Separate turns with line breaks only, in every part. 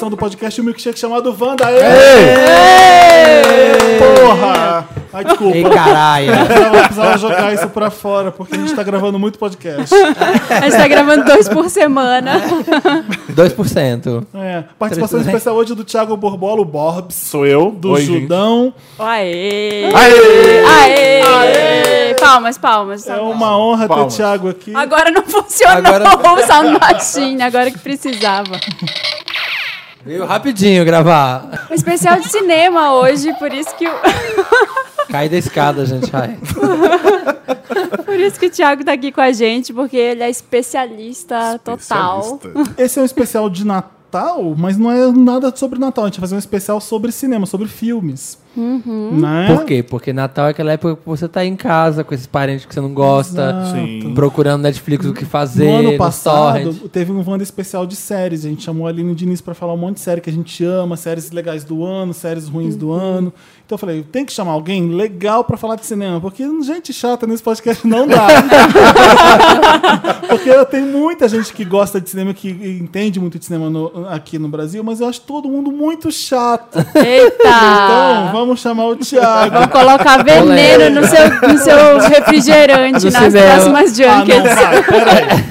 Tá do podcast um milkshake chamado Wanda. Aê! Aê! Porra! Ai, desculpa.
Ei, caralho.
Eu precisava jogar isso pra fora, porque a gente tá gravando muito podcast.
A gente tá gravando dois por semana.
Dois por cento.
É. Participação especial hoje do Thiago Borbolo, Borbs. Sou eu. Do Oi, Judão.
Aê! Aê! Aê! Aê! Palmas, palmas.
É uma honra ter o Thiago aqui.
Agora não funcionou Agora... o sound machine, agora que precisava.
Veio rapidinho gravar.
Um especial de cinema hoje, por isso que o.
Cai da escada, gente. Ai.
Por isso que o Thiago tá aqui com a gente, porque ele é especialista, especialista. total.
Esse é um especial de Natal, mas não é nada sobre Natal. A gente vai fazer um especial sobre cinema, sobre filmes.
Uhum.
Né? Por quê? Porque Natal é aquela época que você tá em casa com esses parentes que você não gosta, procurando Netflix o que fazer.
No ano passado, no teve um Wanda especial de séries. A gente chamou a Aline Diniz para falar um monte de série que a gente ama, séries legais do ano, séries ruins uhum. do ano. Então eu falei, tem que chamar alguém legal para falar de cinema, porque gente chata nesse podcast não dá. porque tem muita gente que gosta de cinema, que entende muito de cinema no, aqui no Brasil, mas eu acho todo mundo muito chato.
Eita!
Então, vamos chamar o Thiago.
Vamos colocar veneno Olé. no seu, no seu refrigerante no nas cinema. tá. próximas junkets.
Ah, não, peraí.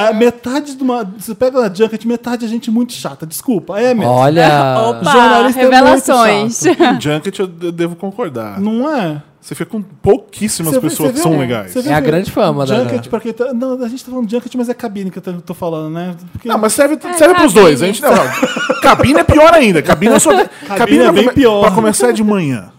É, é, metade de uma. Você pega na Junket, metade é gente muito chata. Desculpa, é mesmo. é
Olha,
Opa, jornalista Ah, é revelações.
É muito Junket eu devo concordar.
Não é?
Você fica com pouquíssimas vê, pessoas que são legais.
É a grande fama da
Junket, pra quem tá, Não, a gente tá falando de Junket, mas é cabine que eu tô, tô falando, né?
Porque... Não, mas serve, serve é, pros cabine. dois. A gente, não, cabine é pior ainda. Cabine é só. Cabine,
cabine é bem pra, pior.
Pra começar é de manhã.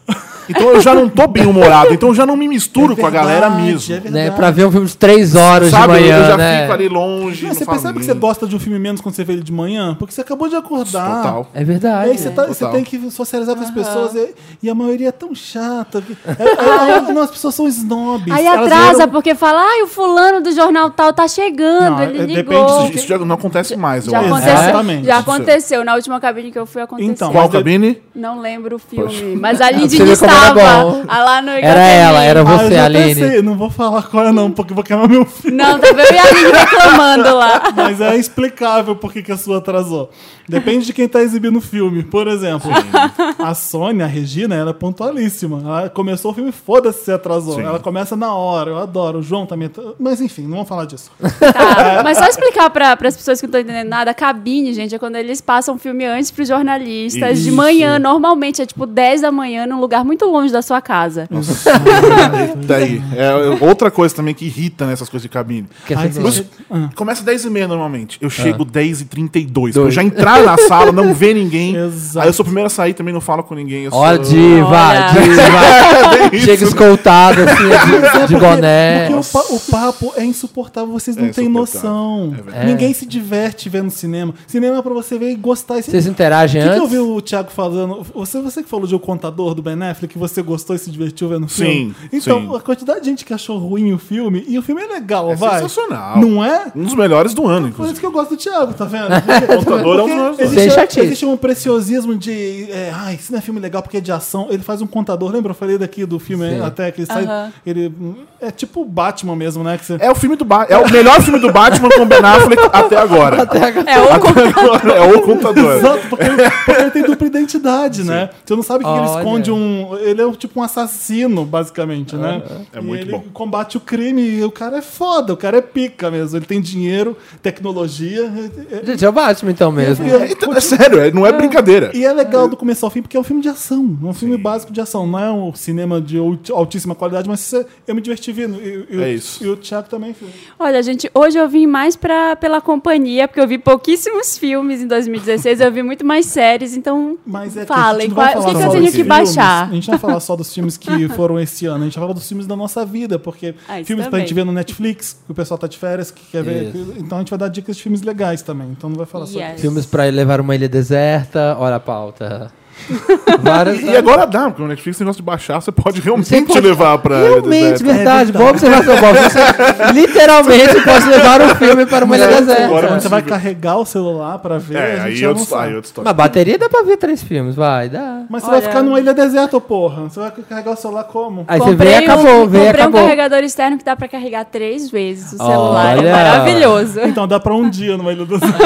Então eu já não tô bem humorado, então eu já não me misturo é verdade, com a galera mesmo.
É verdade. né? Pra ver um filme de três horas Sabe, de manhã.
Eu já
né?
fico ali longe. Não,
você percebe que você gosta de um filme menos quando você vê ele de manhã? Porque você acabou de acordar.
Total. É verdade.
E aí você,
é.
tá, você tem que socializar com as pessoas e, e, a maioria é tão chata. Que, é, não, as pessoas são snobs.
Aí atrasa, viram... porque fala, ah, o fulano do jornal tal tá chegando, não, ele ligou.
Depende, isso já não acontece mais.
Já aconteceu, Exatamente. Já aconteceu. Na última cabine que eu fui, aconteceu. Então,
qual cabine?
Não lembro o filme. Poxa. Mas ali de estava tava ah, lá no
Era ela, era você, ah, Aline. Pensei,
não vou falar qual é não, porque vou queimar meu filho.
Não, tava eu e a Aline reclamando lá.
Mas é explicável porque que a sua atrasou. Depende de quem tá exibindo o filme. Por exemplo, Sim. a Sônia, a Regina, ela é pontualíssima. Ela começou o filme, foda-se se atrasou. Sim. Ela começa na hora, eu adoro. O João também. tá- Mas enfim, não vamos falar disso.
Tá, é. Mas só explicar pra, pras pessoas que não estão entendendo nada, a cabine, gente, é quando eles passam filme antes pros jornalistas, Isso. de manhã, normalmente, é tipo 10 da manhã, num lugar muito longe da sua casa.
Nossa, daí. É outra coisa também que irrita nessas coisas de cabine. Ai,
assim,
Mas, começa 10 e meia normalmente. Eu chego ah. 10 e 32 Eu já entrar na sala, não ver ninguém. Exato. Aí eu sou o primeiro a sair também, não falo com ninguém. Eu sou...
Ó, diva, Olha. diva. é, Chega escoltado, assim, de, de boné.
Porque, porque o, pa o, papo é insuportável, vocês não é têm noção. É ninguém se diverte vendo cinema. Cinema é pra você ver e gostar. E
vocês interagem
que
antes?
Que eu vi o Thiago falando? Você, você que falou de O Contador, do Ben que você gostou e se divertiu vendo o
filme.
Sim. Então,
sim.
a quantidade de gente que achou ruim o filme, e o filme é legal,
é
vai.
Sensacional.
Não é?
Um dos melhores do ano, inclusive.
Por isso que eu gosto do Thiago, tá vendo? Porque, o contador é um dos melhores do existe, existe um preciosismo de. É, Ai, isso não é filme legal porque é de ação. Ele faz um contador, lembra? Eu falei daqui do filme sim. até que ele sai. Uh -huh. Ele, é tipo o Batman mesmo, né? Você...
É o filme do Batman. É o melhor filme do Batman com Ben Affleck até agora.
Até agora. É o
até contador. Agora, é o contador.
Exato, porque ele, porque ele tem dupla identidade. verdade, né? Você não sabe que ele
Olha.
esconde um. Ele é um- tipo um assassino, basicamente, né?
É
E
muito
ele
bom.
combate o crime e o cara é foda, o cara é pica mesmo. Ele tem dinheiro, tecnologia. é- é-
Gente, é o Batman então mesmo.
e é-
Então, é sério, é- não é brincadeira.
e é legal do começo ao fim, porque é um filme de ação. É um filme básico de ação. Não é um cinema de alt- altíssima qualidade, mas isso é- eu me diverti vendo. E, e o-
É isso.
E o Thiago também, filho.
Olha, gente, hoje eu vim mais pra, pela companhia, porque eu vi pouquíssimos filmes em 2016, eu vi muito mais séries, então
Mas é
falem,
que a gente
qual-
não
o
vai
que, que
falar só
eu tenho
dos
que
filmes.
baixar?
A gente não vai falar só dos filmes que foram esse ano, a gente vai falar dos filmes da nossa vida, porque
Ah, isso
filmes pra
também.
gente ver no Netflix, que o pessoal tá de férias, que quer ver.
Isso.
Então a gente vai dar dicas de filmes legais também. Então não vai falar só.
Yes.
Filmes pra levar uma ilha deserta, olha a pauta. Várias.
E agora dá, porque o Netflix tem negócio de baixar, você pode realmente
Você pode-
te levar pra.
Realmente,
deserto.
verdade.
É
Boa observação, Bob. Você literalmente pode levar um filme para uma ilha
Agora
Agora quando
deserta.
você vai carregar o celular pra ver,
É,
a gente
aí
já
eu
não sabe.
Na bateria dá pra ver três filmes, vai, dá.
Mas você vai
Olha-
ficar numa ilha deserta, ô porra. Você vai carregar o celular como?
Aí você vê e acabou,
um,
vê e
comprei um
acabou.
carregador externo que dá pra carregar três vezes o celular.
Olha.
É maravilhoso.
Então dá pra um dia numa ilha deserta.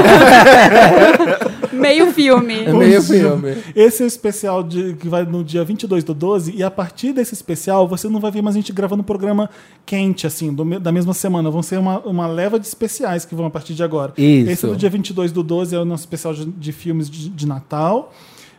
Meio filme.
É meio filme.
Esse é o especial de- que vai no dia 22 do 12, e a partir desse especial você não vai ver mais a gente gravando um programa quente, assim, do me- da mesma semana. Vão ser uma, uma leva de especiais que vão a partir de agora.
Isso.
Esse do dia 22 do 12 é o nosso especial de, de filmes de, de Natal.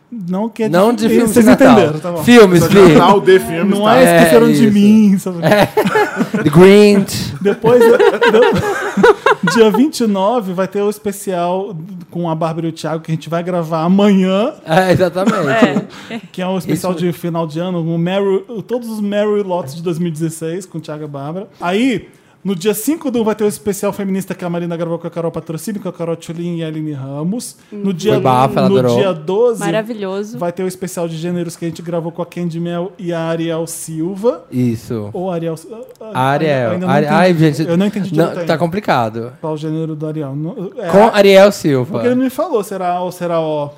Não que é
Não de
e
filmes
Vocês
de Natal.
entenderam, tá bom.
Filmes, filmes.
Canal de filmes.
Não
tá?
é,
É,
esqueceram de
isso.
mim, sabe?
The Grinch.
Depois, de- dia 29, vai ter o especial com a Bárbara e o Thiago, que a gente vai gravar amanhã.
É, exatamente.
Que é um especial
Isso-
de final de ano, um Mary, todos os Mary Lots de 2016, com Thiago e Bárbara. Aí, no dia 5 do vai ter o especial feminista que a Marina gravou com a Carol Patrocínio, com a Carol Tchulin e a Aline Ramos. No dia,
Foi bafo, ela
no
adorou.
dia 12,
Maravilhoso.
vai ter o especial de gêneros que a gente gravou com a Candy Mel e a Ariel Silva.
É.
Isso.
Ou Ariel...
Ariel.
Eu ainda não
Ari-
entendi.
Ai, gente.
Eu não entendi
não,
direito
Tá
ainda.
complicado.
Qual o gênero do Ariel? Não- é,
Com Ariel Silva.
Porque ele não me falou, será A ou será O?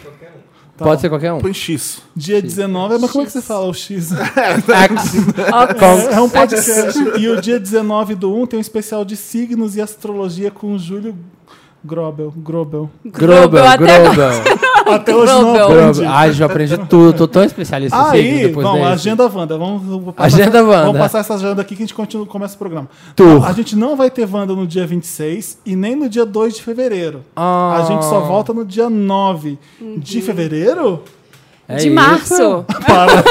Tá bom.
Pode ser qualquer um.
Põe X.
Dia 19, mas como é que você fala o X?
X.
É um podcast. e o dia 19 do 1 tem um especial de signos e astrologia com o Júlio Grobel. Grobel.
Grobel,
até agora.
Grobel.
Até hoje não
Grobel.
aprendi.
Grobel. Ai, já aprendi tudo. Tô tão especialista em signos
Aí,
depois
vamos,
desse.
agenda Wanda. Vamos, vou
Agenda Wanda.
Vamos passar essa agenda aqui que a gente continua, começa o programa.
Tour.
A gente não vai ter Wanda no dia 26 e nem no dia 2 de fevereiro.
Ah.
A gente só volta no dia 9 de fevereiro?
É
De
isso.
março,
Para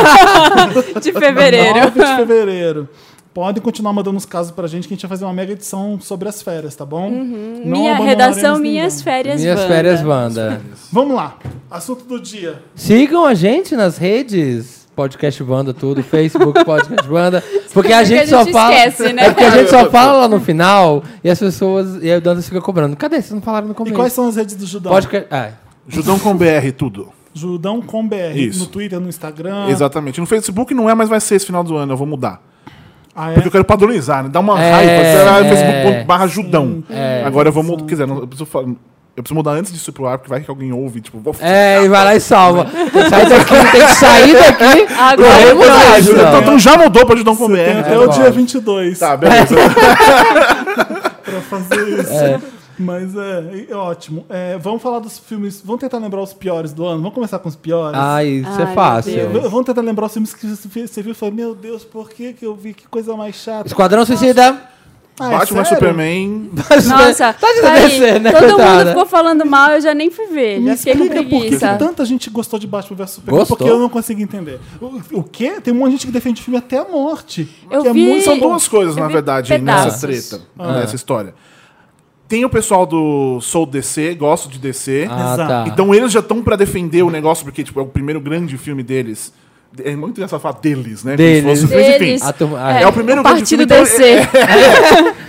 de fevereiro.
9 de fevereiro. Podem continuar mandando os casos pra gente que a gente vai fazer uma mega edição sobre as férias, tá bom? Não
Minha
abandonaremos
redação,
ninguém.
minhas férias.
Minhas
Wanda.
férias, Wanda.
Vamos lá. Assunto do dia.
Sigam a gente nas redes. Podcast Wanda, tudo. Facebook, Podcast Wanda. Porque a
Porque
gente, só fala.
esquece, né?
É porque a gente só fala lá no final e as pessoas. E aí o Dantas fica cobrando. Cadê? Vocês não falaram no
E
começo.
quais são as redes do Judão?
Podcast. Ah,
Judão com BR, tudo.
Judão com BR.
Isso.
No Twitter, no Instagram.
Exatamente. No Facebook não é, mas vai ser esse final do ano, eu vou mudar.
Ah, é?
Porque eu quero padronizar, né? Dá uma
É,
raiva. Será
é.
facebook.com.br judão.
É.
Agora eu vou mudar. Quer dizer, não- eu preciso, fa- eu preciso mudar antes disso pro ar, porque vai que alguém ouve, tipo, vou
é, e vai lá e salva. Sai daqui, tem que sair daqui.
Agora
Correr
eu
pra
acho.
ajuda.
Então, então já mudou pra Judão com BR.
Tem até
né?
o
pode.
dia 22
Tá, beleza.
pra fazer isso.
É.
Mas é, é ótimo. É, vamos falar dos filmes. Vamos tentar lembrar os piores do ano. Vamos começar com os piores.
Ah, isso
Ai,
é
meu
V-
fácil.
Vamos tentar lembrar os filmes que você viu- você viu e falou: Meu Deus, por que, que eu vi? Que coisa mais chata.
Esquadrão Suicida.
Ah, é
Batman
sério?
Superman.
Nossa,
tá de
tá aí.
descer, né?
todo mundo
coitada?
ficou falando mal, eu já nem fui ver.
Me
Já fiquei com
explica por que, que
tá
preguiça.
tanta gente gostou de Batman vs Superman,
Gostou?
porque eu não consigo entender. O, o quê? Tem um monte de gente que defende o filme até a morte.
Eu
que
vi-
é muito
São duas coisas,
eu
na
vi
verdade,
pedaços.
nessa treta, nessa história. Tem o pessoal do Sou DC, gosto de DC.
Ah,
Exato.
tá.
Então eles já estão pra defender o negócio, porque tipo, é o primeiro grande filme deles. É muito engraçado falar deles, né? Como se
Deles.
fosse- mas, enfim,
Deles.
A turma- ah,
É o primeiro grande
partido
filme, então,
DC.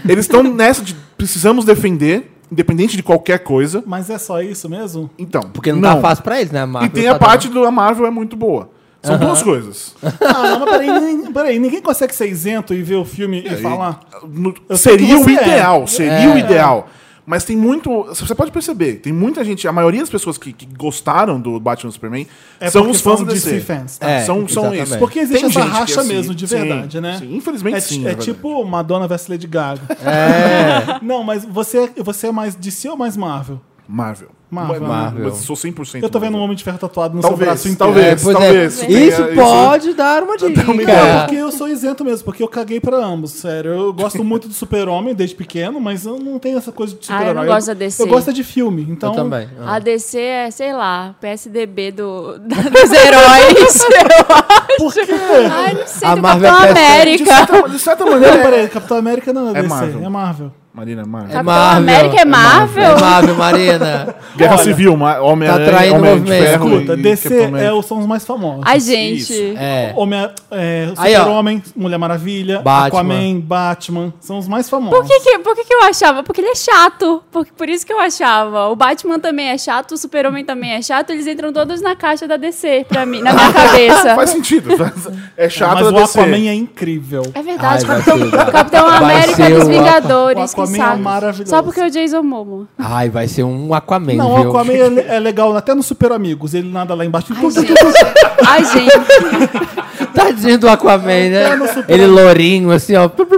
Eles estão nessa de precisamos defender, independente de qualquer coisa.
Mas é só isso mesmo?
Então.
Porque não, tá fácil pra eles, né, Marvel?
E tem
tá
a parte do a Marvel é muito boa. São duas coisas.
Ah, mas peraí, nin- peraí, ninguém consegue ser isento e ver o filme e, falar.
No-
Eu sei que
seria o
você é.
ideal, seria o ideal. Mas tem muito. Você pode perceber, tem muita gente. A maioria das pessoas que, que gostaram do Batman Superman
É
são
porque
os fãs
são
do DC.
DC fans, tá?
É,
são são
exatamente.
esses.
Porque existe
Tem
essa
gente que é
racha
assim.
mesmo, de
Sim,
verdade, né?
sim. Infelizmente,
é,
sim,
ti-
na
É
verdade.
tipo Madonna vs Lady Gaga.
É.
Não, mas você, é- você é mais DC ou mais Marvel?
Marvel.
Marvel.
Marvel. Mas sou 100%.
Eu tô vendo um homem de ferro tatuado no
Talvez,
seu braço inteiro.
talvez.
É, pois
talvez, tenha
Isso
isso.
pode dar uma dica.
uma
Não,
ideia. É.
porque eu sou isento mesmo, porque eu caguei pra ambos, sério. Eu gosto muito do super-homem desde pequeno, mas eu não tenho essa coisa de
Ah, eu não
super-herói.
gosto da DC.
Eu gosto é de filme, então...
Eu também.
A DC é, sei lá, PSDB do, da- dos heróis. eu acho.
Por quê?
Ai, não sei,
A
do
Marvel
Capitão
é
um
PSDB.
De
América.
certa, de certa
Não,
maneira.
peraí, Capitão América não é, DC,
Marvel.
é Marvel.
Marina, Marvel.
É
Capitão América é Marvel?
É Marvel, Marina.
Guerra Civil, Ma-
Tá
Homem-Aranha,
traindo o
Homem de
movimento.
Ferro
Escuta,
e
DC
Capitão
é
América.
os, são os mais famosos.
Ai, gente.
É.
Homem, é,
Aí, ó.
Super-Homem, Mulher Maravilha,
Batman.
Aquaman, Batman, são os mais famosos.
Por que, que, por que, que eu achava? Porque ele é chato. Por, por isso que eu achava. O Batman também é chato, o Super-Homem também é chato. Eles entram todos na caixa da DC, pra mim, na minha cabeça.
Faz sentido. É chato
Mas
da
o
DC.
Aquaman é incrível.
É verdade,
Ai, vai um
Capitão,
ser, cara.
Capitão
Vai
América
ser
dos
o
Vingadores,
Aqua-
que
o Aquaman é
saco.
maravilhoso.
Só porque é o Jason Momo.
Ai, vai ser um Aquaman,
Não, o
viu?
Aquaman é, le- é legal até no Super Amigos. Ele nada lá embaixo.
Ai, gente. Ai, gente.
tá
Tadinho do Tá Aquaman, né?
Eu não suporto.
Ele lourinho, assim, ó.
Gente, é
no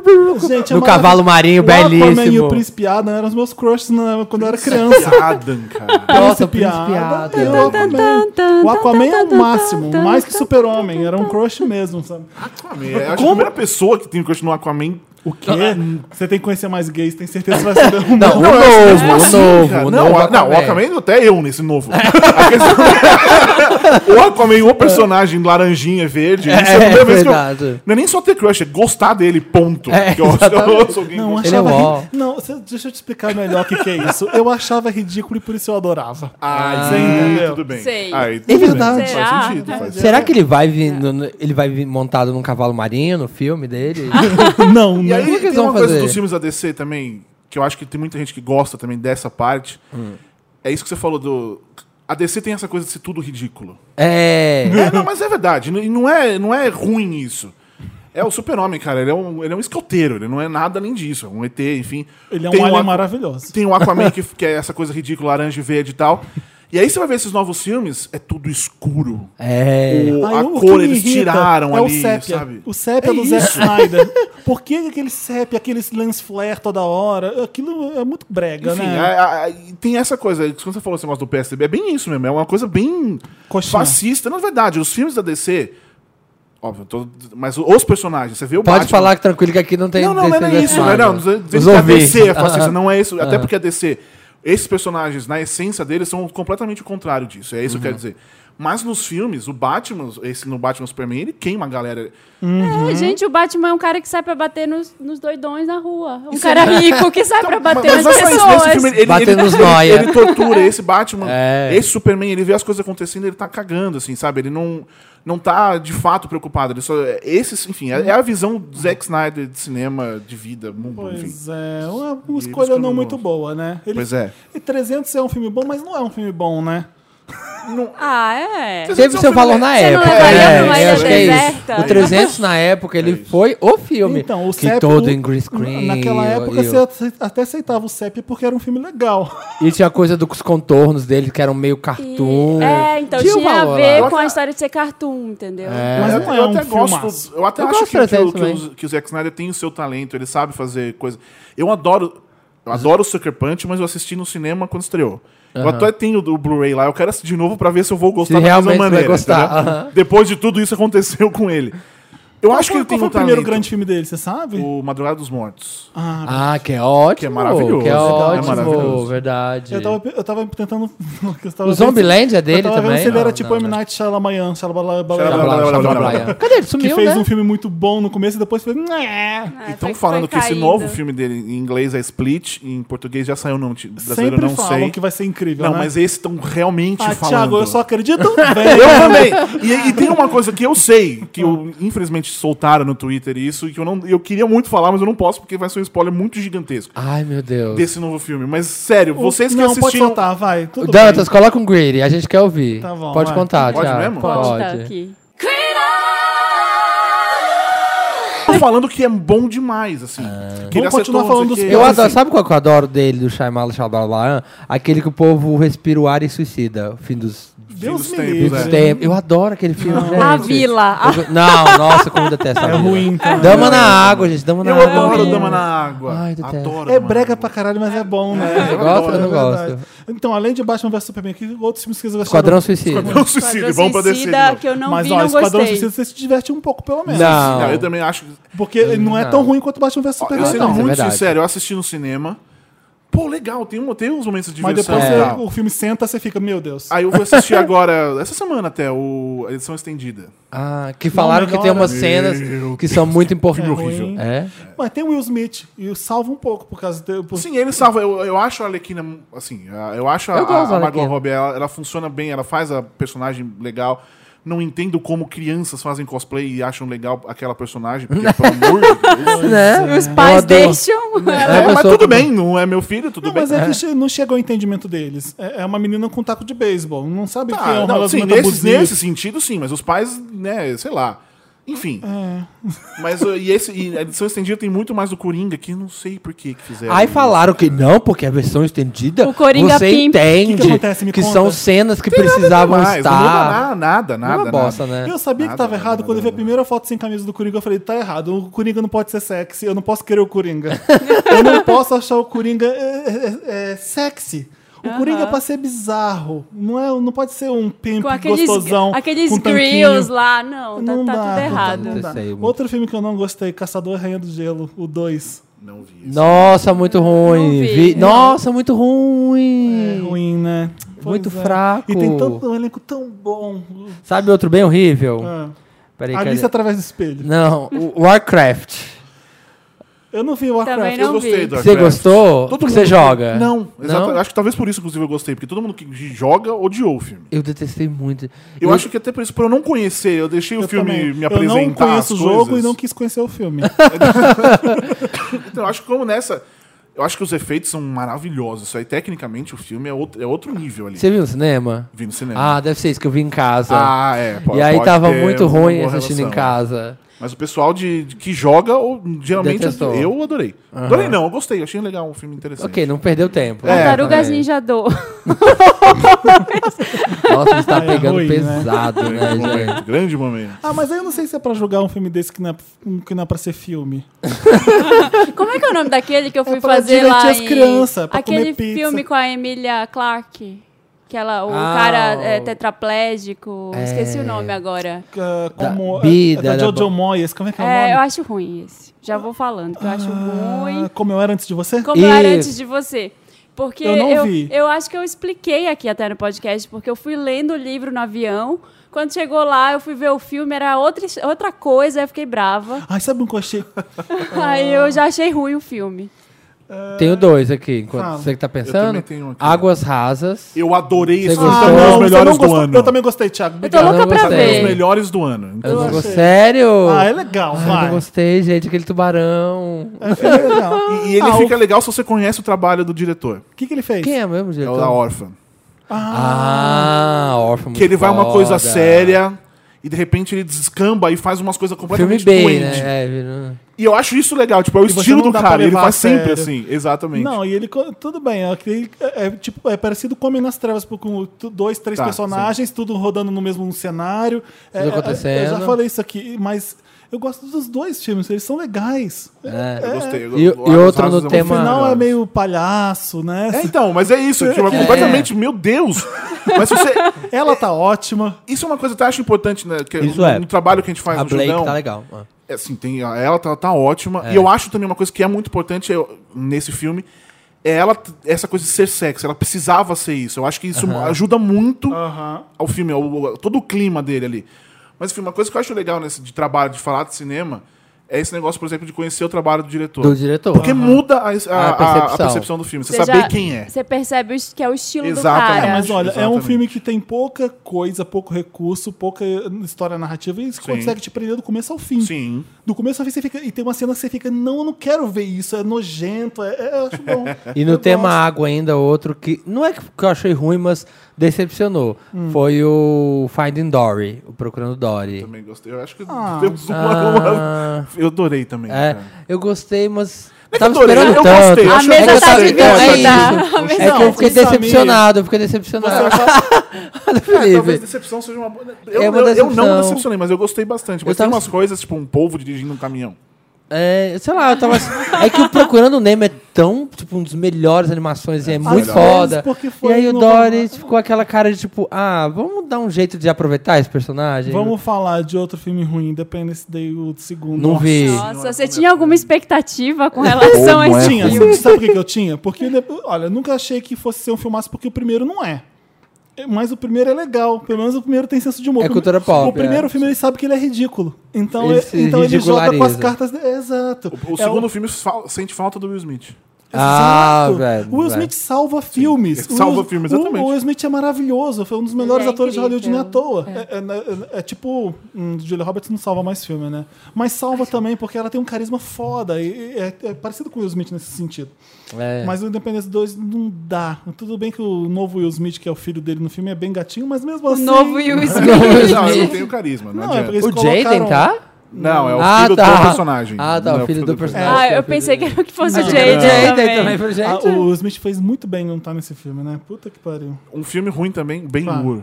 maravilhoso.
cavalo marinho,
o Aquaman e
belíssimo.
o Príncipe Adam eram os meus crushes na- quando eu era criança.
Adam, cara.
Nossa,
Príncipe Adam,
Príncipe
e
Adam.
o Aquaman. O Aquaman é o máximo, mais que Super-Homem. Era um crush mesmo, sabe?
Aquaman. É, Eu acho que a primeira pessoa que tem crush no Aquaman.
O quê? Você tem que conhecer mais gays, tem certeza que vai saber
tá
um
Não,
monte.
o novo, o novo,
Cara,
o
não,
novo
a- não, o Aquaman até eu nesse novo. A questão- é, o Aquaman, o personagem laranjinha verde. isso
É,
a primeira
é
vez que eu-
verdade.
Não é nem só ter crush, é gostar dele, ponto.
É,
Que eu, eu sou alguém
Não, eu
gostoso.
Ele é
achava ri-
uó.
Não, cê- deixa eu te explicar melhor o que, que é isso. Eu achava ridículo e por isso eu adorava.
Ah,
Você entendeu?
tudo bem.
Sei.
Aí, tudo
É
bem.
verdade.
Será?
Faz sentido. Faz sentido.
Será que ele vai vir, no- no- ele vai vir montado num cavalo marinho no filme dele?
Não, né?
E
não.
Como é
aí
que
tem
eles
uma
vão
coisa
fazer?
dos filmes da DC também, que eu acho que tem muita gente que gosta também dessa parte. É isso que você falou do... A DC tem essa coisa de ser tudo ridículo.
é.
É, não, mas é verdade. E não é, não é ruim isso. É o super-homem, cara. Ele é, um, ele é um escoteiro. Ele não é nada além disso. É um ET, enfim.
Ele é um
Tem o
alien
Aqu-
maravilhoso.
Tem o Aquaman, que, que é essa coisa ridícula, laranja e verde e tal. E aí você vai ver esses novos filmes, é tudo escuro.
É.
O-
Aí,
a
o que
cor
me
eles
irrita
tiraram
é
ali,
o sépia.
sabe?
O sépia
É
do Zack Snyder. Por que aquele sépia, aqueles lance flare toda hora? Aquilo é muito brega,
Enfim,
né?
a- a- a- e tem essa coisa. Quando você falou esse negócio do PSDB, é bem isso mesmo. É uma coisa bem
Coxinha.
fascista. Na verdade, os filmes da DC. Óbvio, todo- mas os personagens, você vê o
Pode
Batman,
falar que tranquilo que aqui não tem.
Não, não, não é
tem-
nem isso. Não, não, dizer
Os
que
ouvintes.
a
Ah.
DC é fascista, não é isso. Até porque a DC, esses personagens, na essência deles, são completamente o contrário disso. É isso que eu quero
Uhum.
dizer. Mas nos filmes, o Batman, esse no Batman Superman, ele queima a galera.
É, gente, o Batman é um cara que sai pra bater nos, nos doidões na rua. Um cara rico que sai pra bater nas
olha só isso, nesse filme,
pessoas.
ele- ele-
Batendo
ele-
nos
ele-
nóia.
Ele tortura esse Batman,
É.
esse Superman, ele vê as coisas acontecendo, ele tá cagando, assim, sabe? Ele não, não tá de fato preocupado. Ele só, esses, enfim, é, é a visão do Zack Snyder de cinema, de vida, mundo, enfim.
Pois é, uma
eles que
escolha
eu
não
não
muito
gosto.
boa, né? Ele-
Pois é.
E 300 é um filme bom, mas não é um filme bom, né?
Ah, é.
Teve
um
seu valor na
Você não
época.
levaria pra uma
eu
ilha
acho que é isso.
deserta?
O 300 na época,
É
ele foi o filme.
Então, o
que
Sépia-
todo
o-
em green screen.
Naquela
e-
época
e-
você ace- até aceitava o sépia porque era um filme legal.
E tinha a coisa dos contornos dele, que eram meio cartoon.
E- É, então
Tinha
tinha,
um
a
valor
ver
lá.
com a história de ser cartoon, entendeu?
Mas
eu,
não é
eu
um
até
filmaço.
gosto. Eu até
Eu
acho
gosto
que, que,
dessa
o- que,
também.
o, que o Zack Snyder tem o seu talento, ele sabe fazer coisa. Eu adoro. Eu adoro o Sucker Punch, mas eu assisti no cinema quando estreou. Eu até tenho o Blu-ray lá, eu quero assistir de novo pra ver se eu vou gostar
Se
da mesma
realmente vai
maneira.
gostar,
entendeu?
aham.
Depois de tudo isso aconteceu com ele. Eu acho que
Qual
ele tem
foi
um
o primeiro
talento.
grande filme dele, você sabe?
O Madrugada dos Mortos.
Ah,
Ah, que é ótimo.
Que é maravilhoso.
Que é
Legal, é
ótimo,
maravilhoso.
verdade.
Eu tava, eu tava tentando. eu tava
O
vendo
Zombieland é
se-
dele
eu tava Vendo
também?
se ele era
Não,
tipo
não,
M.
não.
Night Shyamalan, Shyamalan,
Shyamalan.
Shyamalan,
Blá, blá, blá, blá, blá. Cadê ele?
que
Sumiu,
fez
né?
um filme muito bom no começo e depois fez. "Nhé".
Ah,
Então
foi-
falando
foi
que esse
caindo.
novo filme dele em inglês é Split, em português já saiu não, ti- brasileiro
Sempre
não
falam
sei.
que vai ser incrível.
Não,
né?
mas esse estão realmente
Ah,
falando.
Thiago, eu só acredito.
Eu
Bem,
também. E, e tem uma coisa que eu sei, que eu, infelizmente soltaram no Twitter isso, e que eu, não, eu queria muito falar, mas eu não posso, porque vai ser um spoiler muito gigantesco
Ai, meu Deus.
desse novo filme. Mas sério, vocês que
não, pode
assistiram.
soltar, vai. Tudo
Dantas, coloca um greedy, a gente quer ouvir.
Tá bom,
pode
vai.
contar,
Pode
Thiago.
mesmo?
Pode
Pode.
tá aqui.
tô falando que é bom demais, assim. Que ele
Ah, Vamos continuar
acertou,
falando
não sei o
dos
quê.
Eu
Então,
adoro,
assim-
sabe qual que eu adoro dele, do Shyamala Shabalayan? Aquele que o povo respira o ar e suicida. O fim dos,
Deus
dos
me
tempos,
livre.
é.
Tem- Eu adoro aquele filme, É, gente.
A Vila. A...
Eu- Não, nossa, como eu detesto. a
É
Vila.
ruim, cara.
Dama na água, gente. Dama na
então. Eu
água.
adoro
vi.
Dama na Água.
Ai, detesto.
adoro.
É
Dama na
brega
Água.
pra caralho, mas é bom, né?
Eu gosto, eu
É
não
verdade.
gosto.
Então, além de Batman vs Superman, que outros filmes que vocês gostaram?
Esquadrão Suicida.
Esquadrão Suicida, vamos pra descer.
Suicida, que eu não
Mas,
vi,
ó,
não
Esquadrão
gostei.
Suicida, você se diverte um pouco, pelo menos.
Não.
Não, eu também acho.
Porque ele não é tão
Não.
ruim quanto Batman vs
Eu
Superman,
sendo
não,
não.
isso é
muito
verdade.
sincero, eu assisti no cinema. Pô, legal, tem, um, tem uns momentos de
Mas
diversão.
depois
e
você-
tal.
o filme senta, você fica, meu Deus.
Aí eu vou assistir agora, essa semana até, o, a edição estendida.
Ah, que falaram
Não,
que tem
melhora.
umas cenas
Meu
que são muito importantes.
É ruim.
É?
Mas tem o Will Smith, e salva um pouco, por causa dele. Por...
Sim, ele salva. Eu, eu acho a Arlequina, assim, a- eu acho a,
Eu gosto da
a Margot
Arlequina.
Robbie, ela, ela funciona bem, ela faz a personagem legal. Não entendo como crianças fazem cosplay e acham legal aquela personagem, porque, pelo amor de Deus.
Né?
Os
Eu
pais
adoro.
deixam.
a
É, mas
pessoa
tudo
que-
bem, não é meu filho, tudo
Não,
bem.
mas é que che- não chega ao entendimento deles. É é uma menina com taco de beisebol. Não sabe o que é
Ah,
um
não, sim,
relacionamento
nesse,
abusivo.
nesse sentido, sim, mas os pais, né, sei lá. Enfim.
É.
Mas uh, e esse, e a edição estendida tem muito mais do Coringa, que eu não sei por que que fizeram.
Aí
isso.
falaram que não, porque a versão estendida
O Coringa
você
Pimp.
entende
O que que acontece? Me conta.
são cenas que
Nada
precisavam
mais, Não muda
estar.
nada, nada,
É
nada.
uma bosta, né?
Eu sabia que
Nada,
tava
nada,
errado. Quando eu vi a
nada.
primeira foto sem camisa do Coringa, eu falei, tá errado. O Coringa não pode ser sexy. Eu não posso querer o Coringa. eu não posso achar o Coringa é, é, é, sexy. O Coringa é pra ser bizarro. Não, é, não pode ser um pimp
Com aqueles,
gostosão.
aqueles
com tanquinho.
grills lá. Não, tá,
Não
tá
dá,
tudo
não
errado. é
dá, não dá.
Eu sei, muito.
Outro filme que eu não gostei, Caçador e Rainha do Gelo, o 2.
Não vi.
Nossa, muito ruim.
vi.
Vi- Nossa, muito
É
ruim.
ruim, né?
Muito
Pois é.
fraco.
E tem tanto um elenco tão bom.
Sabe outro bem horrível?
Ah,
Peraí,
Alice
tá-
cadê?
através do espelho.
Não, o Warcraft.
Eu não vi o Warcraft.
Também
Eu
não vi.
gostei do
Você
Warcraft.
gostou?
Todo
Porque
mundo-
você joga?
Não, exatamente.
Não?
Acho que talvez por isso, inclusive, eu gostei, porque todo mundo que joga odiou o filme.
Eu detestei muito.
Eu acho que até por isso, por eu não conhecer, eu deixei o
Eu
filme
também.
me apresentar.
Eu não conheço o
as
jogo
coisas.
e não quis conhecer o filme.
Então, eu acho que como nessa. Eu acho que os efeitos são maravilhosos. Isso aí, tecnicamente, o filme é outro, é outro nível ali.
Você viu no cinema?
Vi no cinema.
Ah, deve ser isso que eu vi em casa.
É. Ah, é. po-
e aí
pode
tava
ter
muito
uma
ruim
boa
assistindo
relação.
em casa.
Mas o pessoal de, de- que joga, ou, geralmente,
Detestou.
eu adorei. Adorei não, eu gostei. Achei legal, um filme interessante.
Ok, não perdeu tempo.
É,
Tarugas
também.
Ninja Do.
Nossa, você tá
Ah, é
pegando
ruim, né?
pesado,
É
né, gente?
Momento, grande momento.
ah, mas aí eu não sei se é pra jogar um filme desse que não é, um que não é pra ser filme.
Como é que é o nome daquele que eu fui
pra
fazer lá
divertir as
em...
crianças, pra
Aquele
comer pizza.
filme com a Emília Clarke. Que ela, o
Ah,
cara
o-
é tetraplégico.
É.
Esqueci o nome agora.
Ah, como
Bi,
é- é da
da-
Jojo
da-
Moyes, como é que é o nome?
É, eu acho ruim esse. Já vou falando, que eu acho ruim.
Ah, Como eu era antes de você?
Como eu era
E-
antes de você. Porque
Eu
eu,
não
eu,
vi.
acho que eu expliquei aqui até no podcast, porque eu fui lendo o livro no avião. Quando chegou lá, eu fui ver o filme, era outra, outra coisa, aí eu fiquei brava.
Ai, sabe um que eu achei? Ah.
Aí eu já achei ruim o filme.
Tenho dois aqui, enquanto
Fala.
você que tá
Eu
pensando.
também tenho um aqui.
Águas Rasas.
Eu adorei esse
Você
filme.
gostou?
também é
Ah,
Não,
os
você
melhores do
gostou?
ano.
Eu também gostei, Thiago.
Eu tô
Obrigado.
não
louca pra
gostei.
É os
Ei.
ver.
melhores do ano.
Eu não
Então,
gostei. Sério?
Ah, é legal,
Ai, eu
vai.
não gostei, gente, aquele tubarão.
É legal.
e, e ele
Ah,
fica legal se você conhece o trabalho do diretor.
O que, que ele fez?
Quem é mesmo,
É
diretor?
o da Orphan.
Ah, órfão. muito
Que ele vai uma coisa
foda.
séria e de repente ele descamba e faz umas coisas
Filme
completamente
B,
doente.
né? É, virou-
E eu acho isso legal, tipo, é o
E você
estilo
não
do
dá
cara,
pra
ele
levar
faz
a sério.
sempre assim, exatamente.
Não, e ele. co- Tudo bem, é, que- é, é tipo, é parecido com Homem nas Trevas, por- com tu- dois, três
Tá,
personagens, tudo rodando no mesmo cenário. É, é,
acontecendo.
Eu já falei isso aqui, mas eu gosto dos dois filmes, eles são legais.
É.
eu gostei. eu-
E-
eu-
e
eu-
outro no
Asas é um dos
tema-
O final é
melhores.
meio palhaço, né?
É, então, mas é isso, tipo, é completamente, meu Deus. Mas se você
então,
Ela tá ótima.
Isso é uma coisa que eu acho importante, né? Que
Isso
no,
é.
no trabalho que a gente faz
A
no
Blake
Judão,
tá legal. Ah.
é assim, tem, a- ela tá, tá ótima. E eu acho também uma coisa que é muito importante eu- nesse filme. É ela, t- essa coisa de ser sexy, ela precisava ser isso. Eu acho que isso ajuda muito
Ah.
ao filme, ao, ao- todo o clima dele ali. Mas, enfim, uma coisa que eu acho legal nesse de trabalho, de falar de cinema, é esse negócio, por exemplo, de conhecer o trabalho do diretor.
Do diretor.
Porque muda a, a- a- a percepção.
percepção.
do filme. Você,
Você
saber
já-
quem é.
Você percebe o est- que é o estilo
Exatamente.
do cara.
Mas olha, é um
Exatamente.
filme que tem pouca coisa, pouco recurso, pouca história narrativa e consegue te prender do começo ao fim.
Sim.
Do começo ao fim você fica. E tem uma cena que você fica, não, eu não quero ver isso, é nojento, é, é- eu acho bom.
E no
Eu
tema
gosto.
água ainda, outro que. Não é que que eu achei ruim, mas decepcionou.
Hum.
Foi o Finding Dory, o Procurando Dory.
Ah. Também gostei. Eu acho que temos uma, uma- Eu adorei também.
É,
cara. é
eu gostei, mas.
que
tava
adorei,
esperando
eu
tanto.
gostei, eu
A
achei
mesa tá
gostei.
Então, é
dividida.
isso.
A
É
mesa tá
que eu
Não,
fiquei
o Samir-
decepcionado, eu fiquei
Você
decepcionado.
achava-
Olha,
É, talvez
Felipe.
decepção seja uma boa. Eu,
É uma
eu- eu não
decepção.
decepcionei, mas eu gostei bastante. Mas
Eu
tem
tava-
umas coisas, tipo um polvo dirigindo um caminhão.
É, sei lá, eu tava. É que o Procurando o Nemo é tão, tipo, um dos melhores animações, e é muito
vezes
foda.
porque
E
foi
aí o
no-
Dory ficou aquela cara de tipo, ah, vamos dar um jeito de aproveitar esse personagem?
Vamos falar de outro filme ruim, Independence Day, o segundo.
Não vi.
é
Nossa, você tinha alguma expectativa com relação a
Como é
Eu
é
esse
tinha,
filme?
sabe- sabe o que, que eu tinha? Porque, ele- olha, eu nunca achei que fosse ser um filmaço, porque o primeiro não é. Mas o primeiro é legal, pelo menos o primeiro tem senso de humor.
É cultura pop,
O primeiro
é.
filme ele sabe que ele é ridículo. Então
Ele
ele,
se
então ele joga com as
ridiculariza.
cartas. de- Exato.
O,
É
segundo filme fa- sente falta do Will Smith.
Ah,
Exato.
velho,
O Will
velho.
Smith salva filmes.
ele salva
O Will-
filmes, exatamente.
O Will Smith é maravilhoso. Foi um dos melhores
Ele é
atores de Hollywood nem à
incrível.
toa. É, é- é- é tipo. Hum, Julia Roberts não salva mais filme, né? Mas salva também porque ela tem um carisma foda. E, e é, é parecido com o Will Smith nesse sentido.
É.
Mas o Independence 2 não dá. Tudo bem que o novo Will Smith, que é o filho dele no filme, é bem gatinho, mas mesmo
O
assim.
novo Will
É
Não,
Smith.
eu não tenho carisma, não,
Não, é
adianta.
porque eles
O Jaden
colocaram-
tá?
Não, é o
Ah,
filho
tá.
do personagem.
Ah, tá,
Não,
o
é
filho do personagem.
Ah, eu pensei que era que fosse o
Não.
Jay
Jaden
também.
também, pra
Ah,
gente.
o Will Smith fez muito bem não estar nesse filme, né? Puta que pariu.
Um filme ruim também, bem
Ah.
Hur.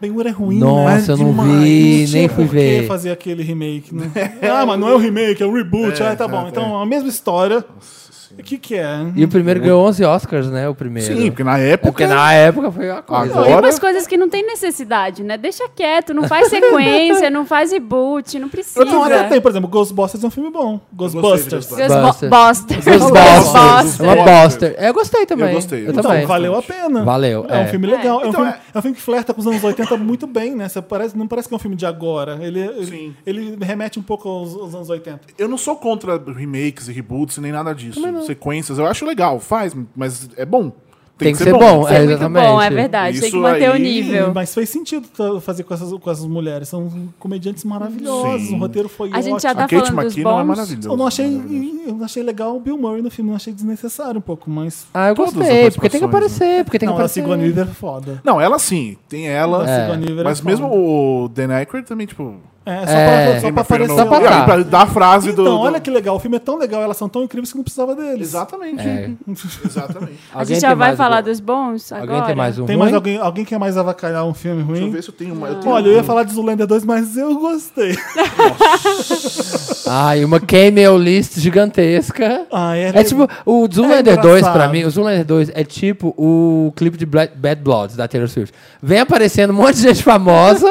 Bem, o é ruim, né?
Nossa, eu não vi, nem fui
por que
ver.
fazer aquele remake, né? ah, mas não é um remake, é um reboot. ah, tá bom.
é,
Então, a mesma história. O que que é?
E o primeiro ganhou 11 Oscars, né? O primeiro.
Sim, porque na
É
época.
porque na época foi uma coisa.
Tem
Agora-
umas coisas que não tem necessidade, né? Deixa quieto, não faz sequência, não faz reboot, não precisa.
Eu tenho até tem, por exemplo, Ghostbusters é um filme bom.
gostei de
Ghostbusters.
Os
Ghostbusters.
bo-
Buster.
Busters.
Os
Busters.
Busters. É uma
Busters.
Buster. Eu gostei também.
Eu gostei.
Eu
Então,
também.
Então, valeu a pena.
Valeu,
É,
é.
um filme legal. É,
Então,
um filme,
é.
é um filme que flerta com os anos 80 muito bem, né? Você parece, não parece que é um filme de agora. Ele,
Sim.
ele, ele remete um pouco aos, aos anos 80.
Eu não sou contra remakes e reboots nem nada disso. Sequências, eu acho legal, faz, mas é bom.
Tem que ser bom,
É
É,
muito bom, é
exatamente.
verdade. tem que
Isso
manter o
aí-
Sim,
nível.
Mas fez sentido t- fazer com essas, com essas mulheres. São comediantes maravilhosos.
Sim.
O roteiro foi
A gente já
ótimo.
tá
a Kate
falando dos
McKinnon é
bons.
maravilhosa.
Eu não achei, eu não achei legal o Bill Murray no filme, não achei desnecessário um pouco, mas.
Ah, eu
Todas as
gostei. Porque tem que
participações, né?
aparecer. Porque tem que
não, a
aparecer.
Sigourney Weaver é foda.
Não, ela sim, tem ela.
A Sigourney Weaver é
Mas
foda.
mesmo o Dan Aykroyd também, tipo...
É, só,
É.
pra, só pra aparecer.
Só pra
lá.
cá.
E pra dar a frase do...
Então,
do-
olha que legal. O filme é tão legal, elas são tão incríveis que não precisava deles.
Exatamente. Exatamente.
A
É. Alguém
gente É, já
tem
vai
mais
falar
um-
dos bons agora?
Alguém tem mais um
Tem
ruim?
mais alguém? Alguém quer mais avacalhar um filme ruim?
Deixa eu ver se eu tenho uma... Eu tenho
Olha, eu ia
um-
falar de Zoolander 2, mas eu gostei.
Ah, e uma cameo list gigantesca.
Ah,
É tipo, o Zoolander
É
2 pra
engraçado.
mim, o Zoolander 2 é tipo o clipe de Bla- Bad Bloods da Taylor Swift. Vem aparecendo um monte de gente famosa,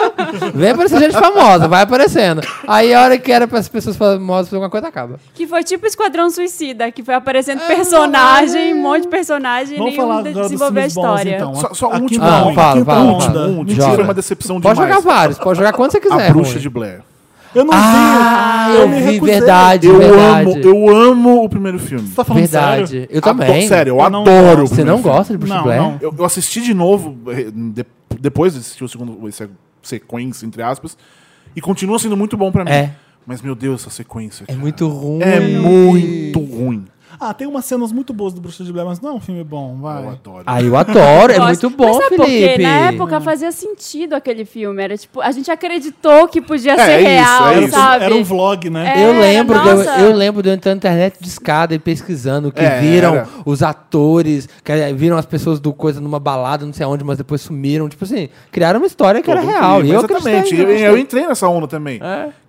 vem aparecendo gente famosa, vai aparecendo. Aí a hora que era para as pessoas famosas fazer alguma coisa acaba.
Que foi tipo Esquadrão Suicida, que foi aparecendo personagem, um monte de personagem, e
Vamos
nenhum
falar
de-
agora dos
desenvolver a
filmes bons,
história.
então.
Só- só
A
um último
quinta
ruim.
onda,
Ah, Fala,
a quinta
fala,
onda.
fala.
Um,
Mentira,
Mentira,
joga.
é uma decepção
Pode
demais.
jogar vários, pode jogar quantos você quiser.
A Bruxa
é ruim.
de Blair.
Eu não
Ah,
vi.
eu
me
vi,
recusei.
verdade,
Eu
verdade.
amo, eu amo o primeiro filme.
Você tá falando
Verdade.
sério?
Eu também.
Adoro- sério, eu,
Eu não
adoro. o
Você
primeiro
não
filme.
gosta de Bruce
Não,
Blair?
não.
Eu, eu assisti de novo, eh, de- depois de assistir o segundo, essa sequência, entre aspas, e continua sendo muito bom pra mim.
É.
Mas, meu Deus, essa sequência.
É
cara.
muito ruim.
É muito ruim.
Ah, tem umas cenas muito boas do Bruxa de Blair, mas não é um filme bom, vai.
Eu adoro.
Ah, eu adoro, é
Gosto.
muito bom,
Mas sabe por quê?
Felipe.
Na época fazia sentido aquele filme. Era tipo, a gente acreditou que podia ser
é isso,
real,
é
Era, um-
isso.
sabe?
era um vlog, né?
Eu
É,
lembro, de eu,
nossa.
eu lembro de eu entrar na internet de escada e pesquisando que
É,
viram
era.
os atores, que eh, viram as pessoas do coisa numa balada, não sei aonde, mas depois sumiram. Tipo assim, criaram uma história que era
Todo
real.
filme,
E eu
Exatamente.
acreditei,
Eu,
eu
eu
acreditei.
entrei nessa onda também.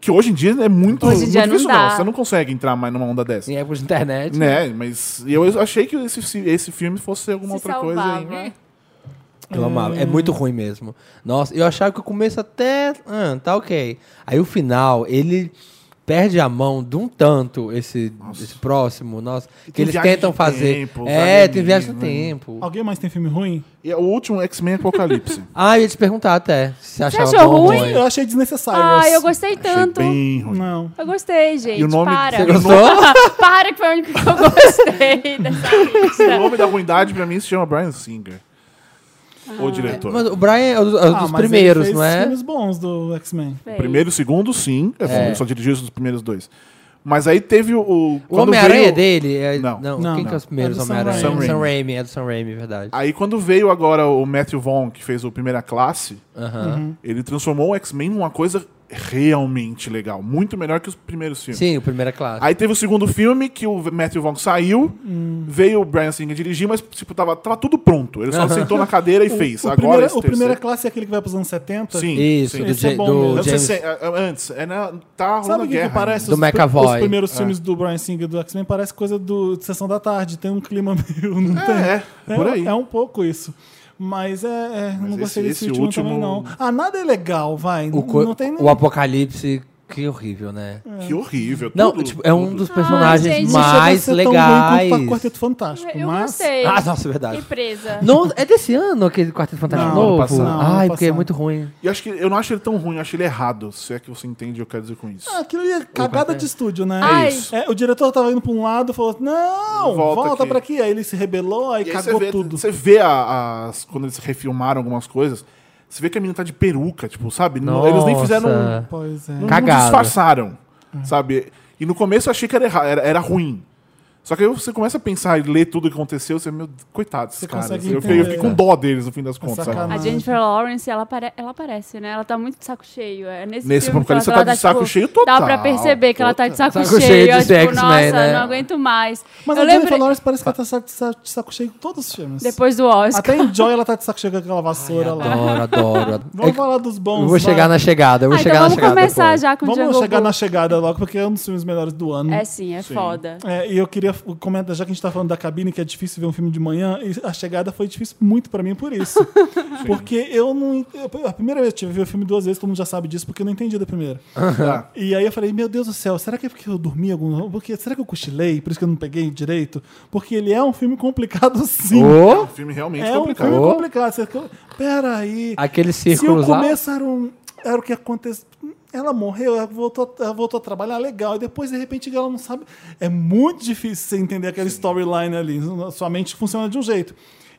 Que hoje em dia é muito,
Hoje em dia
muito
não
difícil, não,
dá.
Você não consegue entrar mais numa onda dessa.
Em época de internet.
Né, mas eu achei que esse, esse filme fosse alguma
Se
outra coisa.
né?
salvava.
Aí. né?
Eu amava. É muito ruim mesmo. Nossa, eu achava que o começo até. Ah, tá ok. Aí o final, ele perde a mão de um tanto esse, esse próximo, nossa, que
tem
eles
viagem
tentam
de
fazer.
tempo, os
é, tem viagem no
alienígenas.
tempo.
Alguém mais tem filme ruim?
E o último X-Men Apocalipse.
Ah, eu ia te perguntar até. Se você achava
achou
bom ou
ruim?
ruim?
Eu achei desnecessário.
Ah, eu gostei tanto.
Achei bem ruim.
Um
Não.
Eu gostei, gente.
E o nome-
Para.
Você
gostou?
Para que foi o único que eu gostei dessa
O
lista.
nome da ruindade pra mim se chama Brian Singer.
Ah.
O diretor.
Mas o Brian é um dos, é um
Ah,
dos
mas ele
primeiros,
fez
não é?
filmes bons do X-Men.
O primeiro e o segundo, sim. É,
É.
bom, Só dirigiu os primeiros dois. Mas aí teve o.
O
quando
Homem-Aranha é
veio-
dele? É-
Não.
Não.
Quem que é os primeiros
É do Sam
Homem-Aranha?
Raimi.
Sam
Sam
Raimi. Ah,
Raimi, é do Sam Raimi, é verdade.
Aí quando veio agora o Matthew Vaughn, que fez o Primeira Classe,
Aham.
ele transformou o X-Men numa coisa realmente legal. Muito melhor que os primeiros filmes.
Sim, o é primeira classe.
Aí teve o segundo filme, que o Matthew Vaughn saiu,
Hum.
veio o Brian Singer dirigir, mas tipo, tava, tava tudo pronto. Ele só sentou na cadeira e fez.
O,
Agora
primeira,
esse
o primeira
terceiro.
classe é aquele que vai pros anos 70?
Sim,
Isso,
sim.
do,
Esse é
Ja-
bom
do
mesmo.
Não,
Deve
James.
você se- é, é, antes, é na, tá rolando
Sabe o que, que
guerra. É.
parece?
Do
os, pri-
McAvoy.
os primeiros filmes do Brian Singer e do X-Men parece coisa do de Sessão da Tarde. Tem um clima meio... Não tem?
é, por aí.
É um pouco isso. Mas é... é, não gostei
esse-
desse
esse
último, também,
último-
não. Ah, nada é legal, vai.
O,
Não,
co-
não tem... Hum.
o Apocalipse, que horrível, né?
Que horrível.
Não,
tudo,
tipo, é um
tudo.
Ah,
dos personagens
gente.
Não chega a
mais
ser tá Tão ruim
legais.
quanto o Quarteto Fantástico,
Eu
mas...
gostei.
Ah, nossa, é verdade.
Que presa.
Não, é desse ano aquele Quarteto Fantástico
Não,
novo?
ano passado. Não, ano
Ai, porque é
passado.
muito ruim.
E acho que eu não acho ele tão ruim, eu acho ele errado. Se é que você entende o que eu quero dizer com isso.
Ah, Aquilo ali é cagada de estúdio, né?
Ai.
isso.
É, o diretor tava indo pra um lado, falou, não,
Volta
volta,
aqui.
pra aqui. Aí ele se rebelou, aí
E aí
cagou
você vê,
tudo.
Você vê a- as, quando eles refilmaram algumas coisas, você vê que a menina tá de peruca, tipo, sabe? Não- Eles nem fizeram. um
Nossa.
Pois é.
Não, não
Cagado.
disfarçaram, sabe? E no começo eu achei que era, erra- era, era ruim. Só que aí você começa a pensar e ler tudo o que aconteceu, você, meu, coitados,
Você
caras.
consegue
Eu fiquei, eu
entender. né?
fiquei com dó deles no fim das contas, sabe?
sacanagem.
A Jennifer Lawrence, ela, apare- ela aparece, né? Ela tá muito de saco cheio. É nesse
Nesse
filme que
Apocalipse,
ela tipo,
ela tá de saco cheio total,
Dá pra perceber que ela tá de saco,
Saco cheio
cheio.
de
Eu, tipo,
X-Men,
nossa,
né?
não aguento mais.
Mas
eu
a
lembro
Jennifer Lawrence parece que ela tá sa- sa- de saco cheio em todos os filmes.
depois do Oscar.
Até em Joy ela tá de saco cheio com aquela vassoura lá.
Adoro, adoro. adoro.
Vamos
É-
falar dos bons.
eu vou
vai.
chegar na chegada, eu vou
Ah,
chegar
então
na
vamos
chegada.
começar
depois.
já com o
Vamos
Django
chegar na
Book.
chegada logo, porque é um dos filmes melhores do ano.
É sim, é foda.
É, e eu queria f- comentar, já que a gente tá falando da cabine, que é difícil ver um filme de manhã, e a chegada foi difícil muito pra mim por isso. porque eu não. ent- eu- a primeira vez que eu tive que ver o filme duas vezes, todo mundo já sabe disso, porque eu não entendi da primeira.
Tá.
E aí eu falei, meu Deus do céu, será que é porque eu dormi algum. Porque, será que eu cochilei? Por isso que eu não peguei direito? Porque ele é um filme complicado, sim.
É um
Ô,
filme realmente
É um
complicado.
filme
Oh.
complicado. Você... fica, Pera aí.
aqueles
Se o
círculos lá.
começo era, um- era o que aconteceu. Ela morreu, ela voltou, ela voltou a trabalhar, legal. E depois, de repente, ela não sabe. É muito difícil você entender aquela storyline ali. Sua mente funciona de um jeito.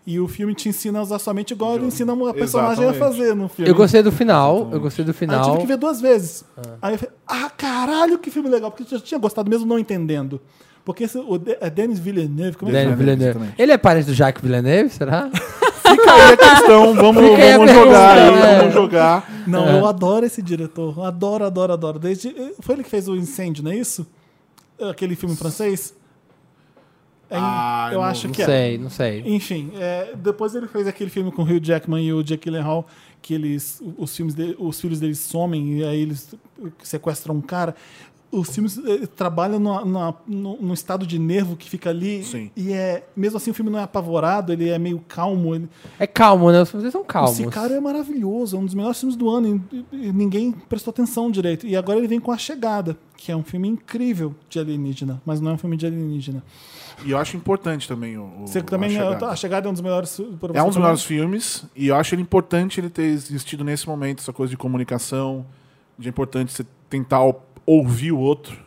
E o filme te ensina a usar sua mente igual ele ensina a personagem a
Exatamente.
fazer no filme.
um- Eu gostei do final, eu gostei do
Aí Ah, eu
final.
tive que ver duas vezes. Aí eu falei, ah, caralho, que filme legal. Porque eu já tinha gostado mesmo não entendendo. Porque esse, o De- é Denis Villeneuve, como é que
Denis
é?
Villeneuve.
também.
Ele é parente do Jacques Villeneuve, será?
Fica aí a questão, vamos,
Fica aí a
vamos
pergunta,
jogar aí,
né?
vamos jogar.
Não, eu adoro esse diretor. Adoro, adoro, adoro. Desde... Foi ele que fez o Incêndio, não é isso? Aquele filme francês? É,
Ah,
eu
não-
acho
não
que
Não
é.
sei, não sei.
Enfim, é, depois ele fez aquele filme com o Hugh Jackman e o Jake Hall que eles, os, filmes de- os filhos deles somem e aí eles sequestram um cara. Os filmes eh, trabalham numa- numa- num num estado de nervo que fica ali
Sim.
e é mesmo assim o filme não é apavorado, ele é meio calmo. ele-
É calmo, né? Os filmes são calmos.
esse cara é maravilhoso, é um dos melhores filmes do ano e, e- e ninguém prestou atenção direito. E agora ele vem com A Chegada, que é um filme incrível de alienígena, mas não é um filme de alienígena.
E eu acho importante também o. o-
Você também,
a
a
chegada.
chegada. é um dos melhores. pra você
É um dos
também?
melhores filmes e eu acho ele importante ele ter existido nesse momento, essa coisa de comunicação, de é importante você tentar o- ouvir o outro.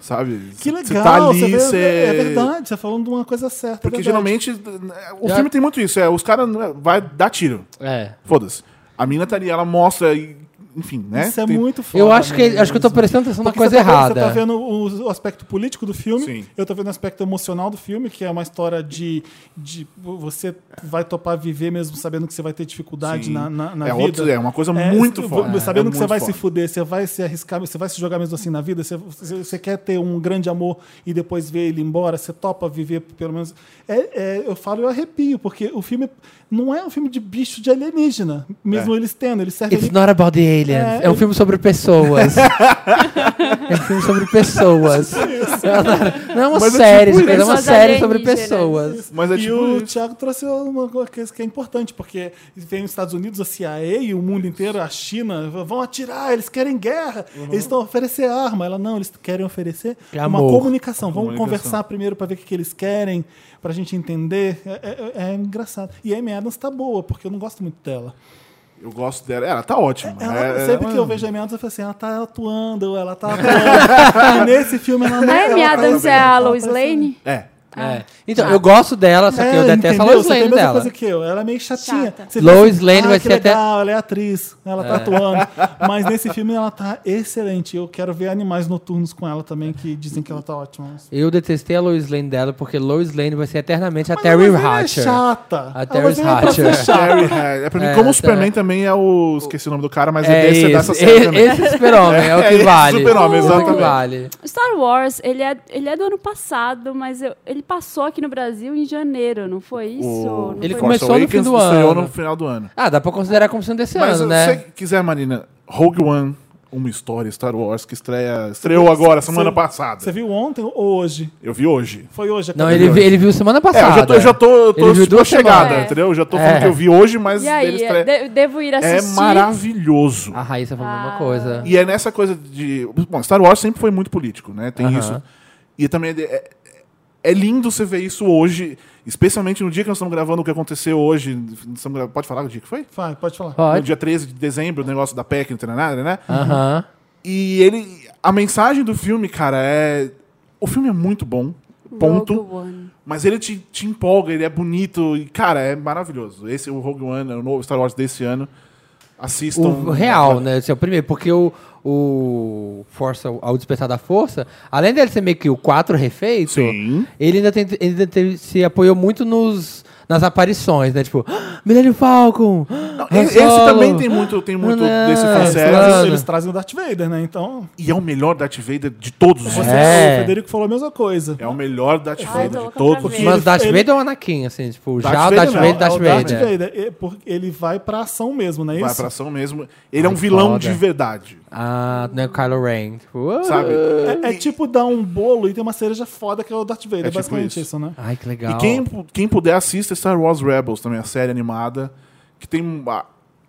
Sabe?
Uhum. Que
Você-
legal,
Você tá ali,
você vê-
você...
é verdade, você tá falando de uma coisa certa.
Porque
é verdade.
geralmente o filme tem muito isso, é, os caras não- vai dar tiro.
É.
Foda-se. A mina tá ali, ela mostra e- enfim, né?
Isso é
Tem-
muito foda.
Eu acho que,
mesmo.
acho que eu tô prestando atenção na
Porque
coisa
você tá vendo-
errada.
Você tá vendo o, o aspecto político do filme,
Sim.
eu tô vendo o aspecto emocional do filme, que é uma história de, de você vai topar viver mesmo sabendo que você vai ter dificuldade
Sim.
na, na, na
é,
vida.
outro- é uma coisa muito
vo-
foda.
Sabendo
É
que você
muito
vai se
foda.
fuder, você vai se arriscar, você vai se jogar mesmo assim na vida, você, você- você quer ter um grande amor e depois ver ele embora, você topa viver pelo menos. É, é, eu falo, eu arrepio, porque o filme não é um filme de bicho de alienígena, mesmo
É.
eles tendo, eles servem.
It's not about the aliens. É,
É,
um
eu-
filme sobre pessoas. é um filme sobre pessoas. Não é uma
Mas é
série,
tipo
de coisa, é uma
isso.
série sobre
Alienígenas.
pessoas.
Mas é
e
tipo
o
isso.
Thiago trouxe uma coisa que- que é importante, porque vem os Estados Unidos, a CIA e o mundo inteiro, a China, vão atirar, eles querem guerra,
Uhum.
eles estão a oferecer arma. Ela, não, eles querem oferecer
Que
uma
amor.
comunicação. Vamos
É Comunicação.
conversar primeiro para ver o que, que eles querem, para a gente entender. É, é- é engraçado. E a Amy Adams tá boa, porque eu não gosto muito dela.
Eu gosto dela. Ela tá ótima.
Ela,
É-
sempre
é-
que eu vejo a Amy Adams, eu falo assim, ela tá atuando, ela tá atuando. e nesse filme ela não
A Amy
ela tá-
Adams é a
ela tá
Lois
aparecendo.
Lane?
É.
É. Então, eu gosto dela, só que eu detesto a
É, entendeu?
Lois
Você tem a
Lane
mesma
dela.
coisa que eu. Ela é meio chatinha.
Chata.
Você fica
Lois Lane
"Ah,
vai
que
ser até-
legal, Ela é atriz, ela tá atuando. Mas nesse filme ela tá excelente. Eu quero ver Animais Noturnos com ela também, que dizem que ela tá ótima.
Eu detestei a Lois Lane dela, porque Lois Lane vai ser eternamente a
Mas
Terry
ela é
Hatcher.
chata.
A
Ela
Terry
é
vai pra
Hatcher.
ser chata.
Harry, é, é pra mim,
É,
como
tá.
o Superman também é o. Esqueci o nome do cara, mas é,
É
desse, é
esse,
dessa série
esse,
também.
esse super-homem, é, o
É
que
esse
vale.
super-homem,
É o que
exatamente.
vale.
Star Wars, ele é, ele é do ano passado, mas eu- ele passou aqui no Brasil em janeiro, não foi isso? Não
Ele
foi?
começou- no
Awakens
fim do
estreou
ano.
no final do ano.
Ah, dá pra considerar como sendo desse
Mas
ano,
se
né?
você quiser, Marina, Rogue One, uma história Star Wars que estreia, estreou agora, semana
Você-
passada.
Você viu ontem ou hoje?
Eu vi hoje.
Foi hoje.
Não,
acabou.
ele, vi- ele viu semana
É, eu
passada.
já tô, eu já tô, eu tô
Ele viu
tô
duas
chegada,
semanas.
entendeu? Eu já tô
É.
falando que eu vi hoje, mas
E
ele
aí, é,
estreia.
de- devo ir
É
assistir.
maravilhoso.
A Raíssa falou a mesma
Ah.
coisa.
E é nessa coisa de. Bom, Star Wars sempre foi muito político, né? Tem
Aham.
isso. E também é- é, é lindo você ver isso hoje, especialmente no dia que nós estamos gravando o que aconteceu hoje. nós estamos gra- Pode falar o dia que foi?
Vai, pode falar.
No
Pode?
dia 13 de dezembro, o negócio da PEC, não tem nada, né?
Aham.
E ele. A mensagem do filme, cara, é. O filme é muito bom. Ponto.
Rogue One.
Mas ele te, te empolga, ele é bonito. E, cara, é maravilhoso. Esse é o Rogue One, é o novo Star Wars desse ano. Assistam.
O real, né? Assim, o primeiro, porque o, o Força, ao despertar da força, além dele ser meio que o 4 refeito,
Sim.
ele ainda, tem, ele ainda teve- se apoiou muito nos, nas aparições, né? Tipo, ah, Millennium Falcon!
Não,
Não,
e- É, esse também tem muito, tem muito
Não,
desse
não,
É, Eles
fanservice.
trazem,
Mano.
eles trazem o Darth Vader, né? Então,
E é o melhor Darth Vader de todos os
você,
anos.
É.
o Federico falou a mesma coisa.
É o melhor Darth
Ai, tô
Vader de
louca
todos
pra
os
ver.
Mas
ele-
Darth
ele-
Vader ou Anakin, assim, tipo,
Darth
já o
Vader
Darth
não,
É
Vader, Darth
o Darth
Vader.
Vader. É, porque Ele vai pra ação mesmo, não é isso?
Vai pra ação mesmo. Ele é um
Ai,
vilão
foda.
de verdade,
Ah, né, o Kylo Ren. Tipo, ah.
sabe?
É, é tipo dar um bolo e tem uma cereja foda que é o Darth Vader.
É
É
tipo
basicamente
isso.
isso, né?
Ai, que
E
legal.
quem, pu- quem puder, assista Star Wars Rebels também, a série animada, que tem um- a-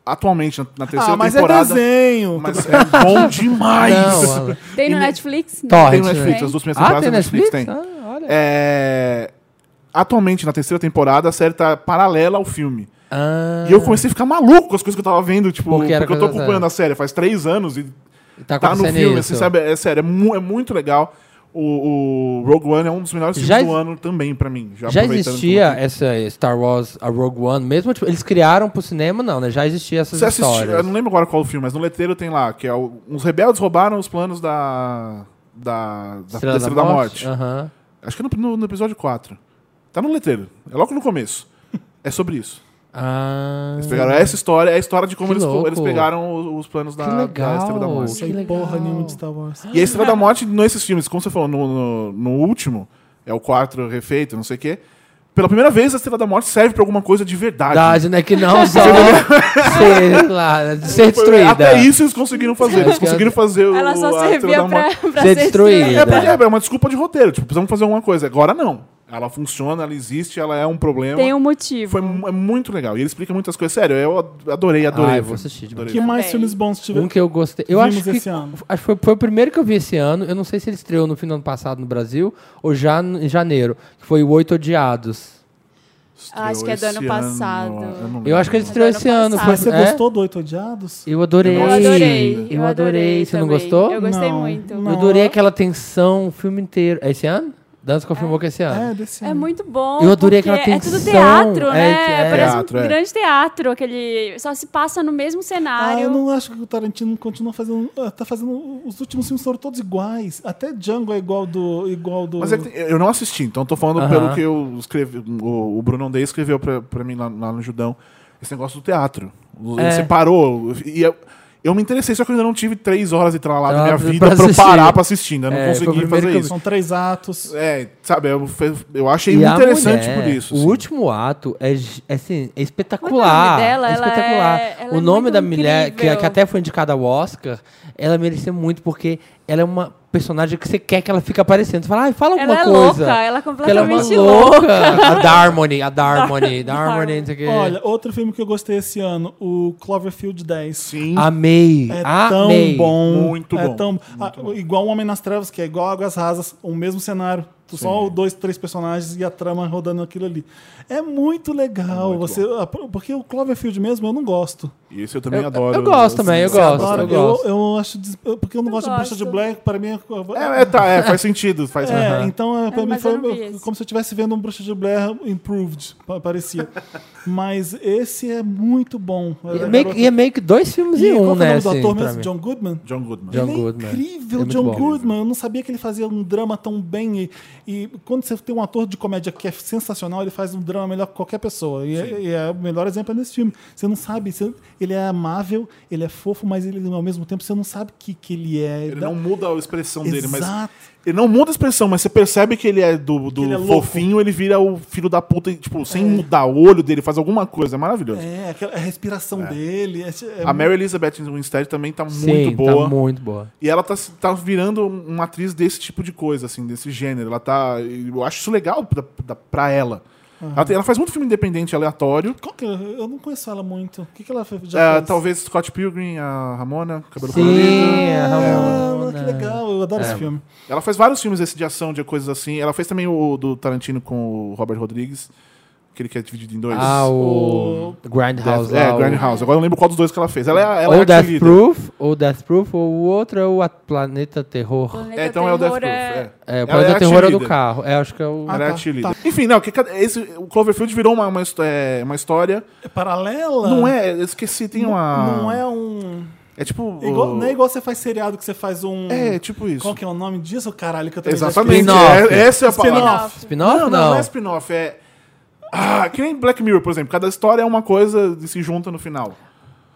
atualmente na, na terceira
Ah, mas é
temporada.
desenho.
mas é bom demais!
Não, olha.
Tem no Netflix? Não.
Torre.
Tem
Netflix,
no Netflix,
né?
as duas primeiras
Ah,
temporadas
tem
na é Netflix,
Netflix?
tem.
Ah, olha.
É, Atualmente, na terceira temporada, a série tá paralela ao filme.
Ah,
E eu comecei a ficar maluco com as coisas que eu tava vendo, tipo,
Porque
porque,
era
eu tô
coisa da
acompanhando a série faz três anos e
tá,
tá no
acontecendo
filme,
isso.
assim, sabe? É sério, é, mu- é muito legal. O, o Rogue One é um dos melhores filmes
Já
do
ex-
ano também, pra mim. Já,
Já
aproveitando
existia
que-
essa Star Wars, a Rogue One, mesmo, tipo, eles criaram pro cinema, não, né? Já existia essas
Você assistiu,
histórias.
eu não lembro agora qual o filme, mas no letreiro tem lá, que é o- uns rebeldes roubaram os planos da. Da. Da Estrela da, Morte.
Aham.
Acho que é no, no- no episódio 4. Tá no letreiro. É logo no começo. É sobre isso.
Ah,
Eles pegaram essa história, é a história de como
Que
eles,
louco.
eles pegaram o- os planos da,
Que legal.
da Estrela da Morte.
Não sei
Que legal.
porra nenhuma de Star Wars.
E a Estrela da Morte, nesses filmes, como você falou, no, no- no último, é o 4 refeito, não sei o quê. Pela primeira vez, a Estrela da Morte serve pra alguma coisa de verdade.
verdade, né? Que não só ser, claro, de ser
é Foi-
destruída.
Até isso eles conseguiram fazer. Eles conseguiram fazer o,
Ela só
a Estrela
servia
da Morte.
pra, pra
Ser
ser
destruída.
É, porque é uma desculpa de roteiro. Tipo, precisamos fazer alguma coisa. Agora não. Ela funciona, ela existe, ela é um problema.
Tem um motivo.
Foi mu- é muito legal. E ele explica muitas coisas. Sério, eu ad- adorei, adorei.
Ah, eu vou assistir demais.
Que
adorei.
mais
Também.
filmes bons
né?
tiver?
Um que eu gostei. Eu
Vimos
acho que,
esse ano.
acho que foi, foi o primeiro que eu vi esse ano. Eu não sei se ele estreou no fim do ano passado no Brasil ou já no- em janeiro. Que foi o Oito Odiados.
Estreou
Acho que é do ano
esse
passado.
não
Eu acho que ele
É do
estreou
ano
esse ano.
passado.
Foi,
Mas você
é?
gostou do Oito Odiados?
Eu adorei.
Eu adorei.
Eu adorei. Você não
também.
gostou?
Eu gostei
Não,
muito.
não.
Eu adorei aquela tensão o filme inteiro. É esse ano? Dança confirmou que é esse ano.
É, desse
É
ano.
muito bom.
Eu adorei
porque
aquela
É tudo
tensão.
teatro,
É,
né?
é.
Parece
Teatro,
um
é.
grande teatro. Aquele... Só se passa no mesmo
Ah, eu
cenário.
não acho que o Tarantino continua fazendo. ah, Tá fazendo. Os últimos filmes foram todos iguais. Até Django é igual do. Igual do
Mas é que tem- eu não assisti, então eu tô falando
Aham.
pelo que eu escrevi, o, o Bruno Andei escreveu pra, pra mim lá, lá no Judão, esse negócio do teatro. O-
É.
Ele separou. E eu, eu me interessei, só que eu ainda não tive três horas de lá da
Tá, pra-
minha vida
pra
pra eu
assistir.
parar pra assistir. Ainda não
É, foi o
consegui
primeiro que
fazer
eu
isso.
São três atos.
É, sabe, eu, fe- eu achei
E a
muito interessante
mulher,
por isso.
O
assim.
último ato é, gi- é, assim, é espetacular.
O nome dela,
é
ela
espetacular.
é- ela
o
é
nome
muito
da mulher,
incrível.
que, que até foi indicada ao Oscar, ela mereceu muito, porque ela é uma personagem que você quer que ela fique aparecendo. Você fala, ai, fala alguma
Ela é
coisa.
louca. Ela é
Porque ela é uma
completamente louca.
louca. A Darmony, a Darmony, Darmony, não sei o
É.
quê.
Olha, outro filme que eu gostei esse ano, o Cloverfield 10.
Sim,
Ah, Amei.
É tão
amei.
bom.
Muito
é
bom,
Tão... Ah, Igual o Homem nas Trevas, que é igual Águas Rasas, o mesmo cenário. Só dois, três personagens e a trama rodando aquilo ali. É muito legal.
É muito
você, ah, Porque o Cloverfield mesmo eu não gosto.
E esse eu também
Eu-
adoro. assim,
eu gosto também, eu
Você
gosto.
adora?
eu,
gosto.
eu acho. des- Porque eu não
Eu
gosto de Bruxa de
gosto.
Black, para mim. é-
É, é, tá, é, faz sentido. Faz
É, então é, pra
É,
mim
mas eu
foi
não vi esse.
como se eu estivesse vendo um Bruxa de Blair improved, pa- parecia. mas esse é muito bom.
E é meio, que- e é meio que dois filmes em
E qual
um,
que é o
né?
nome do
assim,
ator
pra
mesmo?
mim.
John Goodman?
John Goodman.
John
Ele é
Goodman.
incrível,
É muito
John
bom.
Goodman. Eu não sabia que ele fazia um drama tão bem. E, e quando você tem um ator de comédia que é sensacional, ele faz um drama melhor que qualquer pessoa. E, é- e é o melhor exemplo é nesse filme. Você não sabe. você- ele é amável, ele é fofo, mas ele ao mesmo tempo você não sabe o que, que ele é.
Ele
Da-
não muda a expressão dele, mas.
Exato.
Ele não muda a expressão, mas você percebe que ele é do, do
ele é louco.
fofinho, ele vira o filho da puta, e, tipo, sem mudar o olho dele, faz alguma coisa. É maravilhoso.
É, aquela, a respiração dele. É, é
A Mary Elizabeth Winstead também tá
Sim,
muito boa.
tá muito boa.
E ela tá, se- tá virando uma atriz desse tipo de coisa, assim, desse gênero. Ela tá. Eu acho isso legal pra, pra- pra ela. Ela, tem- ela faz muito filme independente aleatório.
Qual que é? Eu não conheço ela muito. O que, que ela fe- já
É,
fez?
talvez Scott Pilgrim, a Ramona, cabelo colorido.
Sim, a
Ah,
É, Ramona.
que legal, eu adoro
É.
esse filme.
Ela faz vários filmes esse de ação, de coisas assim. Ela fez também o do Tarantino com o Robert Rodrigues, aquele que é dividido em dois.
Ah, o Grindhouse
É,
lá. o-
Grindhouse. Agora eu não lembro qual dos dois que ela fez. Ela é, ela é
ou
a
Death
cheerleader.
Proof, ou Death Proof, ou o outro é o A- Planeta Terror.
É, então é o Death Proof. É.
É, o
Ela é
Planeta
a
Terror é o do
cheerleader.
carro. É, acho que é o.
Ela é a
tá,
cheerleader. Enfim, não, que, cada- esse, o Cloverfield virou uma, uma, histó- é, uma história.
É paralela?
Não é, eu esqueci, tem uma.
Não é um.
É tipo.
é igual- não é igual você faz seriado que você faz um.
É, tipo isso.
Qual que é o nome disso, caralho? Que eu também já
Exatamente.
Spin-off.
É, essa é a
Spin-off.
palavra.
Spin-off? Não,
Não, não, não é spin-off. É. Ah, que nem Black Mirror, por exemplo. Cada história é uma coisa e se junta no final.
esqueci.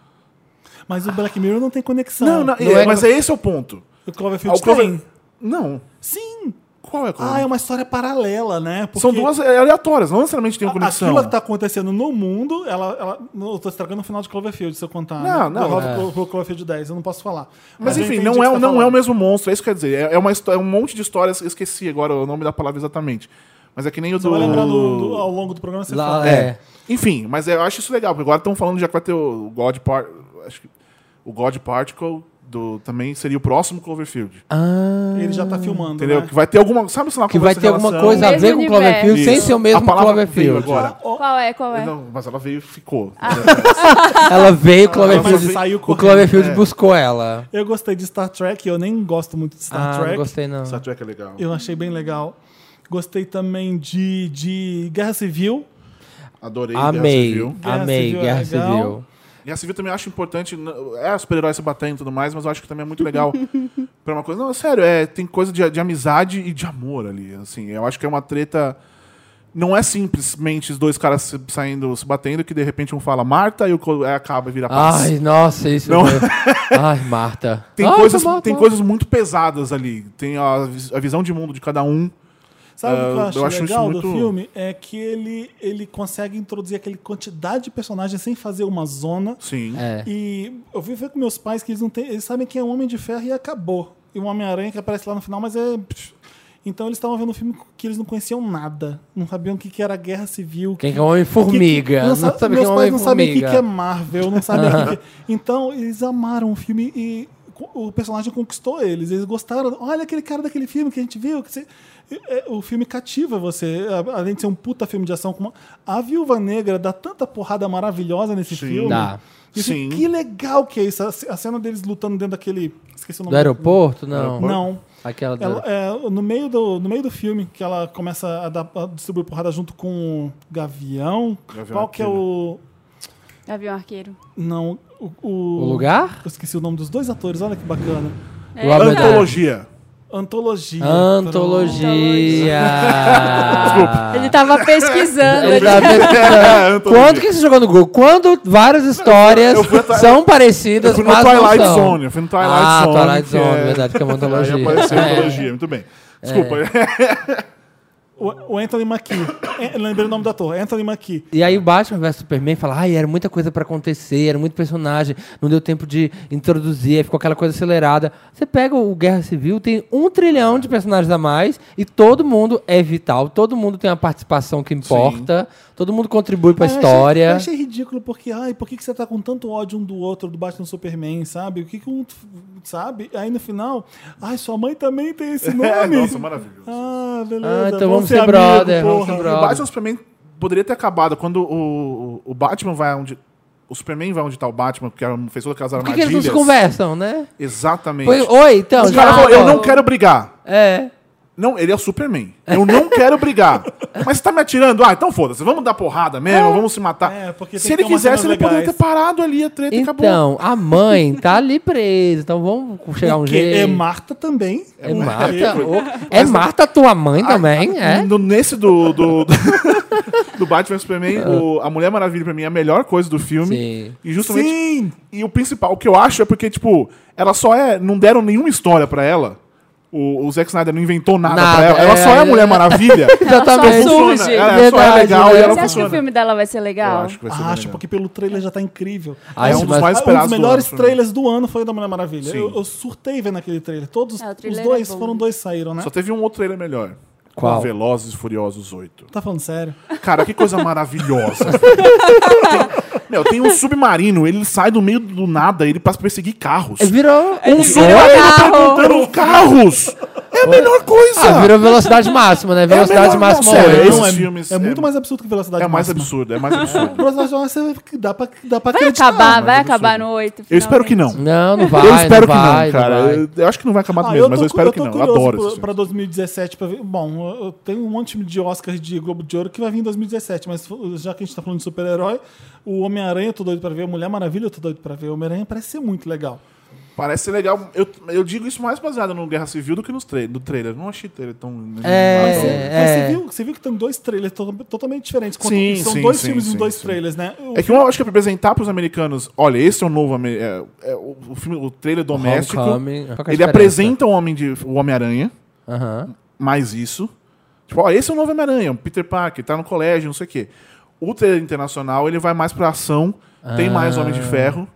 Mas o Black Mirror não tem conexão.
Não, não,
não
é-
é-
mas é esse o ponto.
O Cloverfield
Ah, o Clover-
tem.
Não.
Sim.
Qual é a coisa?
Ah, é uma história paralela, né? Porque
São duas é, aleatórias, não necessariamente tem uma conexão.
Aquilo que tá acontecendo no mundo, ela. ela eu tô estragando o final de Cloverfield, se eu contar.
Não,
né?
não,
Do-
é.
do- do Cloverfield 10, eu não posso falar.
Mas
eu
enfim,
entendi
não
o
é,
que você tá
não é o
falando.
mesmo monstro, é isso que quer dizer. É, é uma, histó- é um monte de histórias, eu esqueci agora o nome da palavra exatamente. Mas é que nem o
Você
do. É.
vai lembrar do- do- ao longo do programa, você
Lá,
fala.
é.
Enfim, mas eu acho isso legal, porque agora estão falando já que vai ter o God Part. Acho que. O God Particle do, também seria o próximo Cloverfield.
Ah,
Ele já tá filmando.
Entendeu?
né?
Que vai ter alguma. Sabe, sei lá,
que vai ter alguma
conversa em
coisa a
Mesmo
ver com o
universo.
Cloverfield sem
Isso.
ser o
A
mesmo
palavra veio
Cloverfield.
agora.
Qual é, qual é?
Não, mas ela veio e ficou.
Ela
Ah,
veio, o Cloverfield,
mas saiu
o
correndo.
Cloverfield
é.
buscou ela.
Eu gostei de Star Trek, eu nem gosto muito de Star
ah,
Trek.
não gostei não.
Star Trek é legal.
Eu achei bem legal. Gostei também de, de Guerra Civil.
Adorei. Guerra
Amei,
Civil.
Guerra
amei
Civil é
Guerra
legal.
Civil.
Guerra Civil também eu acho importante. n- É super-herói se batendo e tudo mais, mas eu acho que também é muito legal pra uma coisa. Não, é sério, é, tem coisa de, de amizade e de amor ali. Assim, eu acho que é uma treta. Não é simplesmente os dois caras se- saindo, se batendo, que de repente um fala Marta e o co- aí acaba e vira paz.
Ai, nossa, isso.
Não.
foi- Ai, Marta.
tem
Ai,
coisas,
tá bom,
tem
tá bom.
coisas muito pesadas ali. Tem a, vis- a visão de mundo de cada um.
Sabe o que
Ah,
eu acho
eu acho isso
legal do
muito-
filme? É que ele, ele consegue introduzir aquele quantidade de personagens sem fazer uma zona.
Sim.
É.
E eu fui ver com meus pais que eles não têm. Eles sabem que é um Homem de Ferro e acabou. E um Homem-Aranha que aparece lá no final, mas é. psh. Então eles estavam vendo um filme que eles não conheciam nada. Não sabiam o que que era guerra civil.
Quem que é o Homem-Formiga?
não
Não
sa-
sabe
meus
quem é o
pais não sabem o que,
Homem-Formiga.
que é Marvel, não sabem o que, que Então, eles amaram o filme e co- o personagem conquistou eles. Eles gostaram. Olha aquele cara daquele filme que a gente viu. que você- é, O filme cativa você. A- Além de ser um puta filme de ação. com uma- A Viúva Negra dá tanta porrada maravilhosa nesse filme.
Dá.
E assim,
Sim.
Que legal que é isso. A ce- a cena deles lutando dentro daquele. Esqueci o nome
Do aeroporto? Não.
Não.
Aquela do...
Né?
Ela- é, no, meio do, no meio do filme, que ela começa a, dar, a distribuir porrada junto com o Gavião.
Gavião
Qual que é o.
Gavião Arqueiro.
Não, o. O,
O lugar?
Eu esqueci o nome dos dois atores, olha que bacana.
É.
Robert
Antologia.
Antologia.
Antologia.
Ele tava pesquisando.
Ele tá
É,
pesquisando.
antologia.
Quando que você jogou no Google? Quando várias histórias são parecidas,
Eu fui no
mas não
Twilight
são.
Zone. Eu fui no Twilight
ah,
Zone.
Twilight
que
Zone,
é-
verdade, que é uma antologia.
Aí apareceu a
É. Então-
antologia, muito bem. Desculpa.
O, o Anthony Mackie. É, lembrei o nome do ator, Anthony Mackie.
E aí o Batman vs Superman fala, ai, era muita coisa pra acontecer, era muito personagem, não deu tempo de introduzir, aí ficou aquela coisa acelerada. Você pega o Guerra Civil, tem um trilhão de personagens a mais e todo mundo é vital, todo mundo tem uma participação que importa, Todo mundo contribui pra
Ah, eu achei-
história.
Eu achei, ridículo porque, ai, por que, que você tá com tanto ódio um do outro, do Batman e Superman, sabe? O que que um, sabe? Aí no final, ai, sua mãe também tem esse nome.
É, nossa, maravilhoso.
Ah, beleza.
Ah, então vamos ser brother, vamos ser
porra.
O
brother.
Batman e o Superman poderia ter acabado quando o, o, o Batman vai onde. O Superman vai onde tá o Batman, porque fez todas aquelas
Por que, que
armadilhas.
eles não se conversam, né?
Exatamente.
Foi- Oi, então.
o cara
já-
falou: eu não quero brigar.
É.
Não, ele é o Superman. Eu não quero brigar. Mas você tá me atirando? Ah, então foda-se. Vamos dar porrada mesmo, vamos se matar.
É, porque tem
se
que
ele
ter umas
quisesse, ele
cenas
poderia ter
legais.
parado ali a treta e acabou.
Então, a mãe tá ali presa, então vamos chegar um
Porque
jeito.
é Marta também.
É Marta.
foi.
ô, É Marta tua mãe também, é?
Ah, No- nesse do, do, do Batman e Superman, o- a Mulher Maravilha pra mim é a melhor coisa do filme.
Ah. Sim.
E justamente.
Sim!
E o principal, o que eu acho é porque, tipo, ela só é. Não deram nenhuma história pra ela. O, o Zack Snyder não inventou nada,
Nada,
pra ela. Ela
é,
só é a
é.
Mulher Maravilha.
Exatamente.
surge.
Funciona. Ela só é
Verdade,
legal
né?
e
Você
ela
acha que
funciona.
o filme dela vai ser legal?
Eu Ah, acho um que vai ser
Ah, Acho,
bem
porque pelo trailer já tá incrível.
Ah,
legal. é
esse
um dos
vai-
mais
Ah, um
esperados.
dos
do
melhores
né?
ano, pra mim.
trailers do ano foi o da Mulher Maravilha.
Sim.
Eu, eu surtei vendo aquele trailer. Todos
É, o
os
trailer
dois
é bom.
foram dois saíram, né?
Só teve um outro trailer melhor.
Qual?
Com Velozes e Furiosos 8.
Tá falando sério?
Cara, que coisa maravilhosa. Meu, tem um submarino, ele sai do meio do nada, ele passa a perseguir carros.
É, Virou.
Ele
um-
virou
Oi?
carro.
Entrando tá carros! É a melhor coisa!
Ah, virou velocidade máxima,
É
né? Velocidade
melhor
máxima.
velocidade.
oito.
esses
não, é,
filmes-
é muito
é-
mais absurdo que Velocidade
É mais
Máxima.
absurdo, é mais absurdo.
Velocidade Máxima é- dá pra, dá pra
Vai
acreditar.
acabar, vai
mas eu
acabar
sou-
no 8.
Eu
é
espero que não.
Não, não vai.
eu espero
não vai,
que não, cara.
vai.
Eu, eu acho que não vai acabar
Ah,
mesmo, mas eu
tô cu-
espero que
tô
não. Eu
curioso
adoro
pro-
esses
pra
filmes.
2017 pra ver. Bom, eu- eu tenho um monte de Oscars de Globo de Ouro que vai vir em 2017, mas f- já que a gente tá falando de super-herói, o Homem-Aranha eu tô doido pra ver, a Mulher Maravilha eu tô doido pra ver. O Homem-Aranha parece ser muito legal.
Parece ser legal. Eu, eu digo isso mais baseado no Guerra Civil do que nos tra no trailer. Não achei trailer
É,
tão.
Mas você-
É.
mas você, viu, você viu que tem dois trailers to- totalmente diferentes. Quando-
Sim,
são
sim,
dois
sim,
filmes
sim,
e dois
sim.
trailers, né? O-
É que eu acho que é pra apresentar pros americanos: olha, esse é o novo. Ame- É, é o, o filme, o trailer doméstico.
Homecoming. Qual que é a
Ele
diferença?
apresenta o Homem de- o Homem-Aranha,
Aham.
mais isso. Tipo, ó, esse é o novo Homem-Aranha, o Peter Parker, tá no colégio, não sei o quê. O trailer internacional, ele vai mais pra ação, tem mais Homem de Ferro.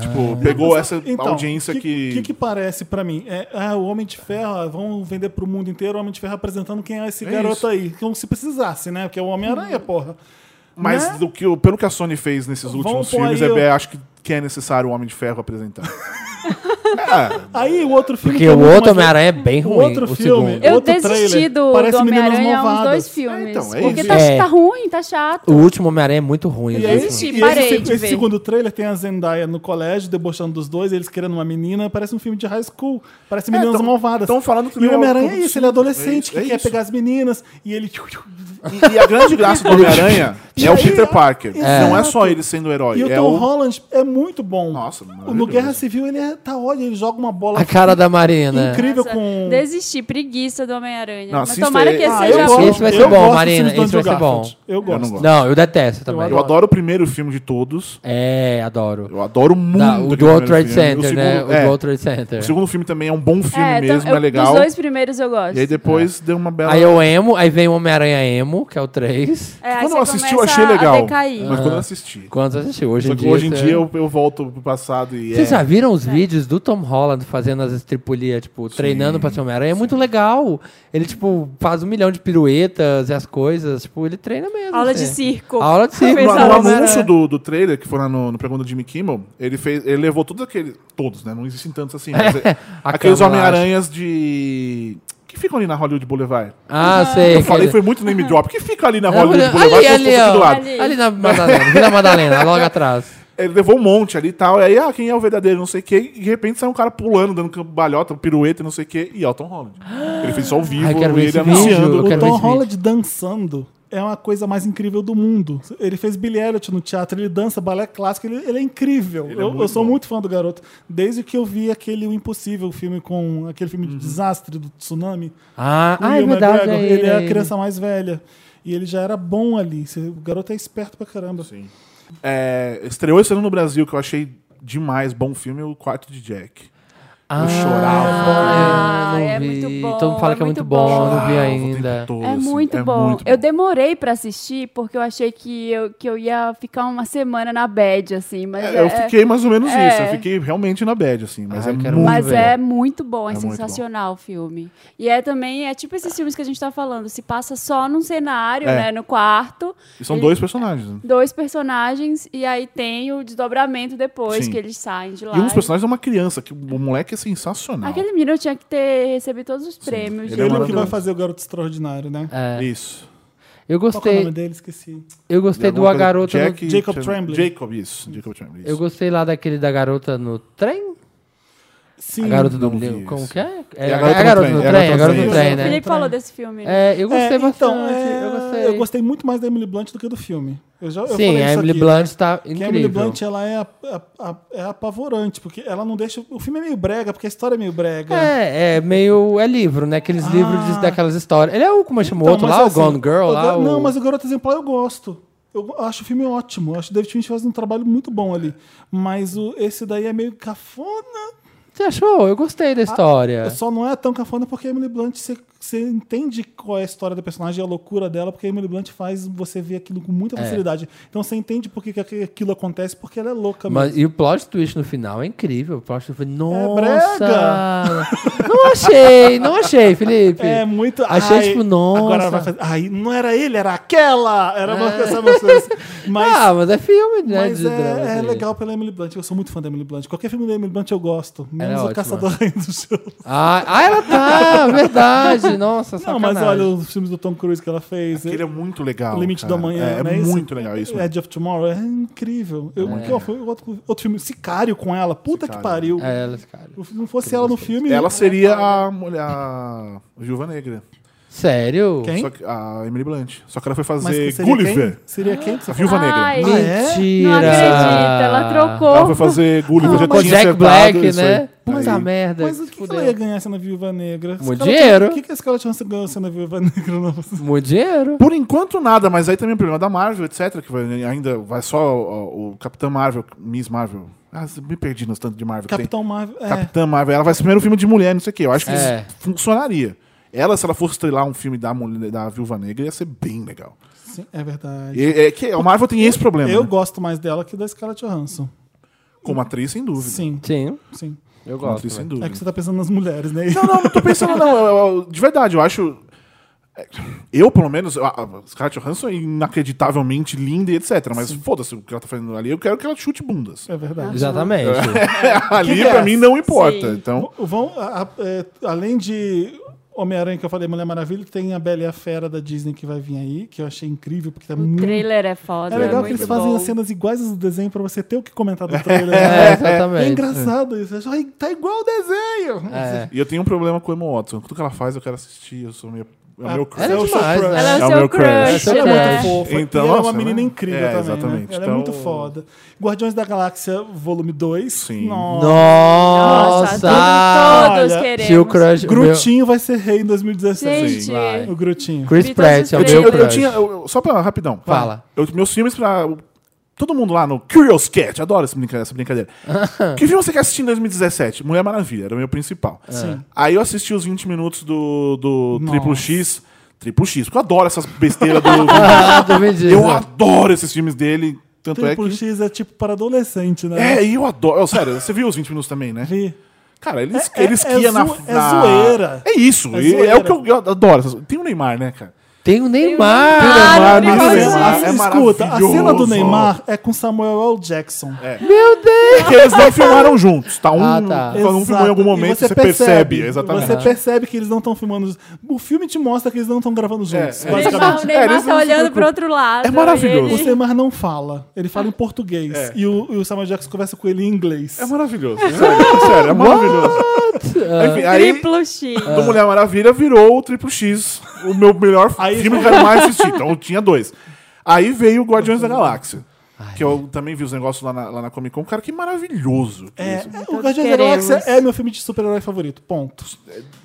Tipo, pegou essa
Ah. Então,
audiência que.
O que, que parece pra mim? É, ah, o Homem de Ferro, ah, vão vender pro mundo inteiro o Homem de Ferro apresentando quem é esse
É
garoto
isso. Hum.
aí. Como se precisasse, né? Porque é o Homem-Aranha, porra.
Mas
Né?
do que, o- pelo que a Sony fez nesses
Vamos
últimos
pôr
filmes,
aí
é,
o-
bem- acho que, que é necessário o Homem de Ferro apresentar. é,
Aí o outro filme.
Porque
que é
o
muito
outro
mais-
Homem-Aranha
um
é bem
O
ruim.
outro
o
filme-
segundo.
Eu-
Eu
Outro
desisti
trailer.
do,
Parece
do Homem-Aranha
Meninas
há uns dois
Malvadas.
filmes.
É, então, é
porque
isso.
tá,
É.
tá ruim, tá chato.
O último Homem-Aranha é muito ruim.
E
o
aí,
último.
Desisti,
e esse-
parei
esse,
de ver.
segundo trailer tem a Zendaya no colégio, debochando dos dois, eles querendo uma menina, parece um filme de high school, parece meninas
É, tão-
malvadas.
tão falando que
e o
é
Homem-Aranha é
produto
isso, ele é
é
adolescente
isso,
que
é
quer
isso.
pegar as meninas e ele.
e, e a grande graça do Homem-Aranha é o Peter Parker.
É.
Não é só ele sendo o herói.
E o
é
Tom
o...
Holland é muito bom.
Nossa,
no
maravilhoso.
Guerra Civil ele é, tá ótimo, ele joga uma bola
A cara da Marina.
incrível
Nossa,
com.
Desisti, preguiça do Homem-Aranha.
Não,
Mas
assista
tomara
aí.
que esse
Ah,
eu
seja
gosto.
bom.
Esse vai ser
eu
bom,
gosto dos
Marina,
filmes do
esse
Andrew
vai ser bom.
Garfield. Eu
não
gosto.
gosto.
Não, eu detesto também.
Eu adoro o primeiro filme de todos.
É, adoro.
Eu adoro muito.
Da- o
aquele
do World
primeiro
Trade
filme. é O
Center,
segundo-
né? O
é,
do World Trade Center.
o segundo filme também é um bom filme
É,
mesmo,
eu-
é legal.
Dos dois primeiros eu gosto.
E aí depois deu uma bela.
É. Aí eu emo, aí vem o Homem-Aranha emo, que é o 3.
É, aí
Quando
você
eu assisti, eu
começa
achei
a
legal.
decair.
Mas quando eu assisti.
Quando você assistiu? É. Hoje
Só
em
que
dia. é-
hoje em
você-
dia eu, eu volto pro passado e.
Vocês
é...
já viram os vídeos do Tom Holland fazendo as estripulias, tipo, treinando pra ser Homem-Aranha? É muito legal. Ele, tipo, faz um milhão de piruetas e as coisas. Tipo, ele treina mesmo.
Aula
assim.
de circo.
Aula de circo.
Fez
No,
Pensava
no
aula
aula de
que é era-
anúncio do, do trailer, que foi lá no, no Pergunta do Jimmy Kimmel, ele, fez, ele levou todos aqueles. Todos, né? Não existem tantos assim. mas é-
A
aqueles
câmera,
Homem-Aranhas de. Que ficam ali na Hollywood Boulevard.
Ah, sei.
Eu falei,
aquele-
foi muito name drop. Que fica ali na
Não,
Hollywood
ali,
Boulevard, como se
ali,
fosse aqui do
ó,
lado.
ali, ali na Madalena, Vila Madalena, logo atrás.
Ele levou um monte ali e tal. E aí, ah, quem é o verdadeiro, não sei o quê. E de repente sai um cara pulando, dando balhota, pirueta, não sei o quê. E Elton Holland. Ele fez só ao vivo
Ah, eu quero
e
ver
ele
esse vídeo, eu
anunciando.
quero
O
ver
Tom
esse
Holland dançando é uma coisa mais incrível do mundo. Ele fez Billy Elliot no teatro, ele dança balé clássico, ele, ele é incrível.
Ele é
eu,
muito
eu sou
bom.
muito fã do garoto. Desde que eu vi aquele O Impossível, o filme com aquele filme
Uhum.
de desastre do tsunami.
Ah,
com
ah é
Ewan
verdade.
McGregor,
é
ele é a
ele.
criança mais velha. E ele já era bom ali. Cê- O garoto é esperto pra caramba.
Sim. É, estreou esse ano no Brasil, que eu achei demais, bom filme, o Quarto de Jack.
Ah,
Eu chorava.
Ah,
eu não
é
vi.
muito bom,
Todo mundo fala
é
que é muito
muito
bom,
bom.
não vi
Chorava o
ainda.
tempo todo,
É
assim,
muito bom.
muito
Eu demorei pra assistir porque eu achei que eu, que eu ia ficar uma semana na bad, assim. Mas
É, Eu
é-
fiquei mais ou menos
é.
isso. Eu fiquei realmente na bad, assim. Mas
Ah,
é
eu quero
muito...
muito.
Mas
velho.
é muito bom, é,
É muito
sensacional o filme. E é também, é tipo esses filmes que a gente tá falando, se passa só num cenário,
É.
né, no quarto,
E são dois personagens. né?
dois personagens e aí tem o desdobramento depois
Sim.
que eles saem de lá.
E um dos personagens é uma criança, que o moleque é sensacional.
Aquele menino tinha que ter recebido todos os prêmios.
Ele
Ele é
é o que
maravilhoso.
vai fazer o garoto extraordinário, né?
É.
Isso.
Eu
Qual que é o
gostei,
nome dele? Esqueci.
eu gostei do
Alguma
A
coisa-
Garota no-
Jack-
Jacob
Jack-
Tremblay.
Jacob, isso. Jacob Tremblay.
Eu
Isso.
gostei lá daquele da Garota no Trem?
Sim.
a Garota do
não vi
Bilhão, como
isso.
que é?
É
É
a
a
Garota
Garota
no Trem,
no
é a
Trem, é a Garota
Garota
no
no
Trem,
Trem.
O
né?
Felipe falou desse filme, né?
É, eu gostei
É, então,
bastante,
é,
eu gostei.
eu gostei muito mais da Emily Blunt do que do filme. Eu já, eu
Sim,
falei
a
isso
Emily
aqui. né?
Blunt tá
Que a Emily
incrível.
Blunt, ela é, a- a- a- é apavorante, porque ela não deixa... O filme é meio brega, porque a história é meio brega.
É, é meio. É livro, né? Aqueles
Ah.
livros de- daquelas histórias. Ele é o, como é que chama o
Então,
outro
mas
lá?
assim,
o Gone Girl
o
lá?
Gar-
o-
Não, mas o Garota Exemplar eu gosto. Eu acho o filme ótimo. Eu acho que o David Fincher faz um trabalho muito bom ali. Mas o, esse daí é meio cafona.
Você achou? Eu gostei
Ah,
da história.
Só não é tão cafona porque a Emily Blunt, você, você entende qual é a história da personagem e a loucura dela, porque a Emily Blunt faz você ver aquilo com muita
É.
facilidade. Então você entende por que, que aquilo acontece, porque ela é louca mesmo.
Mas, e o plot twist no final é incrível. O plot twist foi,
É
nossa!
brega.
não achei, não achei, Felipe.
É muito.
Achei,
ai,
tipo, nossa.
Agora vai fazer. Ai, não era ele, era aquela! Era uma coisa umas coisas. Mas,
ah, mas é filme, né?
mas
de drama,
é, é
assim.
legal pela Emily Blunt. Eu sou muito fã da Emily Blunt. Qualquer filme da Emily Blunt eu gosto. Menos
Ela é
o
ótima.
Caçador Rainha do Gelo.
Ah, ah, ela tá, verdade. Nossa,
Não,
sacanagem.
mas olha os filmes do Tom Cruise que ela fez.
Aquele é muito legal.
O Limite
cara.
da Manhã.
É, é
né? Esse-
muito legal isso.
Edge of Tomorrow é incrível. Eu, que, ó, foi outro, outro filme, Sicário com ela. Puta que
Sicário.
pariu.
É, ela, cara.
Se não fosse é ela no filme.
Ela
né,
seria a mulher. A Viúva Negra.
Sério?
Quem?
Só que, a Emily Blunt. Só que ela foi
Mas que
fazer
seria
Gulliver.
quem? Seria quem? que você
A Viúva
Ai,
Negra.
Ah, é?
Mentira.
Não acredito, ela trocou.
Ela foi fazer Gulliver. já
Com
tinha
Jack
acertado
Black,
isso
né?
aí.
Puta
Aí-
merda.
Mas o
se
que, que
fudeu.
ela ia ganhar sendo a Viúva Negra?
Muito
Scarlett-
dinheiro.
O que, que a Scarlett Johansson ganhou sendo a Viúva Negra? Não,
Muito dinheiro.
Por enquanto nada, mas aí também o problema da Marvel, etc. Que vai- ainda vai só ó, o Capitão Marvel, Miss Marvel. Ah, me perdi nos tanto de Marvel. que tem.
Capitão Marvel. É.
Capitã Marvel, ela vai ser o primeiro filme de mulher, não sei o quê. Eu acho que
É.
isso funcionaria. Ela, se ela fosse estrelar um filme da, mulher, da Viúva Negra, ia ser bem legal.
Sim, é verdade.
E, é que o Marvel tem esse problema,
Eu
né?
gosto mais dela que da Scarlett Johansson.
como atriz, sem dúvida.
Sim,
Sim,
sim.
eu
como
gosto. né?
atriz, sem
velho.
dúvida.
É que você tá pensando nas mulheres, né?
Não, não, não tô pensando, não. Eu- eu- de verdade, eu acho. é, Eu, pelo menos, a, a Scarlett Johansson é inacreditavelmente linda e etc. Mas foda-se o que ela tá fazendo ali. Eu quero que ela chute bundas.
É verdade.
Exatamente.
ali,
Que
é.
pra
graça.
mim, não importa.
Sim.
Então,
V- Vão, a- a- é, além de Homem-Aranha, que eu falei, Mulher Maravilha, tem a Bela e a Fera da Disney que vai vir aí, que eu achei incrível, porque tá
O
muito.
trailer é foda,
É legal que
muito
eles fazem
bom.
as cenas iguais às do desenho pra você ter o que comentar do trailer. né?
É, exatamente.
É engraçado isso. Eu acho, "Ai, Tá igual o desenho.
É.
e eu tenho um problema com o Emma Watson. Tudo que ela faz, eu quero assistir. Eu sou meio. É o meu crush.
ela é
Eu sou
demais,
crush.
né?
Ela é
É o
o seu
meu crush.
crush,
Ela é
Ela é
né?
muito fofa.
Então,
e ela é
nossa,
uma menina
né?
incrível
É,
também. Né?
exatamente.
Ela
Então-
é muito foda. Guardiões da Galáxia, volume 2.
Sim.
Nossa,
Nossa!
todos,
Olha,
todos queremos.
Se o crush. o
Grutinho vai ser rei em 2017.
Gente,
Sim, vai.
O Grutinho.
meu- Chris
Vi todos
Pratt
os
é o
Eu,
três.
tinha-
meu
eu- eu
crush.
tinha. eu- eu- só pra rapidão. vai.
Fala.
Eu- meus filmes pra. Todo mundo lá no Curious Cat, adoro esse brinca- essa brincadeira. que filme você quer assistir em 2017? Mulher Maravilha, era o meu principal.
É. Sim.
Aí eu assisti os 20 minutos do, do
Nossa.
Triplo X. Triplo X, porque eu adoro essas besteiras do. um.
Ah, tu me diz,
eu
né?
adoro esses filmes dele. Tanto
Triple
é que.
X é tipo para adolescente, né?
É, e eu adoro. eu, sério, você viu os 20 minutos também, né?
Vi.
Cara, ele,
É-
ele
é-
esquia
é
na,
zo- é
na-
zoeira.
É isso,
É
e- é,
zoeira.
o que eu, eu adoro. essas- Tem o Neymar, né, cara?
Tem o
Neymar.
Neymar.
Ah,
Neymar,
Neymar,
Neymar
a-
é
assim, escuta, a cena do
maravilhoso. É,
Neymar é com Samuel L. Jackson.
Meu Deus!
Porque eles não filmaram juntos, tá? Um,
Ah, tá.
um filmou
Exato.
em algum
E
momento, você, percebe. Exatamente.
Você percebe que eles não estão filmando. juntos. O filme te mostra que eles não estão gravando juntos.
É, é.
O Neymar,
basicamente.
o Neymar
É, eles
tá
não se
olhando
preocupam.
pro outro lado.
É maravilhoso.
O
e ele-
Semar não fala, ele fala em português.
É.
E, o, e o Samuel Jackson conversa com ele em inglês.
É maravilhoso. Sério, sério, é maravilhoso.
Ah.
Enfim, aí, Ah,
Triplo X.
do Mulher Maravilha virou o Triplo X, o meu melhor
Aí-
filme que eu mais assisti. Então eu tinha dois. Aí veio o Guardiões da Galáxia. que eu também vi os negócios lá na, lá na Comic Con. Cara, que maravilhoso. que
É,
isso.
é, o Guardiões da Galáxia é meu filme de super-herói favorito. Ponto.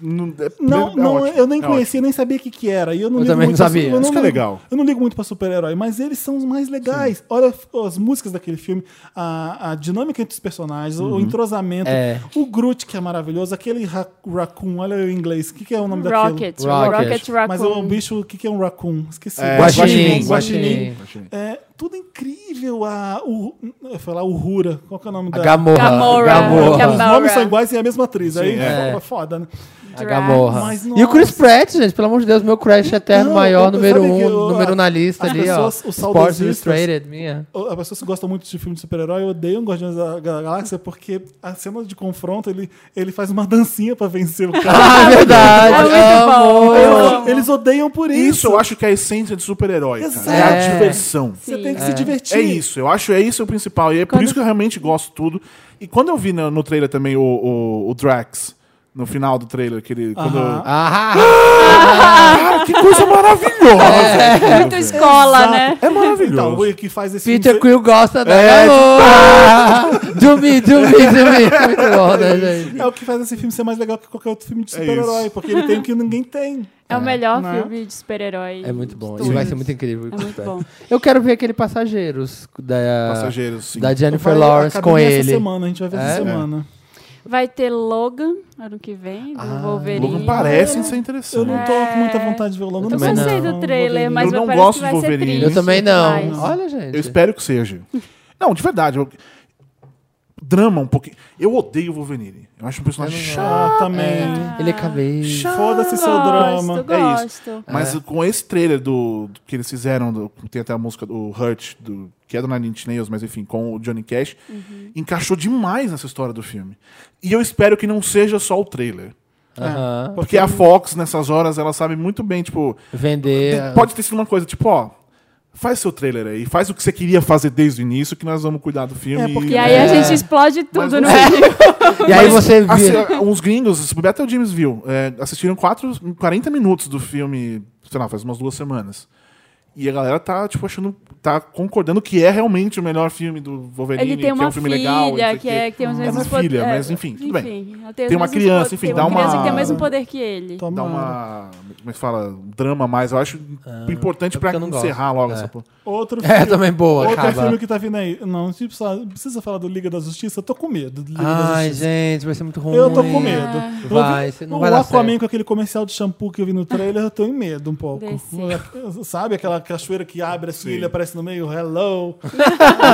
Não, é-
Não,
é
não,
ótimo,
eu nem
é
conhecia, nem sabia o que, que era. E eu não
Eu
ligo
também
muito
não
pra su-
sabia.
Eu não
Isso que é
ligo-
legal.
Eu não ligo muito pra super-herói, mas eles são os mais legais. Olha f- as músicas daquele filme, a, a dinâmica entre os personagens,
Uhum.
o entrosamento.
É.
O Groot, que é maravilhoso, aquele ra- raccoon, olha o inglês, o que, que é o nome daquele?
Rocket. Rocket
Rocket.
Raccoon.
Mas o bicho, o que, que é um raccoon? Esqueci.
É,
Guaxinim,
Guaxinim,
Guaxinim.
ótimo.
É, tudo incrível. A, o, eu ia falar o Rura. Qual que é o nome
A
da?
Gamorra.
Gamora.
Gamorra.
Os
Gamora.
nomes são iguais e é a mesma atriz. aí
Sim,
é.
foda, foda, né?
A Gamorra.
Mas,
e o Chris Pratt, gente, pelo amor de Deus, meu crush eterno
Não,
maior,
eu-
número
sabe
um,
que eu-
número um na lista
as
ali,
pessoas,
ó.
os
Sports
saudosistas-
Illustrated, minha.
As pessoas que gostam muito de filme de super-herói odeiam Guardiões da Ga- Galáxia porque a cena de confronto ele, ele faz uma dancinha pra vencer o cara.
Ah, verdade.
É muito bom.
Ah, amo.
Eu amo.
Eles odeiam por isso.
Isso eu acho que é a essência de super-herói. cara.
Exato.
É a
É.
diversão.
Você
Sim.
tem que se divertir.
É isso, eu acho é isso o principal. E é por isso que eu realmente gosto tudo. E quando eu vi no, no trailer também o, o, o Drax, no final do trailer, aquele. Quando,
Ah,
Cara, que coisa maravilhosa! É,
Muito escola, né?
é maravilhoso.
Então, o que faz esse filme
Peter Quill gosta da
É,
Gamorra.
tipo-
Dumi, Dumi, Dumi. Muito bom, né, gente?
ser, é o que faz esse filme ser mais legal que qualquer outro filme de super-herói,
isso.
porque ele tem o que ninguém tem.
É o melhor
Né?
filme de super-herói.
É muito bom.
Tudo.
E vai ser muito incrível.
É muito bom.
Eu quero ver aquele Passageiros da,
assim. Passageiros, sim.
da Jennifer
Vai-
Lawrence
acabei
com
essa
ele.
semana, a gente vai ver essa
É?
semana.
Vai ter Logan ano que vem, do Wolverine.
Logan parece ser interessante.
Eu não tô com muita vontade de ver o Logan.
Eu
sei
também
se
não.
é
É. Gostei do
um
trailer,
Wolverine.
mas
Eu não
me parece
gosto
que vai
de Wolverine.
ser
Eu
triste.
também não.
Mas-
Olha, gente.
Eu espero que seja. Não, de verdade. eu- Drama um pouquinho. Eu odeio o Wolverine. Eu acho um personagem chato.
Ah, também.
Ele é cabeça.
Foda-se seu drama. É
Gosto, gosto.
Mas com esse trailer do, do que eles fizeram, do- tem até a música do Hurt, do, que é do Nine Inch Nails, mas enfim, com o Johnny Cash,
Uhum.
encaixou demais nessa história do filme. E eu espero que não seja só o trailer.
Ah.
Aham.
Porque a Fox, nessas horas, ela sabe muito bem, tipo,
Vender.
É.
Te- Pode ter sido uma coisa, tipo, ó, faz seu trailer aí, faz o que você queria fazer desde o início, que nós vamos cuidar do filme. né?
É, porque-
E aí
É.
a gente explode tudo é? no vídeo.
E aí você vira.
Assim, uns gringos, se bobear até o James viu, é, assistiram quatro, 40 minutos do filme, sei lá, faz umas duas semanas. E a galera tá, tipo, achando. tá concordando que é realmente o melhor filme do Wolverine,
Ele tem
que é
uma
um filme legal. e não sei
filha
o
que,
quê.
é, que tem os
É
mesmos
uma filha,
é,
mas enfim, tudo bem.
ela
Tem
os
uma
mesmos
criança,
po-
enfim,
tem
dá
uma criança
uma-
que tem o mesmo poder que ele.
Tomara.
Dá uma. Como é que fala? Um drama a mais. Eu acho importante
é
pra
porque eu não gosto.
encerrar logo
É.
essa porra.
Outro filme.
É, também boa,
Outro filme
acaba.
que tá vindo aí. Não, tipo, só- precisa falar do Liga da Justiça? Eu tô com medo do Liga da
Ai,
Justiça.
gente, vai ser muito ruim.
Eu tô com medo. Eu
Vai,
vi-
cê não
o
vai dar
Aquaman
certo.
com aquele comercial de shampoo que eu vi no trailer, eu tô em medo um pouco.
Desci.
Sabe aquela cachoeira que abre assim,
Sim.
ele aparece no meio, hello.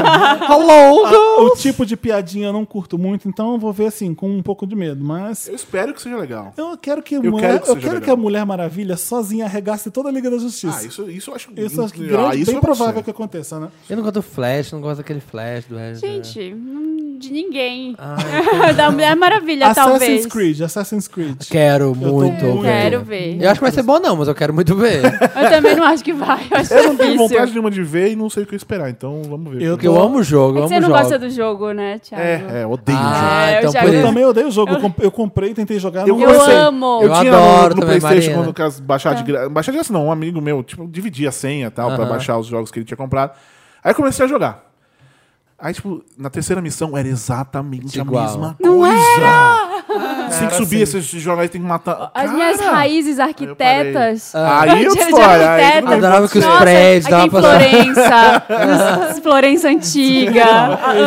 Hello!
O tipo de piadinha eu não curto muito, então eu vou ver assim, com um pouco de medo. Mas
Eu espero que seja legal.
Então, eu quero que,
quero
mulher-
que
eu
seja
quero
legal.
que a Mulher Maravilha sozinha arregace toda a Liga da Justiça.
Ah, isso, isso eu acho
Isso é
ah,
grande,
isso
bem
é
provável
possível.
que aconteça, né?
Eu não gosto do Flash, não gosto daquele Flash do resto.
Gente, hum, de ninguém.
Ah,
Ai,
da Mulher Maravilha,
Assassin's
talvez.
Creed, Assassin's Creed.
quero
tô
muito.
com-
ver.
Quero ver.
Eu acho que vai ser bom, não, mas eu quero muito ver.
Eu também não acho que vai. Eu acho
Eu não tenho
difícil.
vontade nenhuma de ver e não sei o que esperar, então vamos ver.
Eu
Porque eu amo o jogo,
É
eu amo
que você
o
não
jogo.
gosta do jogo, né, Thiago?
É, é, odeio. gente.
Ah,
É, eu
então
já
por
vi.
Eu
isso.
também odeio o jogo. Eu, comp- eu comprei, tentei jogar.
Eu
não
Eu
comecei-
amo.
Eu,
Eu
tinha
adoro
no, no
também,
Playstation
Marina.
quando eu baixar de graça. Baixar de graça não, um amigo meu, tipo, dividia a senha e tal, pra
Aham.
baixar os jogos que ele tinha comprado. Aí eu comecei a jogar. Aí, tipo, na terceira missão era exatamente
Igual.
a mesma coisa. Você
Ah,
tem que subir,
assim.
você joga aí tem que matar.
As minhas
Cara!
raízes arquitetas.
Aí eu
De- de
tô, aí tudo
arquiteto.
bem.
Adorava que os
Nossa,
prédios
aqui
dava
em
pra
Florença. nos- Florença antiga.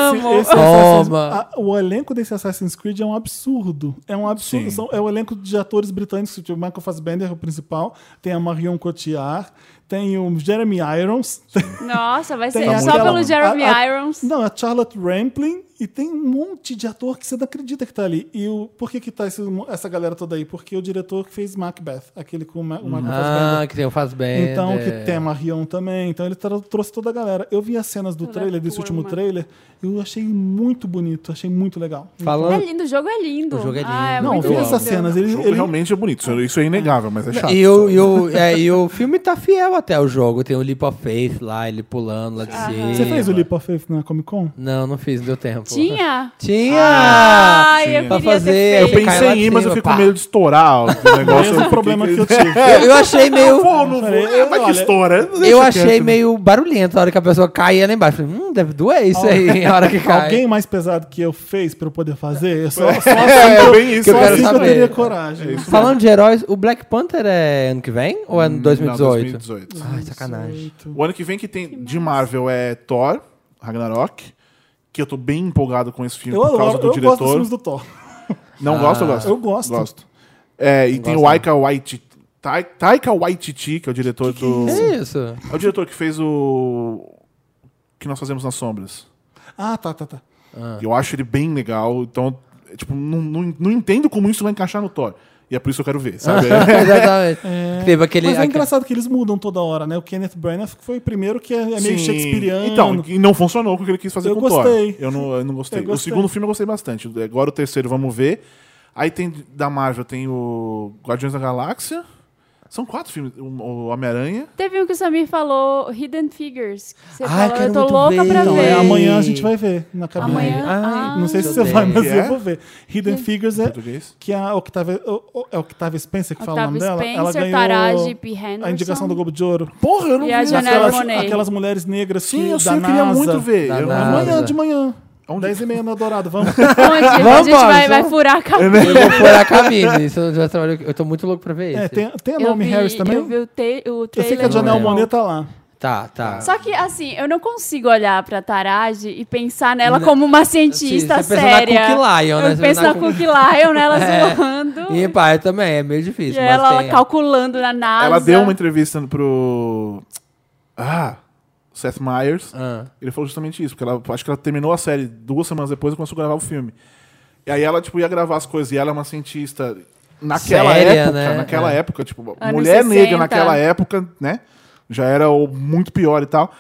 Amo.
Esse Assassin's-
Toma.
a- o elenco desse Assassin's Creed é um absurdo. É um absurdo.
Sim.
São- é o elenco de atores britânicos. Tipo, o Michael Fassbender é o principal. Tem a Marion Cotillard. Tem o Jeremy Irons.
Nossa, vai ser
Tem
só
aquela-
pelo Jeremy
a- a-
Irons.
Não, a Charlotte Rampling. E tem um monte de ator que você não acredita que tá ali. E o, por que que tá esse- essa galera toda aí? Porque o diretor que fez Macbeth. Aquele com o, Ma- o Michael Fassbender.
Ah, que tem o Fazbender.
Então, que tem a Marion também. Então, ele tra- trouxe toda a galera. Eu vi as cenas do
Toda a
trailer, desse último
turma.
trailer. Eu achei muito bonito, achei muito legal.
É
Falando...
lindo, o jogo é lindo.
O jogo é lindo.
Ah, é
Não,
muito
vi
eu
lindo.
essas cenas.
O
Ele,
jogo
ele-
realmente é bonito, isso- isso é inegável, mas é chato.
E o, e, o, é, e o filme tá fiel até o jogo. Tem o Leap of Faith lá, ele pulando lá de cima.
Ah.
Você fez o Leap of Faith na Comic Con?
Não, não fiz, não deu tempo. pô.
Tinha?
Tinha!
Ah!
Ai,
Tinha.
eu
Pra
queria
fazer,
ter
eu
Eu
feito.
Caiu
pensei
lá
em
de
ir, mas eu
cima,
fico
pá.
com medo de estourar o negócio.
Mesmo
eu
é problema que eu tive.
Eu, eu achei meio.
Pô, não vou.
Falei,
Vai que
olha,
estoura. Deixa
Eu achei
quieto. né?
meio barulhento a hora que a pessoa caía lá embaixo. Falei, hum, deve doer isso aí a hora que cai.
Alguém mais pesado que eu fez pra eu poder fazer? Eu só, só
É, é bem isso.
que eu
Só
quero
assim que eu
saber.
teria coragem.
Falando de heróis, o Black Panther é ano que vem ou é
Hum, Não,
ano 2018?
2018.
Ai, sacanagem.
O ano que vem que tem de Marvel é Thor, Ragnarok, que eu tô bem empolgado com esse filme
Eu
por
adoro,
causa do
eu gosto dos
diretor.
filmes do Thor.
Não gosto, eu gosto.
eu gosto.
É, e tem o Aika Waititi, Tai- Taika Waititi, que é o diretor do...
Que isso?
É o diretor que fez o... Que nós fazemos nas sombras.
Ah, tá, tá, tá.
Eu acho ele bem legal, então, é, tipo, não, não, não entendo como isso vai encaixar no Thor. E é por isso que eu quero ver, sabe?
Exatamente. É Teve aquele.
Mas é
aquele-
engraçado que eles mudam toda hora, né? O Kenneth Branagh foi o primeiro que é é meio
Sim.
shakespeariano.
Então, e não funcionou com o que ele quis fazer
Eu
com o
gostei.
Thor. Eu não, eu não gostei.
Eu
O
gostei.
segundo filme eu gostei bastante. Agora o terceiro, vamos ver. Aí tem da Marvel, tem o Guardiões da Galáxia. São quatro filmes. O- O Homem-Aranha.
Teve um que o Samir falou, Hidden Figures. que Você
Ai,
falou,
quero
eu tô
muito
louca
ver.
pra
Então,
Então,
ver.
é, amanhã a gente vai ver na cabine.
Amanhã.
Ai,
Ah,
Não sei se
meu
você
Deus.
vai, mas
É?
eu vou ver. Hidden Figures é
Português.
que a Octavia, o- o- é Octavia Spencer que fala o nome
Octavia
dela. Ela
Spencer,
ganhou
Taraji P. Henderson.
a indicação do Globo de Ouro.
Porra, eu não
E a
vi.
Janela
Aquelas,
Monáe.
aquelas mulheres negras
Sim,
que,
eu
da
sei, eu queria
NASA.
muito ver.
Da
Eu-
NASA.
Amanhã de manhã.
Onde?
10 e meia no Dourado, vamos.
Onde a gente
Vambora,
vai,
então.
vai
É
furar a cabeça.
Eu vou pôr a cabine. Isso eu, já trabalho... eu tô muito louco pra ver isso.
É, tem, tem a
Eu
Naomi
vi-
Harris também?
Eu vi o, te, o trailer.
Eu sei que a
do
Janelle
É.
João.
Monet tá lá.
Tá, tá.
Só que, assim, eu não consigo olhar pra Taraji e pensar nela como uma cientista
Você pensa na
séria.
Cook Lion, né? Você
Eu penso
pensa na
na Cook Lion, né? Ela
É.
zoando.
E pá, eu também, é meio
E
difícil. mas
ela
tem-
calculando na NASA.
Ela deu uma entrevista pro. Ah! Seth Meyers.
Ah.
Ele falou justamente isso, porque ela, acho que ela terminou a série duas semanas depois e começou a gravar o filme. E aí ela, tipo, ia gravar as coisas, e ela é uma cientista naquela
Séria,
época,
né?
naquela
É.
época, tipo,
Anos
mulher
60.
negra naquela época, né? Já era o muito pior e tal.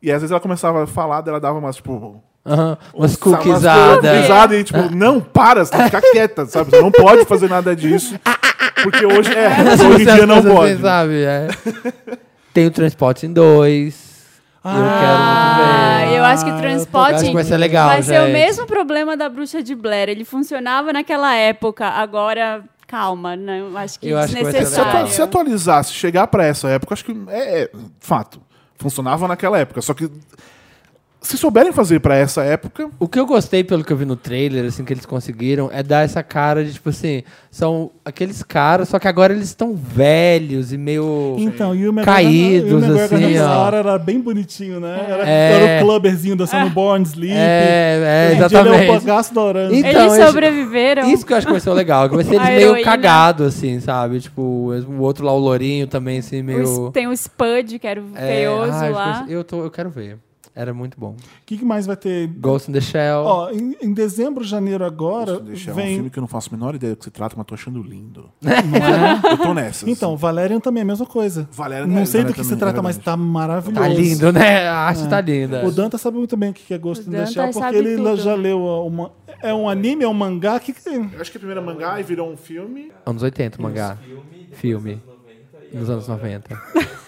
E às vezes ela começava a falar, daí ela dava umas, tipo,
Aham, Umas
Sabe,
cookiesadas.
Cookizada e tipo, não, para, você tem que ficar quieta, sabe? Você não pode fazer nada disso. Porque hoje, é, hoje em dia não pode.
sabe? é. Tem o Transporting 2.
Ah,
eu quero muito ver.
eu acho que
Eu acho que
Transporting
vai ser legal,
vai ser o
gente.
mesmo problema da Bruxa de Blair. Ele funcionava naquela época, agora, calma, né? Eu acho que
Eu acho que vai ser
É, Se, atua
desnecessário.
se atualizar, se chegar pra essa época, acho que é, é, fato. Funcionava naquela época. Só que se souberem fazer pra essa época,
O que eu gostei pelo que eu vi no trailer, assim, que eles conseguiram, é dar essa cara de, tipo assim, são aqueles caras, só que agora eles estão velhos e
Tipo,
meio.
Então, e o McGregor,
Caídos,
e o McGregor
assim,
nessa
ó.
hora era bem bonitinho, né? Era,
É.
era o clubberzinho dançando Born Sleep.
É, é,
Gente, Ele é o
exatamente.
bagaço da
E-
Orange.
Eles
então, esse-
sobreviveram.
Isso que eu acho que vai ser o legal, que vai ser
A
eles meio
heroína.
cagados, assim, sabe? Tipo, o outro lá, o Lourinho também, assim,
O
meio. é,
S- Tem o Spud, que era o feioso
ai,
lá.
Eu, tô, eu quero ver. Era muito bom.
O que, que mais vai ter?
Ghost in the Shell.
Ó, em, em dezembro, janeiro agora,
deixa, é um
vem...
filme que eu não faço a menor ideia do que se trata, mas tô achando lindo. é? Eu tô nessa.
Então, Valerian também é a mesma coisa.
Valerian-
Não
é,
sei do
Valerian
que se
também,
trata,
é
mas
verdade.
tá maravilhoso.
tá lindo, né? A arte tá linda.
É. O Danta sabe muito bem o que é Ghost
O
in the
Dantas
Shell, porque
sabe
ele
tudo. né?
já leu... ó, Uma... É um anime, é um mangá, que... que-
Eu acho que primeiro é mangá e virou um filme.
Anos 80, o mangá. Filme. Nos anos 90.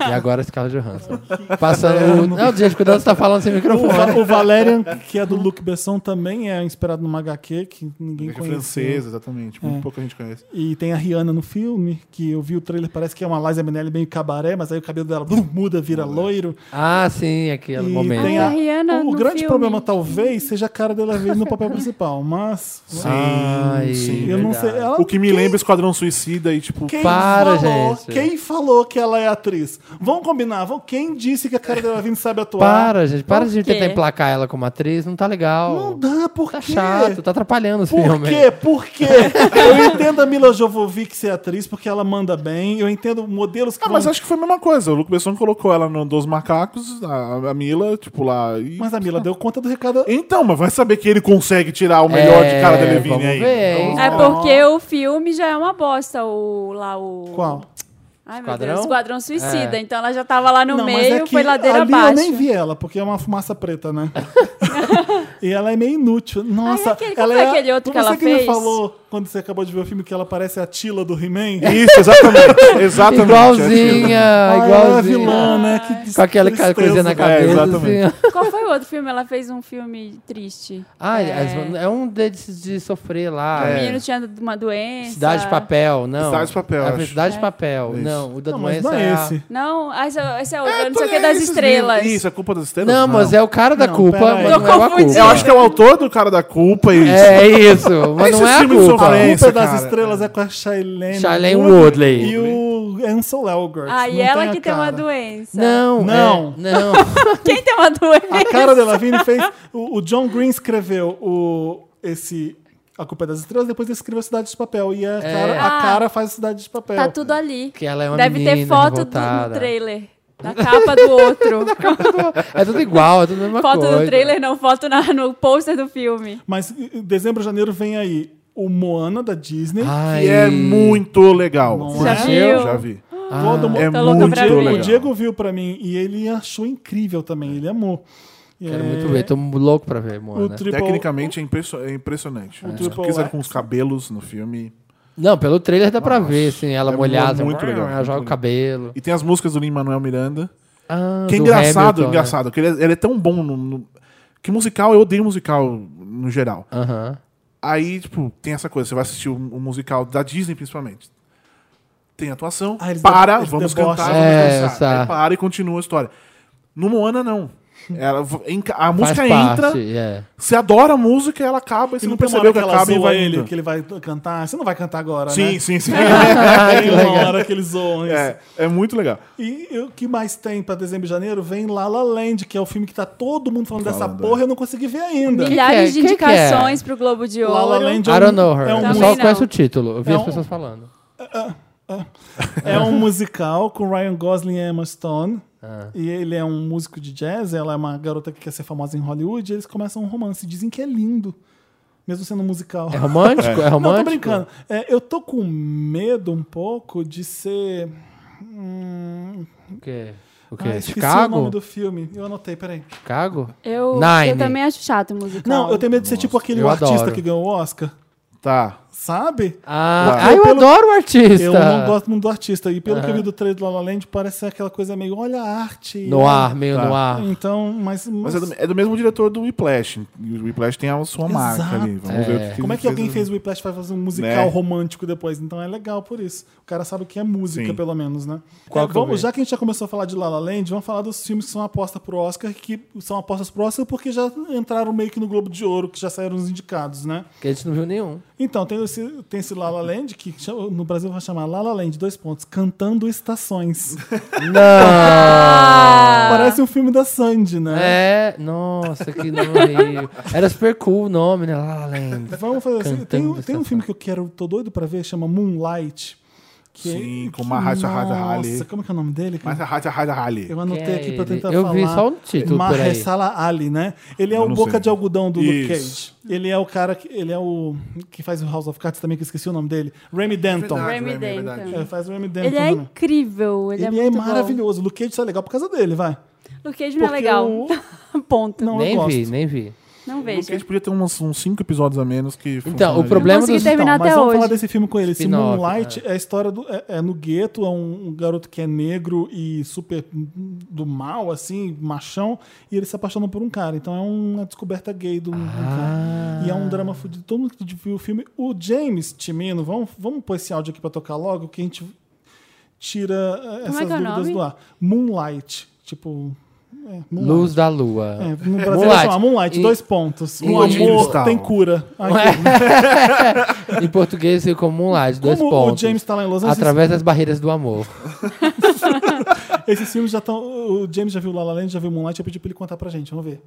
E agora Scarlett Johansson.
É,
Passando o... Não, gente, cuidado, você tá falando sem
O, Va-
microfone.
o Valerian, que é do Luc Besson, também é inspirado numa HQ que ninguém
É
conhece.
francesa, exatamente.
É.
Muito pouca gente conhece.
E tem a Rihanna no filme, que eu vi o trailer, parece que é uma Liza Minelli meio cabaré, mas aí o cabelo dela blum, muda, vira loiro.
Ah, sim, aquele
E
momento.
tem
Ai, a Rihanna
o
no
grande
filme.
problema, talvez, seja a cara dela vez no papel principal, mas.
Ai,
sim,
eu não sei.
verdade.
Ela,
O que me lembra Esquadrão Suicida e, tipo,
quem
Para,
falou,
gente.
Quem falou que ela é atriz? Vamos combinar. Vamos, quem disse que a cara dela Vini sabe atuar?
Para, gente. Para
Por
de
quê?
tentar emplacar ela como atriz. Não tá legal.
Não dá, por
Tá
quê?
chato, tá atrapalhando os
Por
filmes.
quê? Por quê? Eu entendo a Mila Jovovic ser atriz porque ela manda bem. Eu entendo modelos que
Ah,
vão...
mas acho que foi a mesma coisa. O Luke Besson colocou ela no dos macacos, a, a Mila, tipo, lá. E...
Mas a Mila deu conta do recado.
Então, mas vai saber que ele consegue tirar o melhor de cara da Levine
É, vamos
aí.
ver, hein?
É porque o filme já é uma bosta, o lá o.
Qual?
Ai, meu
Esquadrão?
Deus, Esquadrão Suicida.
É.
Então ela já tava lá no
Não, mas
meio,
é que
foi ladeira
ali
abaixo.
eu nem vi ela, porque é uma fumaça preta, né? e ela é meio inútil. Nossa,
aquele-
ela
como
é
é aquele outro
Foi
que
você
ela
me
fez?
falou quando você acabou de ver o filme que ela parece a Tila do He-Man?
Isso, exatamente. exatamente.
Igualzinha,
Ah, Ela é
igualzinha.
vilã, né? Que des-
Com aquela
tristeza. É.
coisinha na cabeça.
É, exatamente.
assim.
Qual foi o outro filme? Ela fez um filme triste.
Ah,
é.
é. um desses de sofrer lá.
O
É.
menino tinha uma doença.
Cidade de Papel, não.
Cidade de Papel,
É,
acho.
Cidade de Papel,
Isso.
não. O da
Não, mas
doença
não é
é a-
esse.
Não, ah, esse é esse é o não sei o
É,
que das
esses
estrelas.
meninos. Isso, é culpa das estrelas?
Não, mas é o cara da
Não,
culpa,
pera
mas
aí.
não
Tô
é o a culpa.
confundindo.
Eu acho que é o autor do cara da culpa e
É isso, mas
Esses
não é a
filmes de
culpa.
A
sofrer.
culpa
Esse
das
cara.
estrelas é com a Shailene,
Shailene Woodley.
e o Ansel Elgort.
Ah,
Não
e ela
a
que tem uma
cara.
doença.
Não,
Não.
não, não.
Quem tem uma
A
doença?
cara dela Lavigne fez. O, o John Green escreveu o, esse A Culpa é das Estrelas, depois ele escreveu Cidade de Papel. E a, cara, a
Ah.
cara faz Cidade de Papel.
Tá tudo ali.
Que ela é uma
Deve ter
menina
foto do, no
revoltada.
trailer. Na capa do outro.
É tudo igual, é tudo a mesma
foto
coisa.
do trailer, não. Foto na- no pôster do filme.
Mas e- e dezembro, janeiro vem aí o Moana da Disney.
Ai,
que é muito legal.
Você já Ah,
Sim,
viu?
Já vi.
Todo mundo-
É
Tô louca
muito
pra ver.
o
legal.
Diego viu pra mim e ele achou incrível também. Ele amou.
Quero
É,
muito ver, tô louco pra ver,
O
Moana.
triple,
Tecnicamente é, impresso- é impressionante.
O
É.
Triple
Porque
X.
com os cabelos no filme.
Não, pelo trailer dá pra ver, assim, ela
é
molhada.
muito
assim,
legal,
Ela
muito
joga o
legal.
cabelo.
E tem as músicas do Lin-Manuel Miranda.
Ah,
Que é
do
engraçado,
Hamilton, né?
engraçado. Que ele, é- ele é tão bom no, no- Que musical, eu odeio musical no geral.
Aham.
Aí, tipo, tem essa coisa. Você vai assistir o o musical da Disney, principalmente. Tem atuação,
Ah, eles
para,
debo- eles
vamos
debocham.
cantar,
É,
vamos dançar.
essa-
Aí para e continua a história. No Moana, não. Ela, v- enca- a
Faz
música
parte,
entra,
é.
você adora a música e ela acaba e
E
você
não
não
tem uma hora
percebeu
que
que
ela
acaba e
zoa
vai
ele,
indo.
que ele vai cantar. Você não vai cantar agora, né?
Sim, sim, sim.
Tem uma hora que eles zoam isso.
é, é muito legal.
E o que mais tem pra dezembro e janeiro? Vem La La Land, que é o filme que tá todo mundo falando, dessa
é.
Falando,
porra, eu não consegui ver ainda.
Milhares de
que que é?
indicações pro Globo de Ouro.
La La Land é
I
um,
don't know her.
é um
eu
Também
só
musical,
não.
conheço o título. Eu vi
É
as
um-
pessoas falando.
é um musical com Ryan Gosling e Emma Stone.
Ah.
E ele é um músico de jazz, ela é uma garota que quer ser famosa em Hollywood, e eles começam um romance. Dizem que é lindo, mesmo sendo um musical.
É romântico? É,
Não,
romântico?
tô brincando. É, eu tô com medo um pouco de ser. Hum,
O quê? O
ah,
quê?
esqueci o nome
Chicago?
do filme. Eu anotei, peraí.
Chicago?
Eu, eu
Nine.
também acho chato o musical.
Não, eu tenho medo de ser tipo aquele
eu
artista
adoro.
que ganhou o Oscar.
Tá.
Sabe?
Ah,
Eu
ah, eu
pelo-
adoro o artista.
Eu não gosto muito do artista. E pelo que eu vi do trailer do La La Land, parece ser aquela coisa meio, olha a arte.
No ar, meio
Tá.
no ar.
Então, mas...
Mas é do, é do mesmo diretor do Whiplash. E o Whiplash tem a sua marca ali. Vamos ver o que,
Como é
ele
que alguém
no-
fez o Whiplash pra fazer um musical
Né?
romântico depois? Então é legal por isso. O cara sabe o que é música,
Sim.
pelo menos, né?
Qual
É,
que eu
vamos,
vi?
já que a gente já começou a falar de La La Land, vamos falar dos filmes que são aposta pro Oscar, que são apostas pro Oscar porque já entraram meio que no Globo de Ouro, que já saíram os indicados, né?
Que a gente não viu nenhum.
Então, tem esse, tem esse La La Land, que chama- no Brasil vai chamar La La Land, dois pontos, Cantando Estações.
Não!
Parece um filme da Sandy, né?
Ah. É, nossa, que nome horrível. Era super cool o nome, né? La La Land.
Vamos fazer assim.
Cantando
Tem, um- tem um
Estações.
filme que eu quero, tô doido pra ver, chama Moonlight. Que
Sim, com
que-
Mahasha Raja
Nossa,
Ali.
como que é o nome dele? cara?
Mas a Raja Raja Rally.
Eu anotei
Quem é
aqui pra
ele?
tentar
Eu
falar.
vi só o título por aí.
Mahershala Ali, né? Ele é
Eu
o
não
boca
sei.
de algodão do Luke
Isso.
Cage. Ele é o cara que... Ele é o... Que faz o House of Cards também, que eu esesqueci o nome dele. Remy Denton.
Verdade,
Remy
Remy, é verdade.
Denton.
É, faz o Remy Denton
Ele é
também.
incrível.
Ele
Ele, é,
é,
muito bom.
maravilhoso. O Luke Cage só é legal por causa dele, vai.
Luke Cage não é
Porque
legal. Ponto. Não,
Não, eu
Nem
gosto.
vi, nem vi.
Luke
vejo.
Cage podia ter uns, uns cinco episódios a menos que
Então, o
funcionaria.
problema
consegui
dos...
ter- terminar
Então, mas
até
vamos
hoje.
falar desse filme com ele. Esse
Spin-off, né?
Moonlight é. a história do. É, é no gueto, é um, um garoto que é negro e super do mal, assim, machão, e ele se apaixona por um cara. Então é uma descoberta gay
Ah.
do um cara. E é um drama fudido. Todo mundo que viu o filme. O James Timino, vamos, vamos pôr esse áudio aqui pra tocar logo, que a gente tira eh,
Como é
essas
que é o
dúvidas
nome?
do ar. Moonlight. Tipo. É, Moonlight.
Luz da Lua.
É, no Brasil
Moonlight.
Moonlight. Chama Moonlight,
E-
dois pontos. O
Moonlight
amor
Cristal.
tem cura. Ai,
Em português, eu como um lado, dois
Como
pontos.
o James tá lá em Los Angeles,
Através das barreiras do amor.
Esses filmes já estão. O James já viu La La Land, já viu Moonlight, eu pedi pra ele contar pra gente, vamos ver.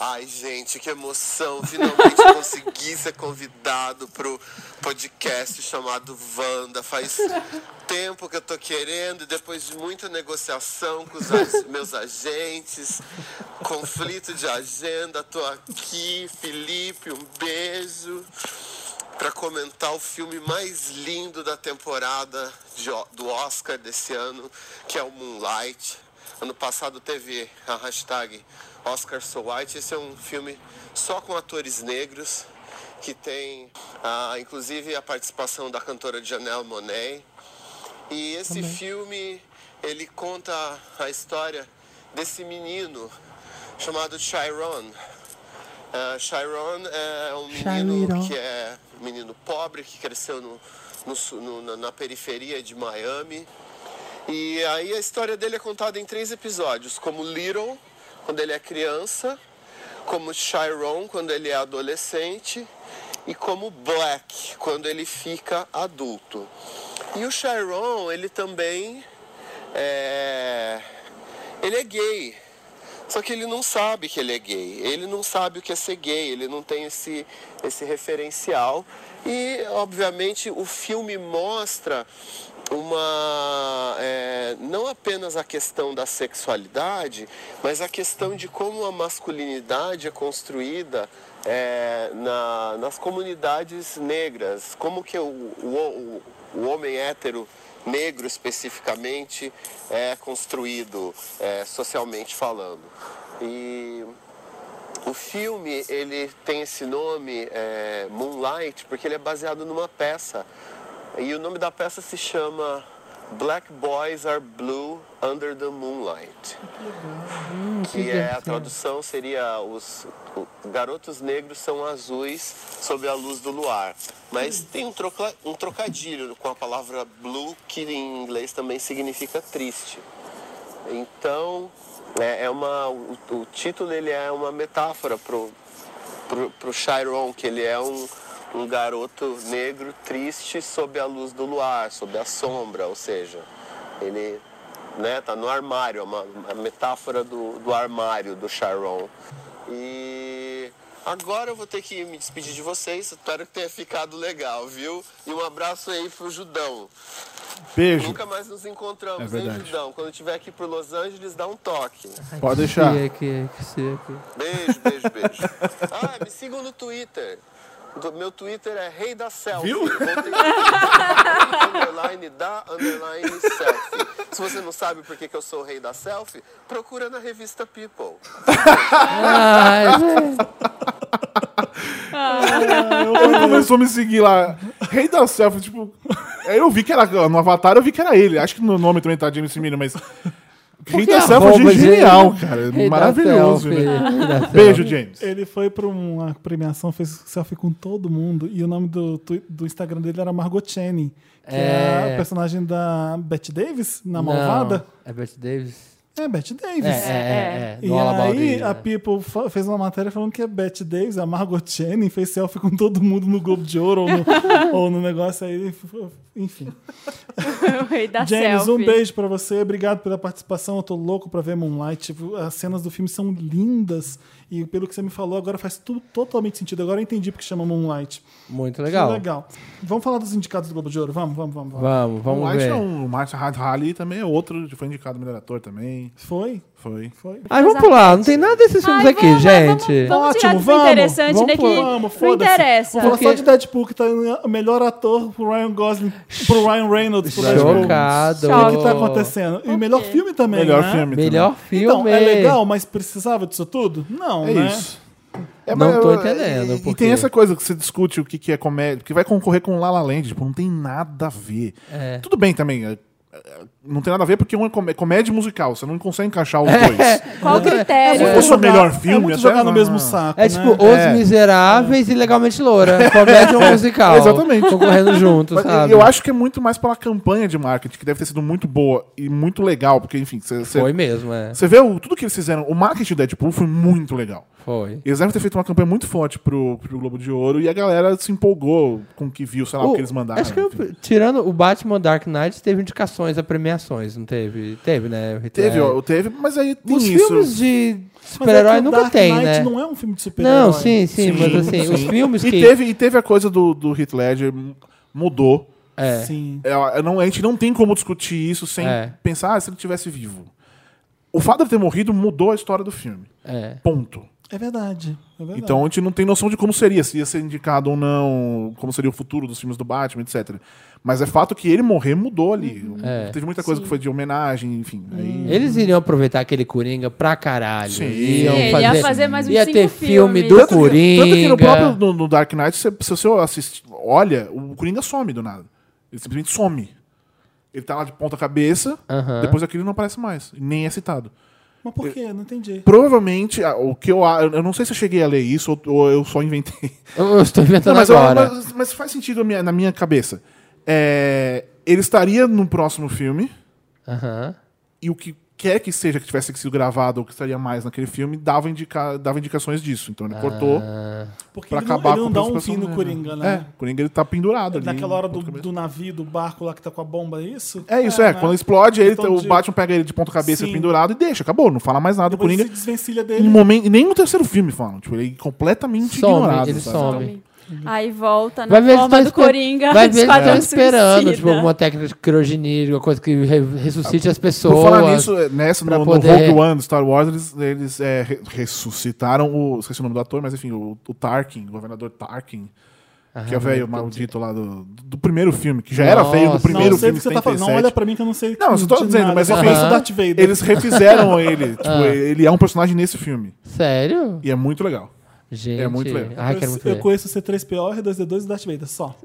Ai, gente, que emoção! Finalmente consegui ser convidado pro podcast chamado Wanda. Faz tempo que eu tô querendo, e depois de muita negociação com os ag- meus agentes, conflito de agenda, tô aqui. Felipe, um beijo. Pra comentar o filme mais lindo da temporada de O- do Oscar desse ano, que é o Moonlight. Ano passado teve a hashtag Oscar So White. Esse é um filme só com atores negros que tem ah, inclusive a participação da cantora Janelle Monet. E esse filme ele conta a história desse menino chamado Chiron. Ah, Chiron é um menino
Chiron.
que é um menino pobre que cresceu no- no su- no- na- na periferia de Miami. E aí a história dele é contada em três episódios, como Little, quando ele é criança, como Chiron, quando ele é adolescente, e como Black, quando ele fica adulto. E o Chiron, ele também é... Ele é gay, só que ele não sabe que ele é gay, ele não sabe o que é ser gay, ele não tem esse, esse referencial. E, obviamente, o filme mostra uma. é, não apenas a questão da sexualidade, mas a questão de como a masculinidade é construída é, na- nas comunidades negras, como que o, o, o homem hétero negro especificamente é construído é, socialmente falando. E o filme ele tem esse nome é, Moonlight porque ele é baseado numa peça e o nome da peça se chama Black Boys Are Blue Under the Moonlight que é a tradução seria os, os garotos negros são azuis sob a luz do luar. Mas tem um, troca- um trocadilho com a palavra blue que em inglês também significa triste. Então é, é uma o, o título ele é uma metáfora pro pro, pro Chiron que ele é um um garoto negro triste sob a luz do luar, sob a sombra, ou seja, ele né, tá no armário, é uma, uma metáfora do, do armário do Charon. E agora eu vou ter que me despedir de vocês, espero que tenha ficado legal, viu? E um abraço aí pro Judão.
Beijo.
Nunca mais nos encontramos,
É
hein,
verdade.
Judão? Quando tiver aqui pro Los Angeles, dá um toque.
Tá.
Pode deixar.
Que seco, que é. seco.
Beijo, beijo, beijo. Ah, me sigam no Twitter. Do- meu Twitter é Rei da Selfie.
Viu?
Voltei aqui. underline da underline selfie. Se você não sabe por que, que eu sou o Rei da Selfie, procura na revista People.
Ai, velho.
Ele começou a me seguir lá. Rei da selfie, tipo. Aí eu vi que era. No Avatar eu vi que era ele. Acho que no nome também tá James Miller, mas. Rei da
Que
selfie
arroba,
é genial,
gente.
cara.
Rei da
Maravilhoso,
selfie,
né?
rei da
Beijo, James.
Ele foi pra uma premiação, fez selfie com todo mundo, e o nome do, twi- do Instagram dele era Margot Channing, que é,
É.
a personagem da Bette Davis, na
Não,
Malvada.
É Bert Davis?
É, Bette Davis.
É, é, é. é.
E
Do All About
aí
It,
a
né?
People fa- fez uma matéria falando que a Bette Davis, a Margot Channing, fez selfie com todo mundo no Globo de Ouro ou no, ou no negócio aí, f- f- enfim.
O rei da
James,
Tá selfie.
um beijo pra você. Obrigado pela participação. Eu tô louco pra ver Moonlight. Tipo, As cenas do filme são lindas. E pelo que você me falou, agora faz tudo totalmente sentido. Agora eu entendi porque chama Moonlight.
Muito
Que
legal.
legal. Vamos falar dos indicados do Globo de Ouro? Vamos, vamos, vamos. vamos.
Vamos,
O
vamos
Light
ver.
é um. O Martin Halley também é outro. Foi indicado melhor ator também.
Foi?
Foi.
Foi.
Ai, vamos pular. Não tem nada desses filmes
Ai,
aqui,
vamos lá,
gente.
Vamos tirar
Ótimo,
do que foi
vamos,
interessante,
vamos
né?
pro-
Que
vamos,
não
foda-se.
interessa.
Vamos falar só
Porque-
de Deadpool, que tá em melhor ator pro Ryan Gosling, pro Ryan Reynolds, pro Deadpool.
é Chocado.
O que que tá acontecendo? E melhor
quê?
filme também,
Melhor
né?
filme.
Melhor filme.
Então, é legal, mas precisava disso tudo? Não,
também. É
né?
isso. É,
Não
mas-
tô entendendo,
E, e
porque-
tem essa coisa que você discute o que, que é comédia, que vai concorrer com La La Land, tipo, não tem nada a ver.
É.
Tudo bem também, é, é, não tem nada a ver porque um é comé- comédia musical, você não consegue encaixar
É,
os dois.
Qual o critério?
É. fosse o melhor
é
filme,
muito
até
jogar no
não-
mesmo saco,
É tipo
né? É.
Os
É.
Miseráveis e Legalmente Loura. Comédia musical.
Exatamente.
Concorrendo juntos,
Mas
sabe?
Eu acho que é muito mais pela campanha de marketing, que deve ter sido muito boa e muito legal, porque, enfim, você-
Foi
você
mesmo, é.
você vê o- tudo que eles fizeram, o marketing do Deadpool foi muito legal.
Foi.
Eles devem ter feito uma campanha muito forte pro, pro Globo de Ouro e a galera se empolgou com o que viu, sei lá, o, que eles mandaram.
Acho que,
enfim.
eu- tirando o Batman Dark Knight, teve indicações a premiações, não teve? Teve, né?
Teve,
É.
ó, teve, mas aí tem
Os
isso.
filmes de
Mas é que
super-herói
o
nunca
Dark
tem,
Knight
né?
não é um filme de super-herói.
Não, sim, sim, mas assim, os filmes
E
que.
teve, e teve a coisa do, do Heath Ledger m- mudou.
É.
Sim.
É, eu não- a gente não tem como discutir isso sem
É.
pensar ah, se ele tivesse vivo. O fato de ele ter morrido mudou a história do filme.
É.
Ponto.
É verdade. é verdade.
Então a gente não tem noção de como seria, se ia ser indicado ou não, como seria o futuro dos filmes do Batman, etc. Mas é fato que ele morrer mudou ali.
É. Uhum.
Teve muita coisa que foi de homenagem, enfim. Aí...
Eles iriam aproveitar aquele Coringa pra caralho.
Sim.
Iam
Sim, ele ia fazer mais uns
Ia
cinco
ter filme
filmes.
do
Tanto que-
Coringa.
Tanto que no próprio no, no Dark Knight, se se você assistir, olha, o Coringa some do nada. Ele simplesmente some. Ele tá lá de ponta cabeça,
Aham.
depois daquilo ele não aparece mais. Nem é citado.
Mas por quê? Não entendi.
Provavelmente, a- o que eu. a- Eu não sei se eu cheguei a ler isso ou- ou eu só inventei.
Eu, eu estou inventando
Não, mas, eu-
agora.
mas- mas faz sentido a minha- na minha cabeça. É, ele estaria no próximo filme
Aham.
e o que quer que seja que tivesse sido gravado ou que estaria mais naquele filme dava, indica- dava indicações disso. Então ele cortou
Ah,
Porque
pra
ele não,
acabar
ele não
com
dá
a
um
participação
fim no
dele,
Coringa,
né?
né?
É, o Coringa ele tá pendurado ali.
Naquela hora do,
ponta cabeça.
do navio, do barco lá que tá com a bomba, é isso?
É isso, é.
né?
Quando explode, ele,
Então,
o
de-
Batman pega ele de ponta cabeça
Sim.
pendurado e deixa. Acabou, não fala mais nada do
Depois
Coringa.
ele se desvencilha
Em
dele.
momento, nem no terceiro filme falam. Tipo, ele é completamente
Some,
ignorado.
ele
sabe?
some.
é.
Aí volta na
Vai ver
forma
eles
do
tão esper-
Coringa.
Vai ver, eles
Esquadrão
estão esperando,
Suicida.
tipo, alguma técnica de criogenia, alguma coisa que re- ressuscite as pessoas.
Por falar nisso, é, nessa,
pra
no, no
poder-
Rogue One do Star Wars, eles, eles, é, re- ressuscitaram o. Esqueci o nome do ator, mas enfim, o, o Tarkin, o governador Tarkin. que é o velho maldito lá do, do primeiro filme, que já era
Ah, Nossa.
velho do primeiro
não sei o
filme.
que você tá falando. Não
77.
olha pra mim que eu não sei.
Não, eu só tô
de
dizendo,
nada.
mas
eu
enfim,
conheço o Darth Vader. Ah.
Eles refizeram ele. Tipo, ele é um personagem nesse filme.
Sério?
E é muito legal.
Gente.
muito legal.
Ai,
eu,
quero muito
eu
ver.
conheço o C3PO, R2D2 e Darth Vader, só.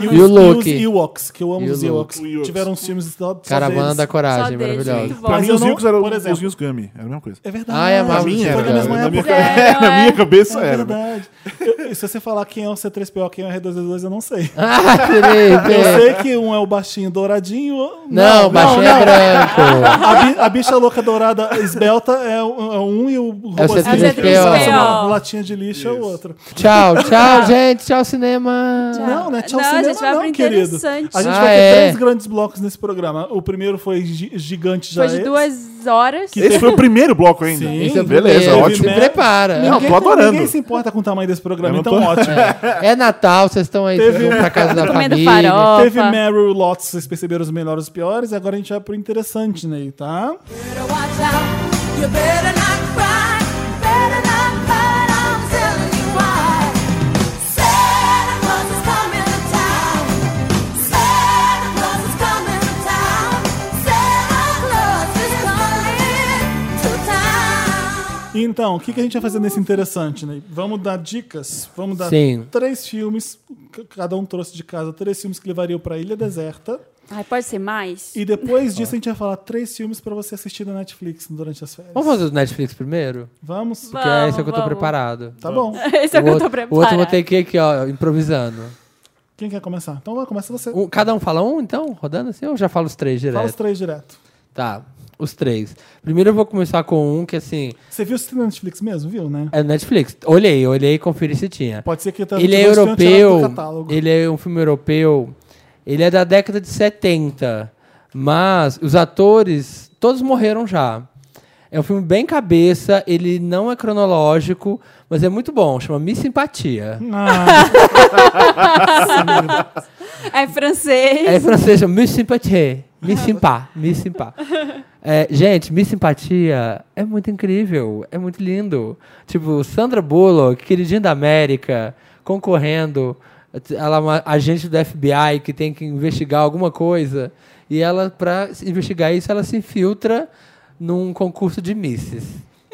E, os,
E o Loki.
E os Ewoks, que eu amo
E o
os Ewoks.
Loki.
Tiveram uns filmes só, só
Caravana
deles.
da Coragem,
Só deles,
maravilhosa.
muito bom.
Pra
Mas
mim,
eu
os
não-
Yukos eram
por exemplo-
os Yukos Gummy. Era a mesma coisa.
É verdade.
Ah, é
Na
maravilhoso.
Foi
minha,
Gente,
da
era,
mesma
na minha,
época.
ca-
Sério,
na
é?
minha cabeça
É
era.
verdade. Eu- se você falar quem é o C3PO, quem é o R2D2, eu não sei.
Ah, Felipe!
Eu sei que um é o baixinho douradinho.
Não, o baixinho é branco.
A, bi- a bicha louca dourada esbelta é um, é um e o robôzinho
C3PO.
que
É
parece uma
Isso.
latinha de lixo é o outro.
Tá.
tchau, tchau, gente. Tchau, cinema.
Não, né? Tchau,
Não, a
cinema,
gente vai
não,
pro
querido.
interessante.
A gente
Ah,
vai ter
é.
três grandes blocos nesse programa. O primeiro foi gi- gigante já. é
Depois de duas horas.
Que-
Esse foi o primeiro bloco ainda.
Sim.
Esse é o
Beleza,
primeiro.
ótimo.
Se prepara.
né? Não,
Ninguém-
tô adorando.
Ninguém se importa com o tamanho desse programa,
Eu
então
não tô-
ótimo.
É Natal, vocês estão aí, vocês
Teve-
vão pra casa da
Comendo
família.
farol.
Teve
Opa.
Meryl Lots, vocês perceberam os melhores e os piores, e agora a gente vai pro interessante, Ney, tá?
Watch out. You better not cry. Better not cry. I'm telling you why. Santa Claus is coming to town. Santa Claus is coming to town. Santa Claus is coming to town.
Então, o que, que a gente vai fazer nesse interessante, Ney? Vamos dar dicas, vamos dar
Sim.
três filmes, c- cada um trouxe de casa três filmes que levariam pra Ilha Deserta,
Ai, pode ser mais?
e depois disso a gente vai falar três filmes pra você assistir na Netflix durante as férias.
Vamos fazer o Netflix primeiro?
Vamos?
Porque é isso que eu tô
Vamos, vamos.
preparado.
Tá bom.
Esse é o que eu
outro, o
tô
outro eu vou
preparando.
ter que ir aqui, ó, improvisando.
Quem quer começar? Então vai, começa você.
Um- cada um fala um, então? Rodando assim? Ou já falo os três direto?
Fala os três direto.
Tá, os três. Primeiro eu vou começar com um que, assim,
Você viu se tem na Netflix mesmo, viu, né?
é Netflix. Olhei, olhei e conferi se tinha.
Pode ser que tá
Ele é
tenham tirado do
europeu,
catálogo.
ele é um filme europeu, ele é da década de 70, mas os atores, todos morreram já. É um filme bem cabeça, ele não é cronológico, mas é muito bom, chama Miss Simpatia.
Ah,
É francês.
É francês, chama Miss Simpatia. Miss Simpa, Miss Simpa. É, gente, Miss Simpatia é muito incrível, é muito lindo. Tipo, Sandra Bullock, queridinha da América, concorrendo. Ela é uma agente do FBI que tem que investigar alguma coisa. E ela, pra se investigar isso, ela se infiltra num concurso de misses.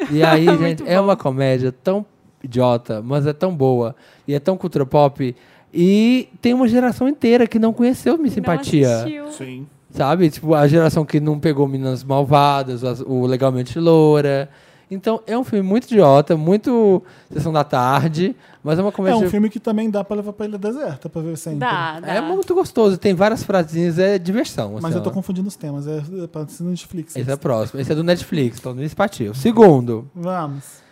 E aí, gente, é uma comédia tão idiota, mas é tão boa. E é tão cultura pop. E tem uma geração inteira que não conheceu Miss É Simpatia.
Não assistiu.
Sim.
Sabe? Tipo, a geração que não pegou Meninas Malvadas, as- o Legalmente Loura. Então, é um filme muito idiota, muito Sessão da Tarde, mas é uma
é
comédia...
um filme que também dá pra levar pra Ilha Deserta, pra ver sempre.
Dá, dá.
É muito gostoso, tem várias frasinhas, é diversão.
Mas
assim,
eu tô
ó.
confundindo os temas, é, é pra assistir na Netflix.
Esse é o próximo. Esse é do Netflix, então não espatia. O segundo,
Vamos.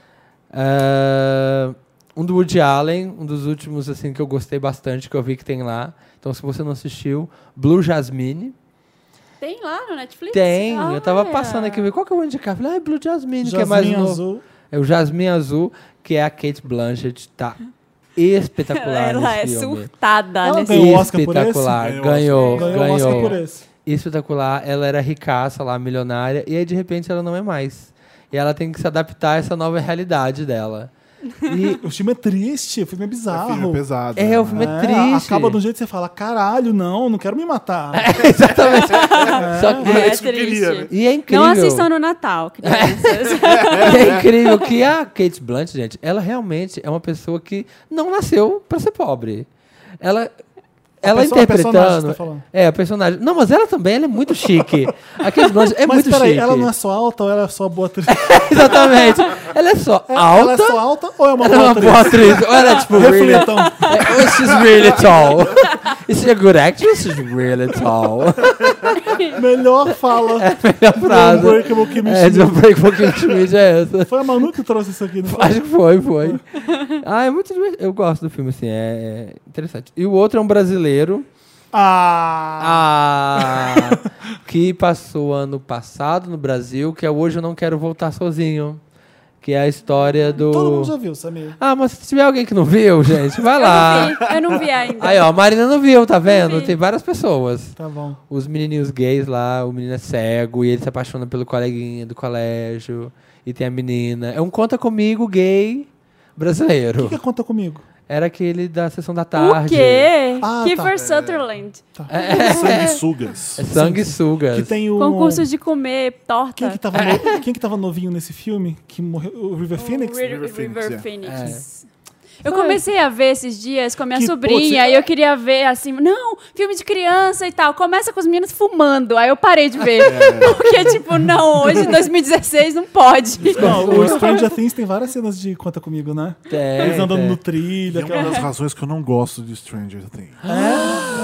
é, um do Woody Allen, um dos últimos assim que eu gostei bastante, que eu vi que tem lá. Então, se você não assistiu, Blue Jasmine.
Tem lá no Netflix?
Tem, eu tava
Olha.
passando aqui, eu vi qual que eu vou indicar? Falei, ah, é Blue Jasmine, que é mais
Jasmine
novo.
Azul.
É o Jasmine Azul, que é a Kate Blanchett, tá
é
espetacular
Ela é
nesse filme.
surtada
Ela
nesse
tem- Ganhou o Oscar por esse?
espetacular,
Ganhou o
ganhou,
Ganhou
ganhou.
o Oscar por esse.
Espetacular, ela era ricaça lá, milionária, e aí de repente ela não é mais. E ela tem que se adaptar a essa nova realidade dela. E
O filme é triste, o filme é bizarro.
Filme pesado.
é, o filme é,
a-
triste. É,
Acaba de um jeito que você fala, caralho, não, não quero me matar.
Exatamente. Só que-
É,
isso que eu queria,
né?
triste.
E é incrível. É.
Não assistam no Natal, crianças.
E é incrível que a Kate Blunt, gente, ela realmente é uma pessoa que não nasceu pra ser pobre. Ela. Ela
perso- a personagem que
interpretando.
você tá falando.
é, a personagem. Não, mas ela também ela é muito chique. A Kate Blunt é
Mas
muito
peraí,
chique.
ela não é só alta ou ela é só boa atriz?
Exatamente. Ela é só alta.
Ela é só alta ou é uma
ela
boa
é uma
atriz? então.
boa atriz. Ou ela é tipo really
Refletão.
É, oh, she's really tall. Is she a good actress? She's really tall.
Melhor fala.
Melhor É frase.
Do Unbreakable Kimmy
é, de
Schmidt.
um break pouquinho de é essa.
Foi a Manu que trouxe isso aqui, não foi?
Acho que foi, foi. Ah, é muito divertido. Eu gosto do filme, assim, é é interessante. E o outro é um brasileiro.
Ah!
Ah! que passou ano passado no Brasil, que é Hoje Eu Não Quero Voltar Sozinho. Que é a história do.
Todo mundo já viu, Samir.
Ah, mas se tiver alguém que não viu, gente, vai lá.
Eu não vi ainda.
Aí, ó, a Marina não viu, tá vendo?
vi.
Tem várias pessoas.
Tá bom.
Os menininhos gays lá, o menino é cego e ele se apaixona pelo coleguinha do colégio. E tem a menina. É um conta comigo gay brasileiro.
O que é? conta comigo?
Era aquele da sessão da
O
tarde.
quê?
Ah, tá.
Kiefer Sutherland.
É. Sanguessugas.
É sanguessugas.
Que tem o.
Concurso de comer
Quem é
torta.
que, tá? tava no- Quem que tava novinho nesse filme? Que morreu. O River Phoenix?
River,
River Phoenix,
River
é.
Phoenix. Eu comecei a ver esses dias com a minha
Que,
sobrinha
putz,
e eu queria ver assim, não, filme de criança e tal. Começa com os meninos fumando, aí eu parei de ver.
É.
Porque, tipo, não, hoje, 2016, não pode.
Não, o Stranger Things tem várias cenas de Conta Comigo, né?
Tem,
Eles andando
tem.
no
E
trilho.
é uma
aquela-
das razões que eu não gosto de Stranger Things.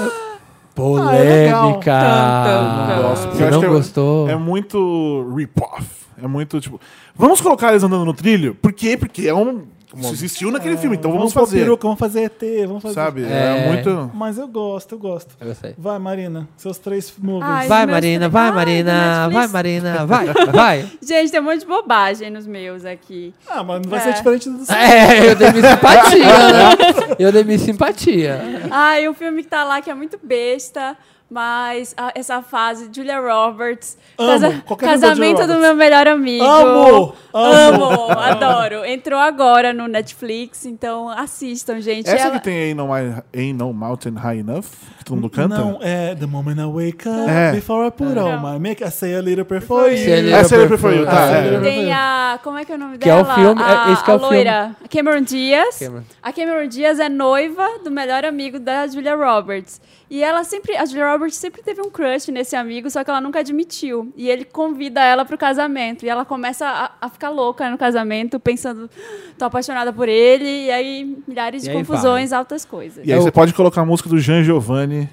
Ah, é legal.
Polêmica.
Tum, tum, tum.
Porque eu
Você
acho
não
que é-
gostou?
Ah.
É muito rip-off. É muito tipo. Vamos colocar eles andando no trilho? Por quê? Porque é um. Se existiu
É,
naquele filme, então vamos,
pôr
fazer.
peruca, vamos fazer ET, vamos fazer.
Sabe?
É.
É, muito.
Mas eu gosto, eu gosto.
Eu gostei.
Vai, Marina, seus três movies.
Ai,
Vai,
os meus
Marina,
tre-
vai,
Ai, do
Marina, vai,
Ah, Netflix.
Marina, vai, vai.
Gente, tem um monte de bobagem nos meus aqui.
Ah, mas não vai
É.
ser diferente do seu.
É, eu dei minha simpatia, né? Eu dei minha simpatia.
Ai, um filme que tá lá que é muito besta, mas ah, essa fase, Julia Roberts,
Amo, qualquer filme da Julia
Casamento do
Roberts.
Meu Melhor Amigo.
Amo, amo.
Amo, adoro. Entrou agora no Netflix, então assistam, gente.
Essa
Ela-
que tem Ain't no, My- Ain't no Mountain High Enough, que todo mundo canta?
Não, é The Moment I Wake Up,
É.
Before I Put On My Make, I Say a Little Prayer for
Say a
You.
little-
Essa eu prefiro,
Ah,
tá?
essa
é.
eu prefiro.
Tem a. Como é que é o nome
Que é o
dela?
filme-
a,
é- esse que é
a
o filme.
loira. Cameron Diaz.
Cameron.
A Cameron Diaz é noiva do melhor amigo da Julia Roberts. E ela sempre. A Julia Roberts sempre teve um crush nesse amigo, só que ela nunca admitiu. E ele convida ela pro casamento. E ela começa a, a ficar louca no casamento, pensando, "Ah, tô apaixonada por ele. E aí, milhares
E
de
aí
confusões, altas coisas.
E aí
Eu-
você pode colocar a música do Jean Giovanni,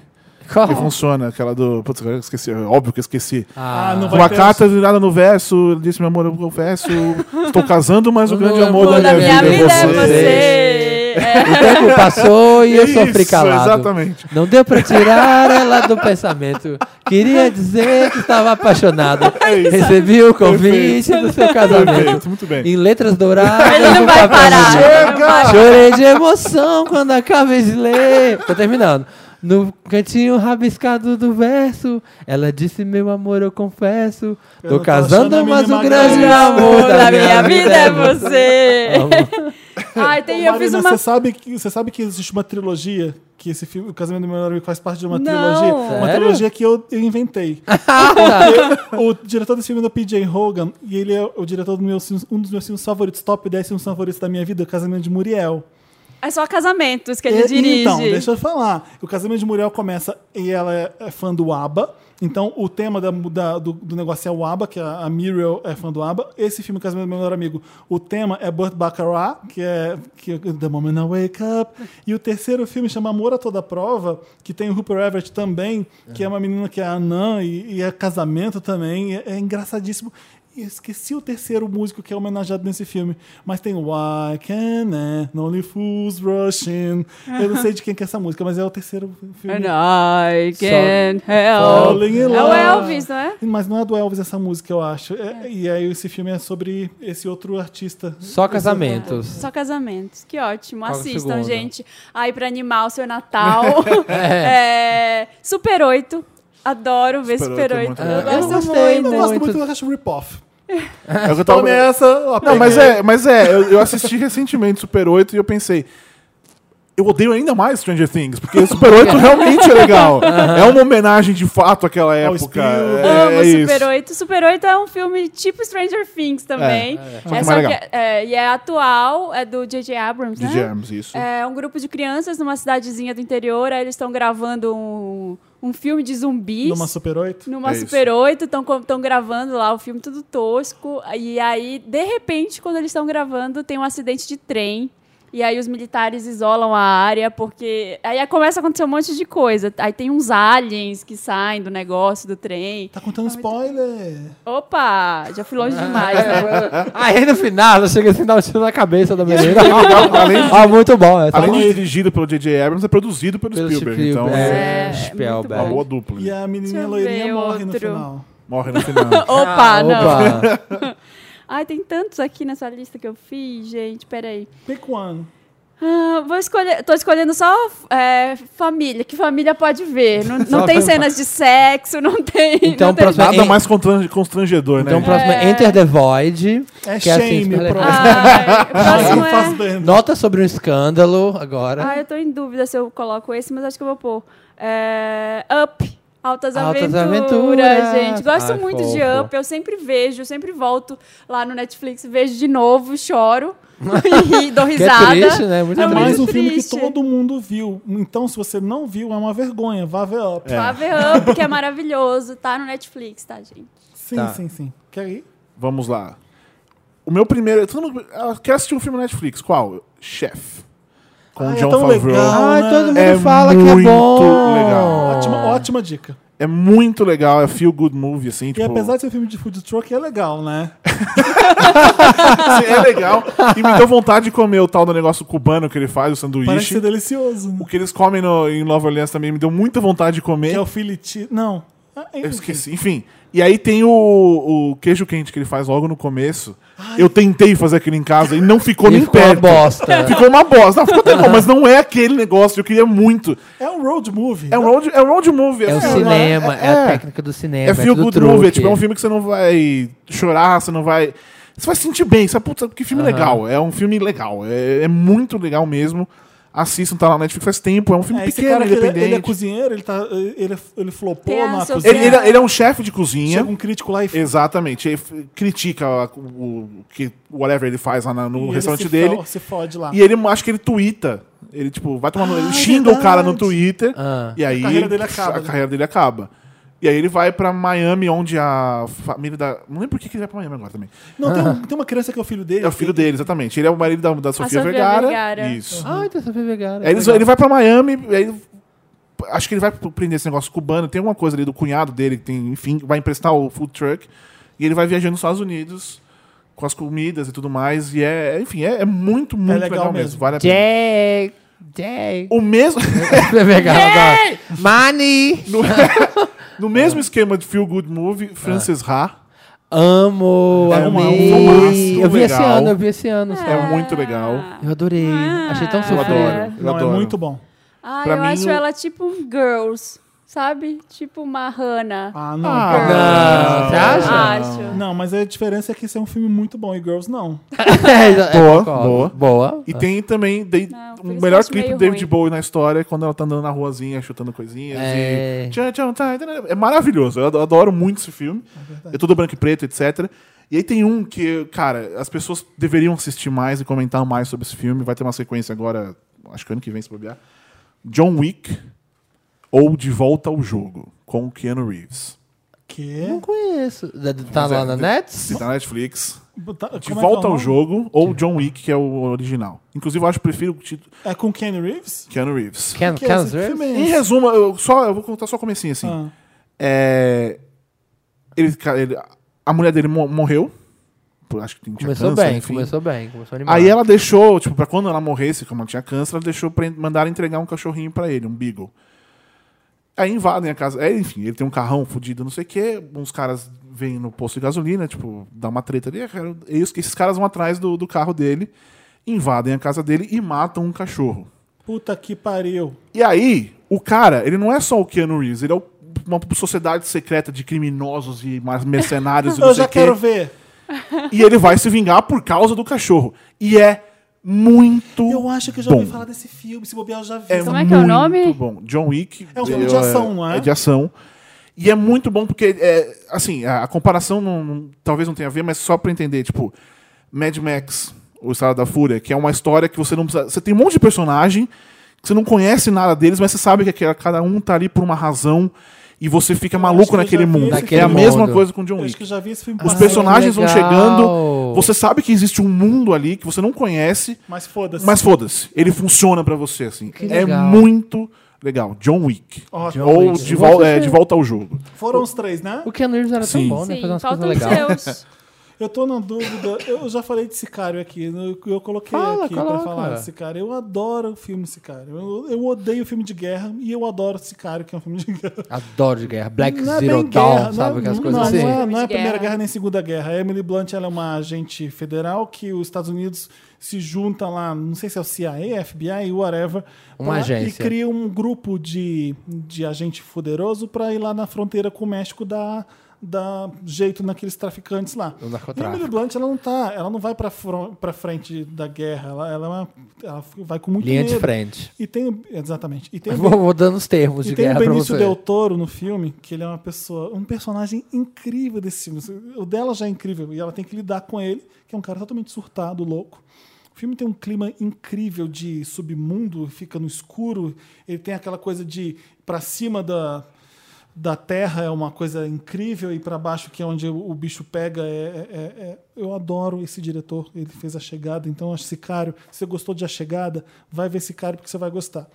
que
Qual?
funciona, aquela do. Putz, agora eu esqueci, é óbvio que eu esqueci.
Ah, não
Com a
vai ter
carta virada no verso, ele disse: Meu amor, eu confesso, estou casando, mas o
O
grande
meu
amor
amor
da minha vida é você.
É.
O tempo passou e eu sofri
Isso,
calado.
Exatamente.
Não deu pra tirar ela do pensamento. Queria dizer que estava apaixonado.
É
Recebi o convite do seu casamento.
Perfeito, É muito bem.
Em letras douradas.
Ele não
no papel
vai parar.
bonito.
ele não vai
Chorei de emoção quando acabei de ler. Tô terminando. No cantinho rabiscado do verso, ela disse: Meu amor, eu confesso.
Eu
Tô
não tô achando
casando,
a
mas o
mínima
grande
graça.
amor da minha vida é você.
você. Ai, tem, eu fiz
Marina,
uma
você, sabe que, você sabe que existe uma trilogia? Que esse filme, O Casamento do Meu Amigo, faz parte de uma
Não.
trilogia? Uma
Sério?
trilogia que eu, eu inventei. Porque o diretor desse filme é o PJ Hogan, e ele é o diretor do meu, filme- um dos meus filmes favoritos, top 10 filmes favoritos da minha vida, O Casamento de Muriel.
É só casamentos que ele
É,
dirige.
Então, deixa eu falar. O casamento de Muriel começa e ela é, é fã do ABBA. Então, o tema da- da- do, do negócio é o ABBA, que a, a Muriel é fã do ABBA. Esse filme, Casamento do Meu Melhor Amigo, o tema é Burt Baccarat, que é que, é The Moment I Wake Up. E o terceiro filme chama Amor a Toda Prova, que tem o Rupert Everett também, que é uma menina que é anã e, e é casamento também. É, é engraçadíssimo. E eu esqueci o terceiro músico que é homenageado nesse filme. Mas tem Why Can I, Only Fools Rushing. Eu não sei de quem que é essa música, mas é o terceiro filme.
And I can't help.
Falling in
É o
Love.
Elvis, não é?
Mas não é do Elvis essa música, eu acho. É- E aí esse filme é sobre esse outro artista.
Só casamentos.
Só casamentos. Que ótimo.
Qual o
Assistam,
segundo?
gente. Aí, pra animar o seu Natal. É, Super 8. Adoro ver
Super
Super
8 é
8.
muito
eu
legal.
Eu
gosto
gostei
Eu
muito.
não gosto
Muito.
muito, eu acho rip-off.
É o que eu tava...
Tome essa, ó,
Não, mas é, mas é, eu, eu assisti recentemente Super 8 e eu pensei. Eu odeio ainda mais Stranger Things, porque Super 8 realmente é legal. É uma homenagem de fato àquela época.
Spielberg.
É,
Amo
é isso.
Super 8. Super 8 é um filme tipo Stranger Things também.
que
É,
mais
só que-
legal.
é, e é atual, é do J.J. Abrams,
De
né?
Germs, isso.
É um grupo de crianças numa cidadezinha do interior, aí eles estão gravando um, um filme de zumbis.
Numa Super 8?
Numa
É isso.
Super 8, estão gravando lá o filme tudo tosco. E aí, de repente, quando eles estão gravando, tem um acidente de trem. E aí os militares isolam a área, porque. Aí começa a acontecer um monte de coisa. Aí tem uns aliens que saem do negócio do trem.
Tá contando spoiler.
Opa! Já fui longe demais, né?
Aí no final, ela chega assim, dá um tiro na cabeça da menina.
além de-
ah, muito bom. Essa
Além de dirigido pelo J.J. Abrams, é produzido pelo
Pelo
Spielberg. Então é
é,
É, muito
uma
Spielberg.
boa dupla.
E a
Deixa
menininha
eu
loirinha
ver
morre no
outro.
final.
Morre no final.
Opa,
Ah,
não.
opa.
Ai, tem tantos aqui nessa lista que eu fiz, gente. Peraí.
Pick one.
Ah, vou escolher. Tô escolhendo só é, família, que família pode ver. Não, não
Só
tem
família.
cenas de sexo, não tem.
Então,
não tem...
próxima-
Nada mais constran- constrangedor, né?
Então o próximo é
É.
Enter the Void.
É
que é assim,
shame,
super legal.
pronto.
Ai, o próximo
Não faz
é.
bem. né?
Nota sobre um escândalo agora.
Ai, eu tô em dúvida se eu coloco esse, mas acho que eu vou pôr. É, Up. Altas,
Altas
aventuras,
Aventuras.
gente. Gosto
Ai,
muito de
fofo.
Up. Eu sempre vejo, eu sempre volto lá no Netflix, vejo de novo, choro e dou
que
risada.
é triste, né? Muito
É
É
triste.
mais um
Muito
filme que
triste.
todo mundo viu. Então, se você não viu, é uma vergonha. Vá ver up.
Vá ver Up, que é maravilhoso. Tá no Netflix, tá, gente?
Sim,
Tá.
sim, sim. Quer ir?
Vamos lá. O meu primeiro. Todo mundo ah, quer assistir um filme na Netflix? Qual? Chef. Com
Ah, é
John
tão
Favreau.
legal.
Ai,
né?
todo mundo
É
fala que é
muito
bom.
legal.
Ótima, ótima dica.
É muito legal, é feel good movie, assim.
E
Tipo,
apesar de ser filme de food truck, é legal, né?
assim, é legal. E me deu vontade de comer o tal do negócio cubano que ele faz, o
Parece
sanduíche.
ser delicioso. né?
O que eles comem no- em Nova Orleans também me deu muita vontade de comer.
Que é o filete... Não. Ah,
Eu esqueci, enfim. E aí tem o, o queijo quente que ele faz logo no começo. Eu tentei fazer aquilo em casa e não ficou
E
nem
ficou uma
perto.
bosta.
Ficou uma bosta. Não, ficou até bom, mas não é aquele negócio. Eu queria muito.
É um road movie.
É um road, é um road movie.
É o
assim, né?
cinema, é, a
é.
técnica do cinema.
É feel
tudo
good
truque.
movie. É, tipo, é um filme que você não vai chorar, você não vai. Você vai sentir bem. Sabe, puta, que filme legal. É um filme lelegal. É, é muito legal mesmo. Assistam, tá lá na Netflix faz tempo. É um filme
É, esse
pequeno,
cara que ele,
independente.
ele é cozinheiro, ele, tá, ele, ele
Tem
flopou
a
na
Sofia-
cozinha.
Ele- ele é- ele é um chefe de cozinha.
Chega um crítico lá e
Exatamente. Ele f- critica a- o, o que whatever ele faz lá na-
e
no
ele
restaurante
se
dele.
fo- se fode lá.
E ele acho que ele twitta. Ele, tipo, vai tomar no. Ele
Ah,
xinga o cara no
verdade.
Twitter.
Ah.
E aí.
carreira dele acaba,
A
né?
carreira dele acaba. E aí ele vai pra Miami, onde a família da. Não lembro por que que ele vai pra Miami agora também.
Não, tem, um- tem uma criança que é o filho dele.
É o filho dele, exatamente. Ele é o marido da, da Sofia,
Sofia
Vergara.
Vergara.
Isso.
Ah.
Ai, então você foi vegana.
Aí eles- É, ele vai pra Miami, e aí ele- acho que ele vai prender esse negócio cubano. Tem alguma coisa ali do cunhado dele, que tem, enfim, vai emprestar o food truck. E ele vai viajando nos Estados Unidos com as comidas e tudo mais. E é, enfim, é, é muito, muito legal,
legal
mesmo.
mesmo.
Vale a pena.
Jack, Jack.
O mesmo,
Foi vegana, adoro. Money.
no, no mesmo esquema de Feel Good Movie, Francis Ha
Amo,
É um- é um
amei.
filmaço
Eu vi esse
legal.
ano, eu vi esse ano.
é muito legal.
Eu adorei. Achei tão
Eu
Ah.
sofrido.
adoro. Eu
Não,
adoro.
é muito bom.
Ah,
Pra
eu
mim,
acho
o-
ela tipo um Girls, sabe? Tipo uma Hannah.
Ah, não.
Não, Ah, você
Ah.
acha?
acho.
Não, mas a diferença é que esse é um filme muito bom e Girls não.
É,
Boa,
concordo.
boa.
Boa.
E tem também dei-
Não, por
o
isso eu
melhor
acho
clipe
meio
do David
ruim.
Bowie na história, é quando ela tá andando na ruazinha, chutando coisinhas.
É.
E... Tchau, tchau, tá, tá, tá. É maravilhoso. Eu ado- adoro muito esse filme. É, tudo branco e preto, etc. E aí tem um que, cara, as pessoas deveriam assistir mais e comentar mais sobre esse filme. Vai ter uma sequência agora, acho que ano que vem, se bobear. John Wick ou De Volta ao Jogo, com o Keanu Reeves.
Que?
Não conheço. Da- Tá
Mas é,
lá na
de-
Nets?
Tá na Netflix.
Tá- como é que
De
é o
Volta ao
nome?
Jogo ou John Wick, que é o original. Inclusive, eu acho que prefiro o título
É com Kenny Reeves?
Keanu Reeves.
Can,
Que
can
esse filme é
Em
esse?
resumo, eu, só, eu vou contar só o comecinho, assim.
Ah,
É, ele, cara, ele- a mulher dele mo- morreu. Por- Acho que tinha
né?
Começou
câncer,
bem,
enfim.
começou bem, começou animado.
Aí ela deixou, tipo, pra quando ela morresse, como ela tinha câncer, ela deixou pra, mandaram entregar um cachorrinho pra ele, um beagle. Aí invadem a casa. É, enfim, ele tem um carrão fudido, não sei o quê. Uns caras vêm no posto de gasolina, tipo, dá uma treta ali. "Ah, cara, eu- Esses caras vão atrás do, do carro dele, invadem a casa dele e matam um cachorro.
puta que pariu.
E aí, o cara, ele não é só o Keanu Reeves, ele é o- uma sociedade secreta de criminosos e mar- mercenários e não
Eu
sei
já
o quê.
quero ver.
e ele vai se vingar por causa do cachorro. E é muito
Eu acho que eu já
um bom.
ouvi falar desse filme, se bobear eu já vi.
É
Como é que é o
muito
nome?
bom. John Wick.
É um filme
eu-
de ação, não é?
É de ação. E é muito bom porque, é, assim, a, a comparação não- não- talvez não tenha a ver, mas só pra entender, tipo, Mad Max, O Estado da Fúria, que é uma história que você não precisa... Você tem um monte de personagem, que você não conhece nada deles, mas você sabe que aquela- cada um tá ali por uma razão e você
acho que
fica maluco
eu
naquele
já vi
mundo.
esse
É a
filme.
mesma
Mundo.
coisa com John
Eu acho que Ah,
Wick.
eu já vi esse filme.
um Os
passando,
personagens vão
legal.
chegando, você sabe que existe um mundo ali que você não conhece,
Mas foda-se.
mas foda-se, ele funciona pra você, assim. é
legal.
muito legal. John Wick.
Ó,
John
Ou
Wick.
de, vol- é, de volta ao jogo.
Foram os três, né?
O Keanu Reeves era
Sim.
tão bom, né? Fazer
Sim,
umas coisas
faltam os
legais.
seus.
Eu tô na dúvida. Eu já falei de Sicário aqui. Eu, eu coloquei
Fala,
aqui pra
coloca.
falar de Sicário. Eu adoro o filme Sicário. Eu, eu odeio filme de guerra e eu adoro Sicário, que é um filme de guerra.
Adoro de guerra. Black
Não é
Zero
bem
Dawn,
guerra,
sabe?
não,
Aquelas
não,
coisas
não,
assim.
Não é, não é
Filme de
Primeira
guerra.
Guerra nem Segunda Guerra. A Emily Blunt ela é uma agente federal que os Estados Unidos se junta lá, não sei se é o CIA, FBI, whatever.
Uma
pra-
agência.
E cria um grupo de, de agente poderoso pra ir lá na fronteira com o México dar, dar jeito naqueles traficantes lá.
No
E a
narcotráfico.
Emily Blunt ela não, tá, ela não vai pra, fron- pra frente da guerra. Ela, ela, é uma- ela vai com muito
Linha de
medo. é
frente.
E tem, exatamente. E tem um
Vou, vou dando os termos de
e tem o
guerra pra
Benício
você.
Del Toro no filme, que ele é uma pessoa, um personagem incrível desse filme. O dela já é incrível e ela tem que lidar com ele, que é um cara totalmente surtado, louco. O filme tem um clima incrível de submundo, fica no escuro. Ele tem aquela coisa de pra cima da da terra é uma coisa incrível e pra baixo que é onde o bicho pega é, é- é- é- eu adoro esse diretor ele fez a chegada então acho Sicário se você gostou de a chegada vai ver Sicário porque você vai gostar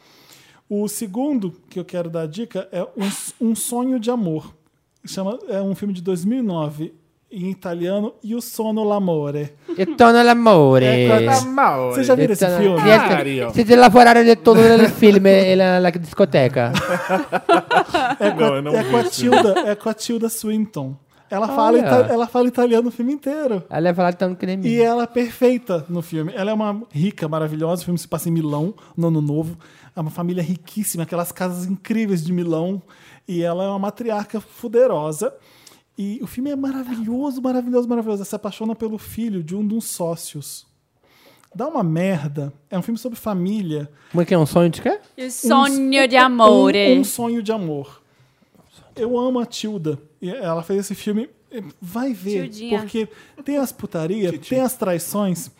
o segundo que eu quero dar dica é um, um Sonho de Amor. Chama, é um filme de 2009 em italiano E o Sono l'amore.
Então, l'amore.
É, com a- Vocês já viram esse
Eternamente.
filme? Ah,
Yes, Si ti lavorare di tutto il film e la, la discoteca.
É com,
Não,
a,
eu não
é
vi
com a
esse
Tilda, é com a Tilda Swinton. Ela fala,
Olha.
ita- ela fala italiano o filme inteiro.
Ela ha falato tanto che
E
nemmeno.
ela é perfeita no filme. Ela é uma rica, maravilhosa. O filme se passa em Milão, no Ano Novo. É uma família riquíssima, aquelas casas incríveis de Milão. E ela é uma matriarca fuderosa. E o filme é maravilhoso, maravilhoso, maravilhoso. Ela se apaixona pelo filho de um dos sócios. Dá uma merda. É um filme sobre família.
Come che è un sogno di che?
E o
Um-
sonho de
um-
amor.
Um, sonho de amor. Eu amo a Tilda. E ela fez esse filme. Vai ver.
Tildinha.
Porque tem as putarias, tem as traições.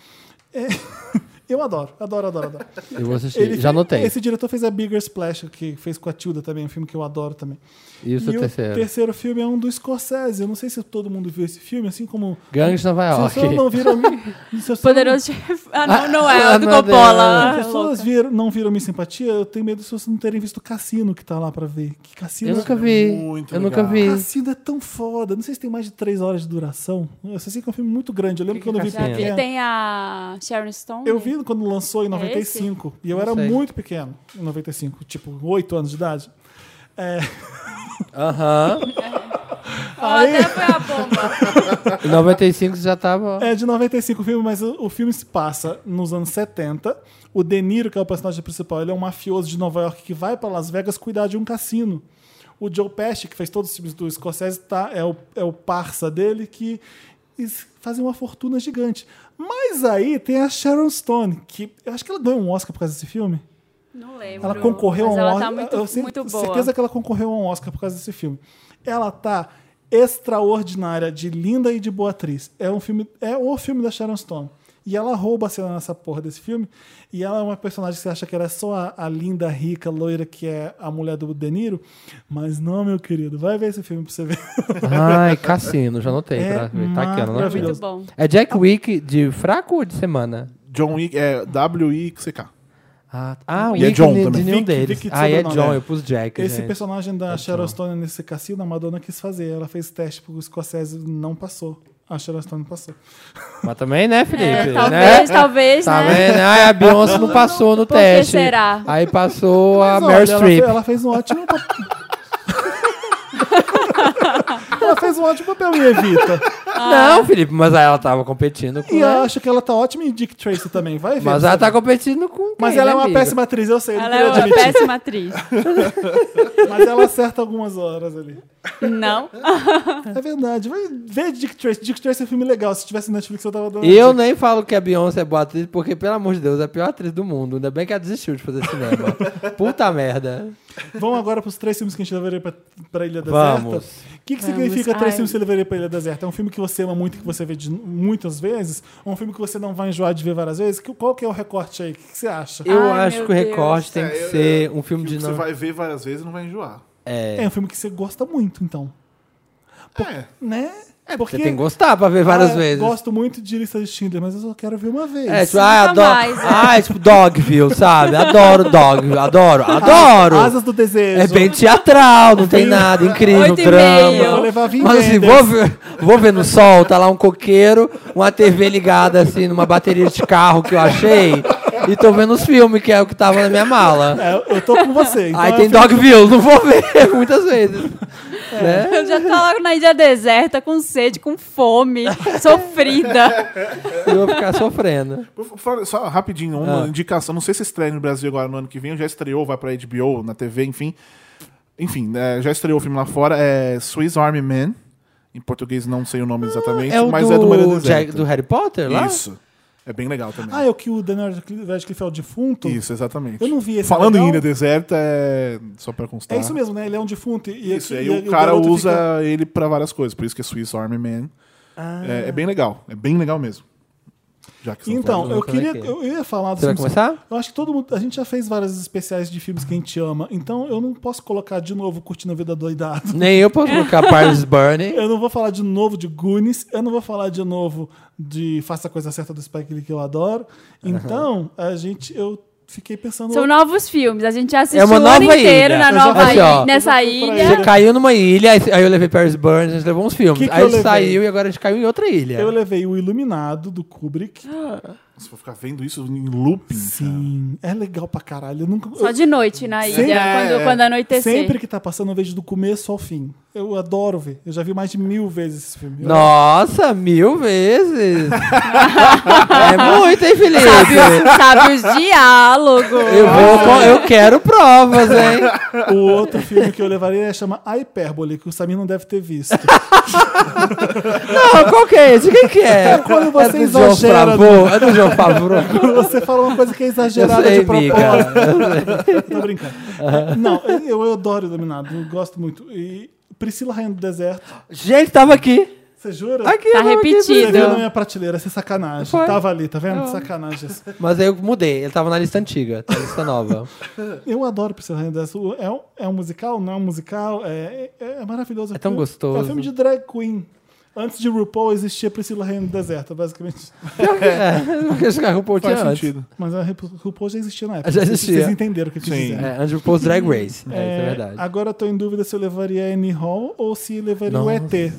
É, eu adoro, adoro, adoro, adoro.
Io posso
Ele
sì, già
fe-
notei.
Esse diretor fez a Bigger Splash, que fez com a Tilda também, um filme que eu adoro também.
Io sto
e o
terzo.
terceiro filme é um do Scorsese. Eu não sei se todo mundo viu esse filme, assim como.
Gangs de Nova
se vocês não
York.
viram. se vocês não-
Poderoso chefe. Ah, não, não é.
Ah,
o do
meu
se
Coppola.
as pessoas viram- não viram Minha Simpatia, eu tenho medo de vocês não terem visto o Cassino que tá lá pra ver. Que Cassino é
Io nunca vi.
Muito
Io nunca
legal.
vi.
Cassino é tão foda. Não sei se tem mais de três horas de duração. Eu só sei que é um filme muito grande. Eu lembro
Que
quando eu vi
que Cassino?
pequeno.
Tem a Sharon Stone.
Eu vi quando lançou em 95. e eu era
sei.
muito pequeno, em 95, tipo, 8 anos de idade. É,
Aham.
Ah, até foi a bomba.
Il 95 già stava.
é de 95 o filme, mas o, o filme se passa nos anos 70. O De Niro, que é o personagem principal, ele é um mafioso de Nova York que vai para Las Vegas cuidar de um cassino. O Joe Pesci, que fez todos os filmes do Scorsese, tá, é, o, é o parça dele que es- fazem uma fortuna gigante. Mas aí tem a Sharon Stone, que eu acho que ela ganhou um Oscar por causa desse filme.
Não lembro.
Ela concorreu a
mas
um
ela
Oscar.
tá muito,
eu tenho
muito boa.
certeza que ela concorreu a um Oscar por causa desse filme. Ela tá extraordinária, de linda e de boa atriz. É um filme, é o filme da Sharon Stone. E ela rouba a cena nessa porra desse filme. E ela é uma personagem que você acha que ela é só a, a linda, rica, loira, que é a mulher do De Niro. Mas não, meu querido. Vai ver esse filme pra você ver.
Ai, Cassino, già notei.
Eh,
Tá tacchiano, no?
meraviglioso.
Muito bom.
È É Jack Wick di Fraco o di semana?
John Wick é W-I-C-K.
Ah, ah o
E é
Wick
John
de, de
também.
nenhum
Vic-
deles.
Vic de
ah, é
sobrenome,
John,
é.
eu pus Jack.
Esse
gente.
personagem da Sharon Stone nesse cassino, a Madonna quis fazer. Ela fez teste pro Scorsese, não passou. A Sharon Stone passou.
Mas também, né, Felipe?
É,
né?
talvez, talvez,
Tá
né?
vendo? Ai, a Beyoncé não passou no
Por que
teste.
será?
Aí passou a
Mas, olha,
Meryl
ela
Streep.
fe- Ela fez um ótimo papel. ela fez um ótimo papel em Evita.
Não, Felipe, mas ela tava competindo com.
E eu
ela.
acho que ela tá ótima em Dick Tracy também, vai ver.
Mas ela tá competindo com. Quem,
Mas ela é
né,
uma
amiga?
péssima atriz, eu sei, eu não
Ela é
queria
uma
admitir.
péssima atriz.
Mas ela acerta algumas horas ali.
Não.
É verdade. Vai ver Dick Tracy. Dick Tracy é um filme legal. Se tivesse Netflix, eu tava dando.
Eu nem falo que a Beyoncé é boa atriz, porque, pelo amor de Deus, é a pior atriz do mundo. Ainda bem que ela desistiu de fazer cinema. Puta merda.
Vamos agora pros três filmes que a gente levaria pra, pra
Tá
Ilha Deserta.
Vamos.
O que, que
Vamos.
significa três
Ai.
filmes que você levaria pra Ilha Deserta? É um filme que você ama muito, que você vê de- muitas vezes? Ou um filme que você não vai enjoar de ver várias vezes? Que- Qual que é o recorte aí? O que, que você acha?
Eu
Ai,
acho
meu
que o recorte
Deus.
tem que
É, eu-
ser um filme de
Você
não.
vai ver várias vezes e não vai enjoar.
É. um filme que você gosta muito, então.
É.
Né? É
Você tem que gostar pra ver várias vezes.
gosto muito de Lista de Schindler, mas eu só quero ver uma vez.
É, tipo,
Nunca
ah, adoro.
mais, é.
Ah, é tipo Dogville, sabe? Adoro Dogville, adoro, Ah, adoro.
Asas do Desejo.
É bem teatral, não tem nada incrível,
Oito e meio.
Vou
drama.
levar
Mas assim,
vingança.
vou ver, vou ver no sol, tá lá um coqueiro, uma TV ligada assim, numa bateria de carro que eu achei, e tô vendo os filmes, que é o que tava na minha mala.
É, eu tô com você. Então
Aí
é
tem
um filme-
Dogville, não vou ver muitas vezes. Né?
É.
Eu já tô logo na ilha deserta, com sede, com fome, sofrida.
Eu vou ficar sofrendo.
Por favor, Só rapidinho, uma
Ah.
indicação. Não sei se estreia no Brasil agora no ano que vem, já estreou, vai pra HBO, na TV, enfim. Enfim, né, já estreou o filme lá fora. É Swiss Army Man. Em português não sei o nome exatamente,
É o
mas
do,
é do Maria
Jack- do Harry Potter lá?
Isso. É bem legal também.
Ah, é o que o Daniel Radcliffe é o defunto?
Isso, exatamente.
Eu não vi esse.
Falando
legal?
em Ilha Deserta, é... só pra constar.
É
tá.
isso mesmo, né? Ele é um defunto. E,
Isso,
e-
e aí
e-
o cara
garoto
usa
fica-
ele pra várias coisas, por isso que é Swiss Army Man. É, é bem legal, é bem legal mesmo. Já que estamos
Ah. Então,
falando-
eu
Como é que
queria.
é?
Eu ia falar dos
Você vai
filmes-
começar?
Eu acho que todo mundo. A gente já fez vários especiais de filmes que a gente ama. Então eu não posso colocar de novo Curtindo a Vida Doidado.
Nem eu posso colocar Paris Burning.
Eu não vou falar de novo de Goonies, eu não vou falar de novo de Faça a Coisa Certa do Spike Lee, que eu adoro. Então, a gente, eu fiquei pensando...
São novos filmes. A gente já assistiu
É uma
o ano
nova
inteiro
ilha.
na nova
Assim, ó.
ilha,
Eu já
nessa
fui pra
ilha.
Você caiu numa ilha, aí aí eu levei Paris Burns, a gente levou uns filmes.
É. Que que
aí
eu
a gente
levei?
saiu e agora a gente caiu em outra ilha.
Eu levei o Iluminado, do Kubrick.
Se for ficar vendo isso em looping,
Sim, é legal pra caralho. Eu nunca...
Só de noite na ilha,
Sempre-
quando,
é.
quando anoitecer.
Sempre que tá passando, eu vejo do começo ao fim. Eu adoro ver. Eu já vi mais de mil vezes esse filme. Eu-
Nossa, mil vezes! é muito, hein, Felipe?
Sabe os diálogos.
Eu, vou, com- eu quero provas, hein?
O outro filme que eu levaria chama A Hipérbole, que o Samir não deve ter visto.
Não, qual que é esse? Quem que é?
quando
é
você
do João
exagera
Favreau? É do João Favreau?
Você fala uma coisa que é
Eu
exagerada
sei,
de propósito.
amiga.
Tô brincando. Não, eu, eu adoro Iluminado, eu gosto muito. E Priscila Rainha do Deserto,
Gente, tava aqui.
você jura?
aqui
Tá
tava aqui,
Você
repetido.
viu na minha prateleira, essa sacanagem.
Foi. Ah.
Tava ali, tá vendo? Sacanagem. essa.
Mas aí eu mudei, ele tava na lista antiga, tá na lista nova.
Eu adoro Priscila Rainha do Deserto. É um, é um musical? Não é um musical? É, é- é maravilhoso.
É tão gostoso.
É um filme de drag queen. Antes de RuPaul existia Priscila Rainha do Deserto, basicamente.
Porque esse carro pô, tinha
faz
antes.
sentido.
Mas a Ru- RuPaul já existia na época.
Hum. Já
Vocês-
existia.
Vocês entenderam o que eu quis
Sim.
dizer.
É, antes do Post Drag Race. É,
É,
isso é verdade.
Agora eu tô em dúvida se eu levaria Annie Hall ou se levaria o
Nossa.
ET.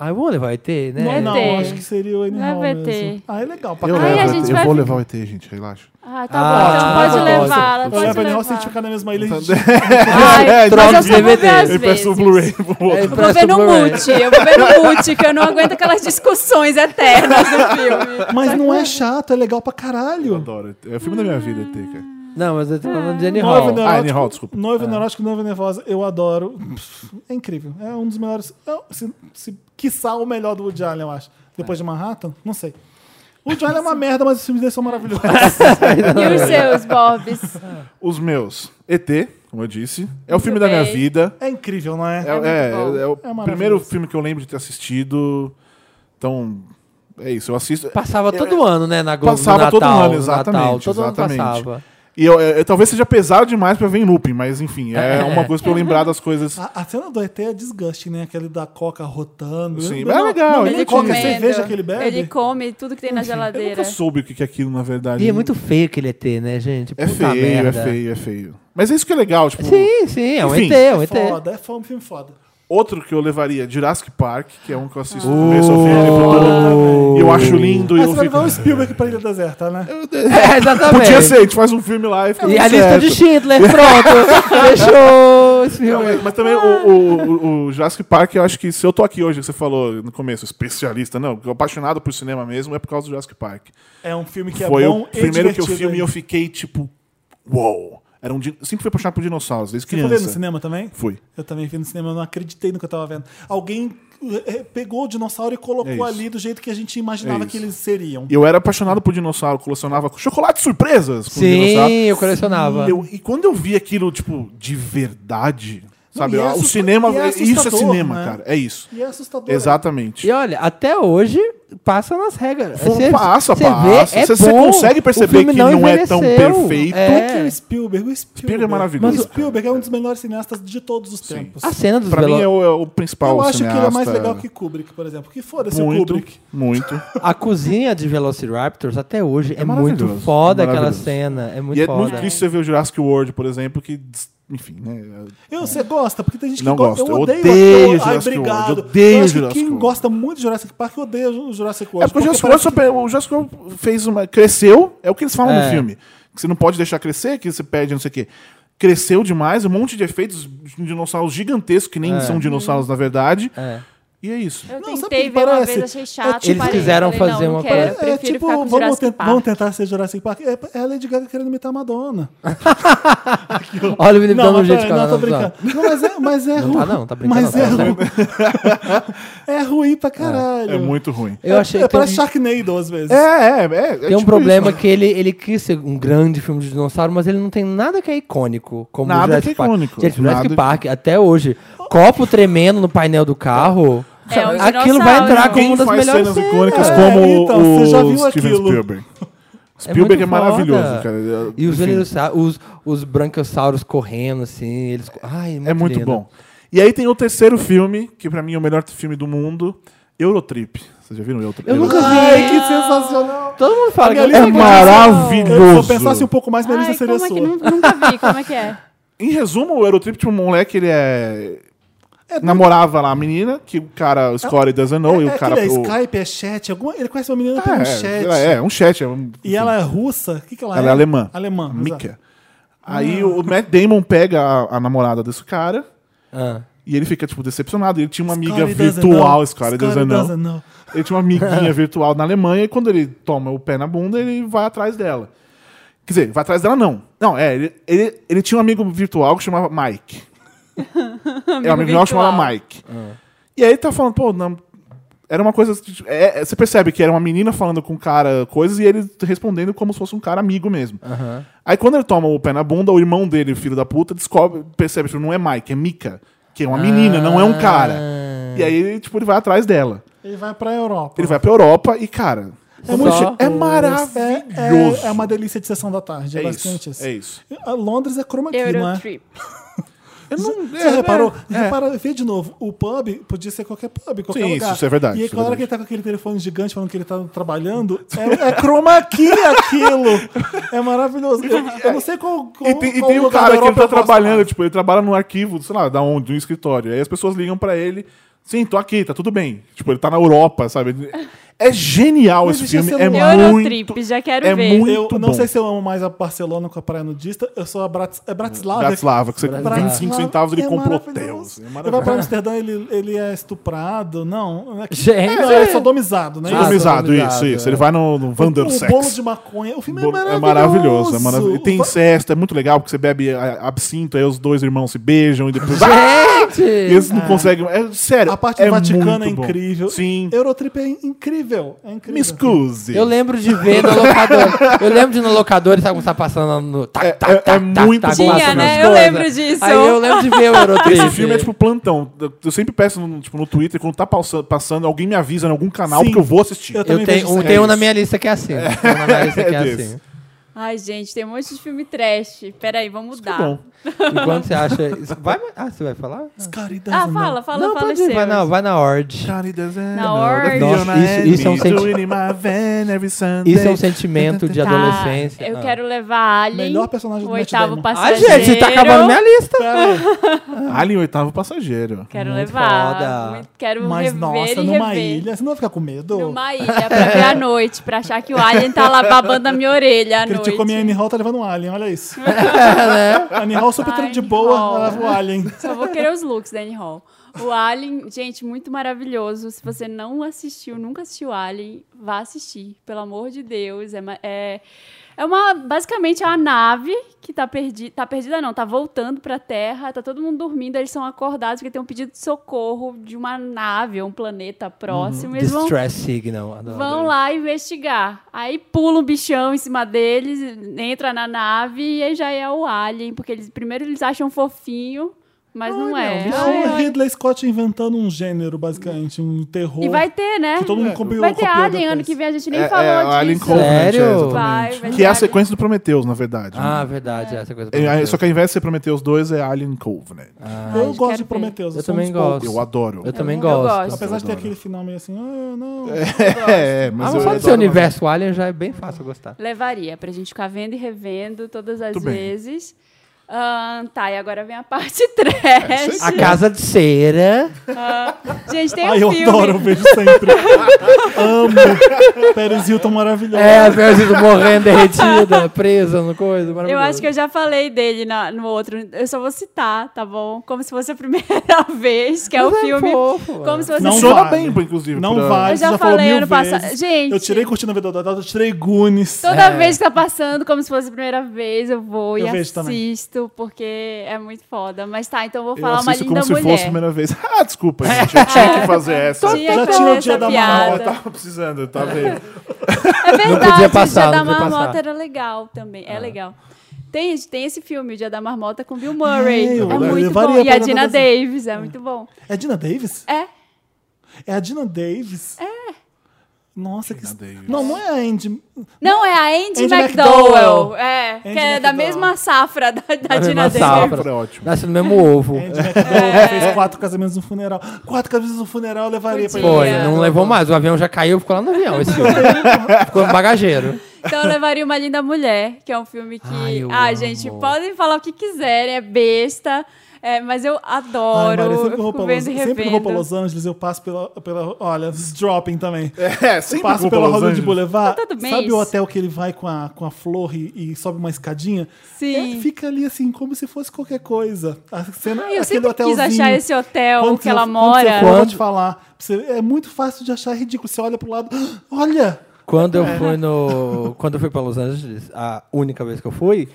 Ah, eu vou levar ET, né?
Não, não,
ET.
acho que seria o Annie
Leva
Hall
ET.
mesmo. Ah, é legal. Pra
Eu,
caralho.
levo
levo,
a gente
eu
vai
vou
ver.
levar o ET, gente, relaxa.
Ah, tá
Ah,
bom. Então pode
tá bom.
levar.
tipo, Eu
Ela
tipo,
pode
levo Annie Hall se a gente
levar.
ficar na mesma ilha. a gente-
Ai, mas
Troca
eu
os
vou ver
DVD.
às
Ele
vezes.
peça o Blu-ray pro outro.
É,
Eu vou
empresta
ver
o
no
Blu-ray.
mute, eu vou ver no mute, que eu não aguento aquelas discussões eternas do filme.
Mas não é chato, é legal pra caralho.
Adoro. ET. É o filme da minha vida, ET, cara.
Não, mas eu tô falando de Annie
Noivo
Hall.
Ah,
neurótico,
Annie Hall, desculpa.
noivo neurótico, noiva nervosa, eu adoro. Pff, É incrível. É um dos melhores. é o- se, se, quiçá o melhor do Woody Allen, eu acho. Depois
É.
de Manhattan, não sei. O Woody Allen é uma merda, mas os filmes dele são maravilhosos.
E os
Ah.
seus, Bobs?
Os meus. ET, como eu disse, é o filme da
Muito
minha
bem.
vida.
É incrível, não
É,
é?
é,
bom.
é o
É maravilhoso.
primeiro filme que eu lembro de ter assistido. Então, é isso, eu assisto.
Passava todo ano, né? Na Globo,
Passava
no Natal,
todo ano,
no
exatamente.
Natal, todo
exatamente.
ano passava.
E eu, eu- eu- talvez seja pesado demais pra ver em looping, mas enfim, é, uma coisa pra eu lembrar das coisas.
A, a cena do ET é disgusting, né? Aquele da coca rotando.
Sim,
Eu-
mas é
não,
legal,
Não,
ele
ele
Ele
coca,
comendo.
é cerveja que ele bebe.
Ele come tudo que tem na
Eu
geladeira.
nunca soube o que que é aquilo, na verdade.
E é muito feio aquele ET, né, gente?
É
Puta
feio,
merda.
é feio, é feio. Mas é isso que é legal, tipo.
Sim, sim, é um
Enfim,
ET, é um
É
ET.
foda, é fo- um filme foda.
Outro que eu levaria, Jurassic Park, que é um que eu assisto do começo ao fim. ele falou, E eu acho lindo e
Mas
eu
você vai
fico...
levar o Spielberg pra Ilha Deserta, né?
É, exatamente.
Podia ser, a gente faz um filme lá e fica
E
tudo
a lista
certo.
de Schindler, pronto. Deixou esse filme. aí.
Mas também o, o- o- o Jurassic Park, eu acho que se eu tô aqui hoje, que você falou no começo, especialista, não, eu apaixonado por cinema mesmo, é por causa do Jurassic Park.
É um filme que
Foi
é
o
bom e
primeiro que eu
divertido,
filme e
hein?
eu fiquei tipo, uou. Era um, di- eu sempre fui apaixonado por dinossauros, desde
Você foi ver no
criança.
cinema também?
Fui.
Eu também vi no cinema, eu não acreditei no que eu tava vendo. Alguém eh, eh, pegou o dinossauro e
É
colocou
isso.
ali do jeito que a gente
É
imaginava
isso.
que eles seriam.
E eu era apaixonado por dinossauro, colecionava chocolates surpresas com um dinossauro.
Sim, eu colecionava.
E eu- e quando eu vi aquilo, tipo, de verdade, sabe?
e é
Ah, o
assusta-
cinema.
e é
isso é
assustador,
cinema,
né?
cara. É isso.
E é assustador.
Exatamente.
E é olha, até hoje passa nas regras.
Pô,
Você-
passa,
você
passa.
vê, é
Você- você
bom,
consegue
o
perceber
filme
que ele não é tão
envelheceu,
perfeito.
Qual que é
É.
o Spielberg? O Spielberg,
Spielberg é maravilhoso,
O
cara.
Spielberg é um dos melhores cineastas de todos os tempos.
A cena dos
Pra
velo-
mim é o, é o principal
eu acho que ele é mais
cineasta.
legal que Kubrick, por exemplo. Que foda-se o
muito,
Kubrick.
muito.
A cozinha de Velociraptors até hoje é, muito
maravilhoso,
foda
é
aquela
maravilhoso.
cena. É muito
e é
foda.
muito triste você ver o Jurassic World, por exemplo, que, enfim, né?
Eu, você gosta? Porque tem gente que
Não
gosta.
gosto, eu
eu,
odeio
ai,
Jurassic World,
obrigado.
eu odeio
acho que
Jurassic
quem
World.
gosta muito de Jurassic Park odeia o Jurassic World.
É porque o Jurassic,
parece
World, só- o Jurassic World fez uma. Cresceu, é o que eles falam
É.
no filme. Que você não pode deixar crescer, que você perde não sei o quê. Cresceu demais, um monte de efeitos de dinossauros gigantescos, que nem são dinossauros na verdade.
É.
E é isso.
Eu
Não, sabe o
tentei
que
ver uma
parece? tipo-
vez, achei chato.
Eles
parei.
quiseram
Falei,
fazer
não,
uma
não quero,
coisa-
É,
Prefiro
tipo,
ficar com
vamos,
Jurassic
tent-
Park.
vamos tentar ser Jurassic Park. É, é a Lady Gaga querendo imitar a Madonna.
Olha o menino
Não,
dando um
mas peraí,
jeito
é,
de falar,
não, tô
não, não.
brincando. Não, mas é, mas é
Não
ruim.
tá não, tá brincando
Mas
não,
é
tá
ruim. é ruim pra caralho.
É muito ruim.
Eu achei
é,
que
parece
teve,
Sharknado às vezes.
É, é, é. é
tem um
tipo
problema
isso.
que ele, ele quis ser um grande filme de dinossauro, mas ele não tem nada que é icônico. Como
Nada
o Jurassic
que é icônico.
Park. Gente, Jurassic
Nada-
Park, até hoje, copo tremendo no painel do carro,
É um
aquilo vai
dinossauro.
entrar como
Quem
é uma das
faz
melhores
cenas
cenas.
icônicas
É,
como
então, você
o
já viu
Steven
aquilo.
Spielberg. Spielberg é,
muito
maravilhoso,
foda.
cara.
E os,
Enfim.
velociraptor- os, os branquiossauros correndo, assim, eles... co- Ai,
É muito
lindo.
bom. E aí tem o terceiro filme, que pra mim é o melhor filme do mundo, Eurotrip. Vocês já viram Eurotrip?
Eu nunca vi.
Ai, que sensacional.
Todo mundo fala
Minha
que
lista
é
é
maravilhoso.
Se eu pensasse um pouco mais, minha lista
Ai,
seria
como é que...
sua.
nu- Nunca vi, como é que é?
Em resumo, o Eurotrip, tipo, um moleque, ele é... Namorava lá a menina, que o cara, o Scotty doesn't know,
é,
e o cara...
aquele é
o-
Skype, é chat, alguma, ele conhece uma menina
é,
pelo
é,
chat.
ela é, um chat. é um-
E ela é russa? O que, que ela,
Ela é alemã.
Alemã. exato. Ah.
Mika. Aí o Matt Damon pega a, a namorada desse cara,
Ah.
e ele fica, tipo, decepcionado. Ele tinha uma amiga
Scotty doesn't
virtual,
know.
Scotty
Scotty
doesn't know.
doesn't know.
Ele tinha uma amiguinha virtual na Alemanha e quando ele toma o pé na bunda, ele vai atrás dela. Quer dizer, vai atrás dela não. Não, é, ele, ele, ele tinha um amigo virtual que chamava Mike. é, um amigo virtual que chamava Mike. E aí ele tá falando, pô, não, era uma coisa... é, é, você percebe que era uma menina falando com o cara coisas e ele respondendo como se fosse um cara amigo mesmo. Aí quando ele toma o pé na bunda, o irmão dele, o filho da puta, descobre, percebe, tipo, não é Mike, é Mika. Que é uma menina, não é um cara. E aí, tipo, ele vai atrás dela.
Ele vai pra Europa.
Ele vai pra Europa e, cara, é, muito,
só
é
É,
maravilhoso.
é uma delícia de sessão da tarde. É,
É
bastante isso.
isso. É isso.
A Londres é chroma key, não é?
Eurotrip.
Eu não,
Você reparou?
É,
Repara, vê de novo. O pub podia ser qualquer pub, qualquer
Sim,
lugar.
isso é verdade,
E aí,
isso é
na hora
verdade.
que ele tá com aquele telefone gigante falando que ele tá trabalhando, é, é chroma key aquilo. É maravilhoso. Eu, eu não sei qual, qual
E tem, e
qual
tem um
lugar
cara
da
que
Europa
ele tá
eu gosto
trabalhando,
mais.
tipo, ele trabalha num arquivo, sei lá, da onde, de um escritório. Aí as pessoas ligam pra ele, sim, tô aqui, tá tudo bem. Tipo, ele tá na Europa, sabe? É genial
Mas
esse
deixa
filme,
eu
é
ser um
muito...
Eurotrip, já quero
é
ver.
muito-
Eu não
bom.
sei se eu amo mais a Barcelona com a praia nudista. Eu sou a Brats, é Bratislava.
Bratislava, que você com
Bratislava
25 centavos ele
é
compra
maravilhoso.
hotéis. É
Ele vai pra
maravilhoso.
Amsterdã, ele, ele é estuprado. Não, é, que-
Gente.
não, é sodomizado, né?
Ah,
Sodomizado, isso,
sodomizado,
isso.
é.
Ele vai no, no Van der
o
Sex.
bolo de maconha. O filme é
Bo-
maravilhoso.
É maravilhoso, é maravilhoso. E Tem
O-
incesto, é muito legal, porque você bebe a- absinto, aí os dois irmãos se beijam e depois. E
Gente!
eles não conseguem. É, sério.
A parte
é
do Vaticano
muito
é
bom.
incrível.
Sim.
Eurotrip é incrível. É incrível.
Me excuse.
Eu lembro de ver na locadora. Eu lembro de ir na locadora e sabe quando tá passando no. Tac,
É-
tac,
é- é
tac,
muito
tac,
bom.
passando
Tinha, né?
as
Eu
coisas.
lembro disso.
Aí eu lembro de ver o Eurotrip.
Esse filme é tipo plantão. Eu- Eu sempre peço no, tipo, no Twitter, quando tá pausa- passando, alguém me avisa em algum canal,
Sim.
porque eu vou assistir.
Eu também
Eu
vejo
tenho, um,
isso.
tem um
É
na
isso.
minha lista que é assim. Tem um na minha lista que é
desse.
assim.
Ai, gente, tem um monte de filme trash. Peraí, vamos mudar.
é Enquanto você acha. isso- Vai, ah, você vai falar?
Ah, fala, fala,
não,
fala
pode ir, vai na, vai na Ord.
é
Na ordem.
Então,
Nossa, isso- isso é um senti- Isso é um sentimento de
Tá,
adolescência.
Eu
Ah.
quero levar Alien.
Melhor personagem
o
do Matt
oitavo
Damon.
Ah,
passageiro.
gente, tá acabando minha lista.
Alien, Ah, oitavo passageiro.
Quero
Muito
levar.
foda.
Muito- Quero
Mas
rever
nossa,
e
numa
rever.
ilha. Você não vai ficar com medo?
Numa ilha, pra ver à noite, pra achar que o Alien tá lá babando a minha orelha à noite. É, né?
Criticou minha Annie Hall, tá levando um alien, olha isso. A Annie Hall super
Ai,
tudo de
Annie
boa,
Hall.
ela leva o alien.
Só vou querer os looks da Annie Hall. O Alien, gente, muito maravilhoso. Se você não assistiu, nunca assistiu Alien, vá assistir. Pelo amor de Deus. É, ma- é, é uma. Basicamente, é a nave que tá perdida. Tá perdida, não, tá voltando pra Terra. Tá todo mundo dormindo. Eles são acordados porque tem um pedido de socorro de uma nave ou um planeta
Uhum.
próximo. Eles vão
Distress Signal. adoro.
Vão lá investigar. Aí pula um bichão em cima deles, entra na nave e aí já é o alien, porque eles primeiro eles acham fofinho, mas não é. Ai,
o
ai.
Então, Ridley Scott inventando um gênero, basicamente, um terror.
E vai ter, né?
que todo mundo copiou,
Vai ter
copiou
alien
depois.
ano que vem, a gente nem
É-
falou
é
disso.
Alien
Sério?
Covenant, é, exatamente.
Vai, vai
Que é a
ter
sequência do Prometheus, na verdade.
Ah, verdade, essa coisa.
É, é, só que ao invés de ser Prometheus 2, é Alien Covenant.
eu
Ai,
gosto
quero
de
ver.
Prometheus.
Eu
sou um
também
dos poucos.
gosto.
Eu adoro.
Eu também
eu
gosto.
gosto.
Apesar de ter aquele final meio assim, ah, não.
É,
Ah,
mas
mas
eu
só do
adoro.
seu universo Alien já é bem fácil gostar.
Levaria pra gente ficar vendo e revendo todas as
Muito bem.
vezes. Ahn, tá, e agora vem a parte
É
trash.
A Casa de Cera.
Gente, tem um
Ai, eu
filme.
adoro, eu vejo sempre. Amo. Pérez Hilton maravilhoso.
É, a Verzinho morrendo derretida, presa no coisa.
Eu acho que
maravilhoso.
eu já falei dele na- no outro. Eu só vou citar, tá bom? Como se fosse a primeira vez, que é o
Mas é
filme.
fofo,
como
é.
se fosse. assim,
Não
Funciona
vale.
bem, pô, inclusive.
Não
pra-
vai,
Eu já
você já falou
falei
mil
ano
vezes.
passado. Gente.
Eu tirei Curtindo a Vida da Data, eu tirei Gunis.
Toda
É.
vez que tá passando, como se fosse a primeira vez, eu vou
Eu
e
vejo também.
assisto, porque é muito foda. Mas tá, então eu vou
Eu
falar uma
assisto
linda
como se
mulher.
fosse a primeira vez. Ah, desculpa, gente. Eu tinha que fazer essa.
Tinha
Já
que
tirou
fazer
o dia
essa
da
Ah, eu
piada.
tava precisando, eu tava vendo.
É verdade,
podia passar,
o Dia da
não podia
Marmota
passar.
era legal também.
Ah.
É legal. Tem, tem esse filme, O Dia da Marmota, com Bill Murray.
É,
É,
eu
muito
levaria
bom. E
pra
a
dar
Dina
uma-
Davis, é muito bom.
É a Dina Davis?
É.
É a Dina Davis? É. Nossa, que.
Davis.
Não, não é a Andy.
Não, é a Andy,
Andy
McDowell.
McDowell.
É, que
Andy
é da
McDowell.
mesma safra da, da
Da
Dina
mesma
Davis.
safra.
Foi é ótimo.
Nasce no mesmo ovo. É,
Andy McDowell fez quatro casamentos no funeral. Quatro casamentos no funeral eu levaria pra
Podia.
Foi,
ele.
não levou mais. O avião já caiu, ficou lá no avião esse filme. ficou no bagageiro.
Então eu levaria Uma Linda Mulher, que é um filme que.
Ai, eu
ah,
amo.
gente, podem falar o que quiserem, é besta. é, mas eu
Ai,
adoro.
Maria,
eu
sempre, que eu vou
fico
pra Los-
vendo e revendo.
sempre que eu vou pra Los Angeles, eu passo pela. pela olha, dropping também.
É, sempre
Passo
vou pra
pela
Los
Hollywood
Angeles.
Boulevard.
Tá tudo bem
Sabe
isso.
o hotel que ele vai com a, com a flor e, e sobe uma escadinha?
Sim.
É, fica ali assim, como se fosse qualquer coisa. A cena,
Ai, eu
aquele
sempre quis
hotelzinho.
achar esse hotel
Quando
que
você-
ela
quando você
mora.
for, eu vou te falar. Você- é muito fácil de achar é ridículo. Você olha pro lado, olha!
Quando eu fui no. Quando eu fui pra Los Angeles, a única vez que eu fui,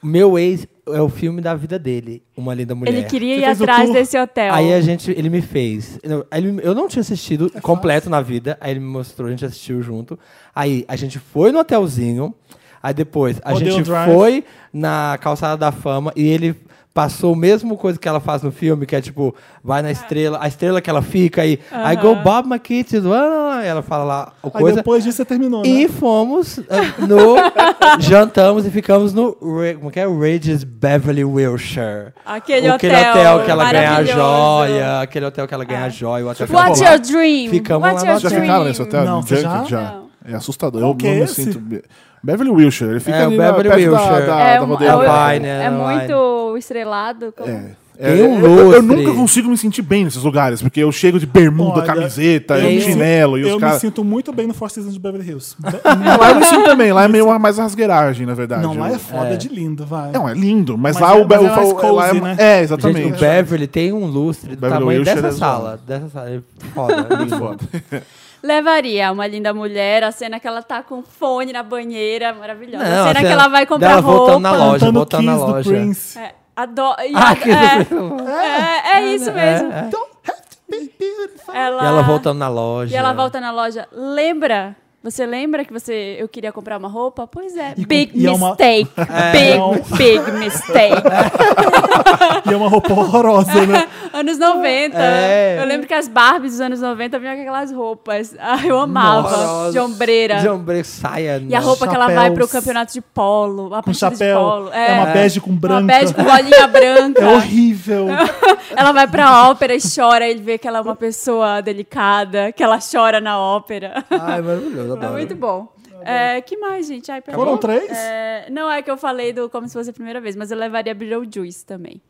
meu ex é o filme da vida dele, Uma Linda Mulher.
Ele queria
Você
ir
fez o
atrás
tour?
desse hotel.
É. Aí é a gente, ele me fez. Não, aí ele- eu não tinha
É
assistido completo na vida. Aí ele me mostrou, a gente assistiu junto. Aí a gente foi no hotelzinho. Aí depois a
Odeon
gente
Drive.
foi na calçada da fama e ele passou o mesmo coisa que ela faz no filme, que é tipo, vai na estrela, a estrela que ela fica aí, aí go Bob McKitty, ela fala lá o
Aí
coisa.
depois disso você terminou,
E
né?
fomos eh, no. jantamos e ficamos no. Re- Como que é? Regis Beverly Wilshire.
Aquele hotel
que ela ganha a
maravilhoso.
joia. Aquele hotel que ela ganha a joia. O hotel que ela
What's
ganha-
your dream?
Ficamos
What's
lá no
your
Já
hotel.
dream?
ficaram nesse hotel?
Não,
No
você
Junket?
já?
Já. É assustador.
Qual
eu
que é
não me
esse?
sinto. be- Beverly Wilshire. Ele fica
É, o
ali
Beverly
na, perto
Wilshire.
Ah,
Da, da,
É,
da
um-
rodeia.
é,
Ela vai,
um-
né?
é
Ela vai.
muito estrelado. como-
É.
Tem
É,
um
eu- eu, eu
lustre.
nunca consigo me sentir bem nesses lugares, porque eu chego de bermuda,
Olha,
camiseta,
eu
e
me
chinelo
sinto-
e
Eu
os caras.
me sinto muito bem no Four Seasons de Beverly Hills.
Lá eu me sinto também, lá é meio mais rasgueiragem, na verdade.
não, lá é
Eu-
foda
É.
de lindo, vai.
Não, é lindo, mas,
Mas
lá
é-
o, Be-
mas é
o-
mais
o- lá
cozy,
é,
né?
é,
Gente,
exatamente.
o Beverly tem um lustre do
Beverly
tamanho
Wilshire
dessa
é
sala. Dessa sala. É foda. é lindo.
Levaria uma linda mulher, a cena que ela tá com fone na banheira, maravilhosa.
Não,
a cena
a
que
cena
ela vai comprar
dela
roupa.
voltando na loja.
Cantando
botar na
Kiss
loja.
do Prince.
É, adoro. e
Ah,
a-
que
é,
E
é, é isso mesmo.
Don't have to be beautiful.
Ela,
ela voltando na loja.
E ela volta na loja. Lembra Você lembra que você, eu queria comprar uma roupa? Pois é.
E com-
big
e é uma-
mistake. Big,
É um-
big mistake.
E é uma roupa horrorosa, né?
Anos 90.
É.
Eu lembro que as Barbies dos anos 90 vinham com aquelas roupas. Ah, eu amava.
Nossa.
De ombreira.
De ombreira, saia.
E a
não.
roupa que ela vai
chapéus.
pro campeonato de polo. A
Com
partida
Um chapéu.
De polo.
É. uma bege com branca.
Uma bege com bolinha branca.
É horrível.
Ah,
Ela vai pra ópera e chora, ele vê que ela é uma pessoa delicada, que ela chora na ópera.
Ai, maravilhoso,
É
adoro.
muito bom. É, que mais, gente? Ai, perdão.
Foram três?
É, não, é que eu falei do Como Se Fosse a Primeira Vez, mas eu levaria Beetlejuice também.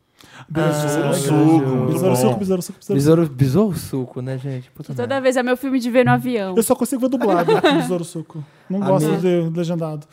Besouro
suco, muito
Besouro suco, besouro
bom.
suco, besouro suco.
Besouro, besouro suco, né, gente? Puta merda.
Toda vez é meu filme de
Hum.
ver no avião.
Eu só consigo ver dublado com besouro suco. Não gosto
minha-
de legendado.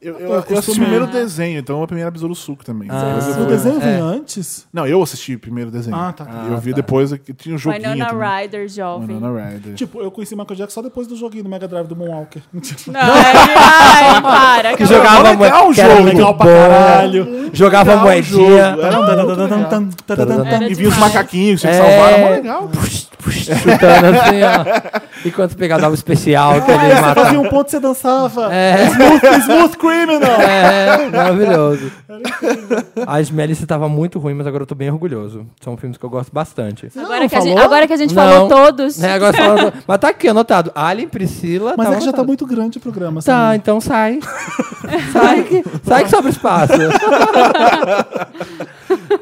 Eu, eu,
Eu
eu assisti o
costumo-
primeiro desenho, então é o primeiro Besouro Suco também. Mas eu
o
fui-
desenho vem
é.
antes?
Não, eu assisti o primeiro desenho.
Ah, tá, tá.
eu vi depois, é que tinha o joguinho
Winona
também. é
Ryder, jovem.
Winona Ryder.
Tipo, eu conheci Michael Jackson só depois do joguinho do Mega Drive do Moonwalker.
Tá.
Não, é- ai, para.
Que
acabou.
jogava
é legal o
que era
jogo.
Legal pra
bom,
é
caralho.
Jogava
Legal o
moedinha.
jogo, é.
Era
E vi os
demais.
macaquinhos que
É.
se salvaram, é mó legal.
Pux, pux, chutando assim, ó. E quando pegava dava o especial, que ele
Você fazia
matava.
um ponto e você dançava.
É,
Smooth, smooth Criminal.
é, maravilhoso. A Smelly tava muito ruim, mas agora eu tô bem orgulhoso. São filmes que eu gosto bastante.
Agora,
Não,
que a gente,
falou?
agora que a gente
Não.
falou todos.
É, agora falando- Mas tá aqui anotado. Alien, Priscila.
Mas
tá
é que já tá
anotado.
muito grande o programa.
Tá,
sabe?
então sai. sai, que, sai que sobra espaço.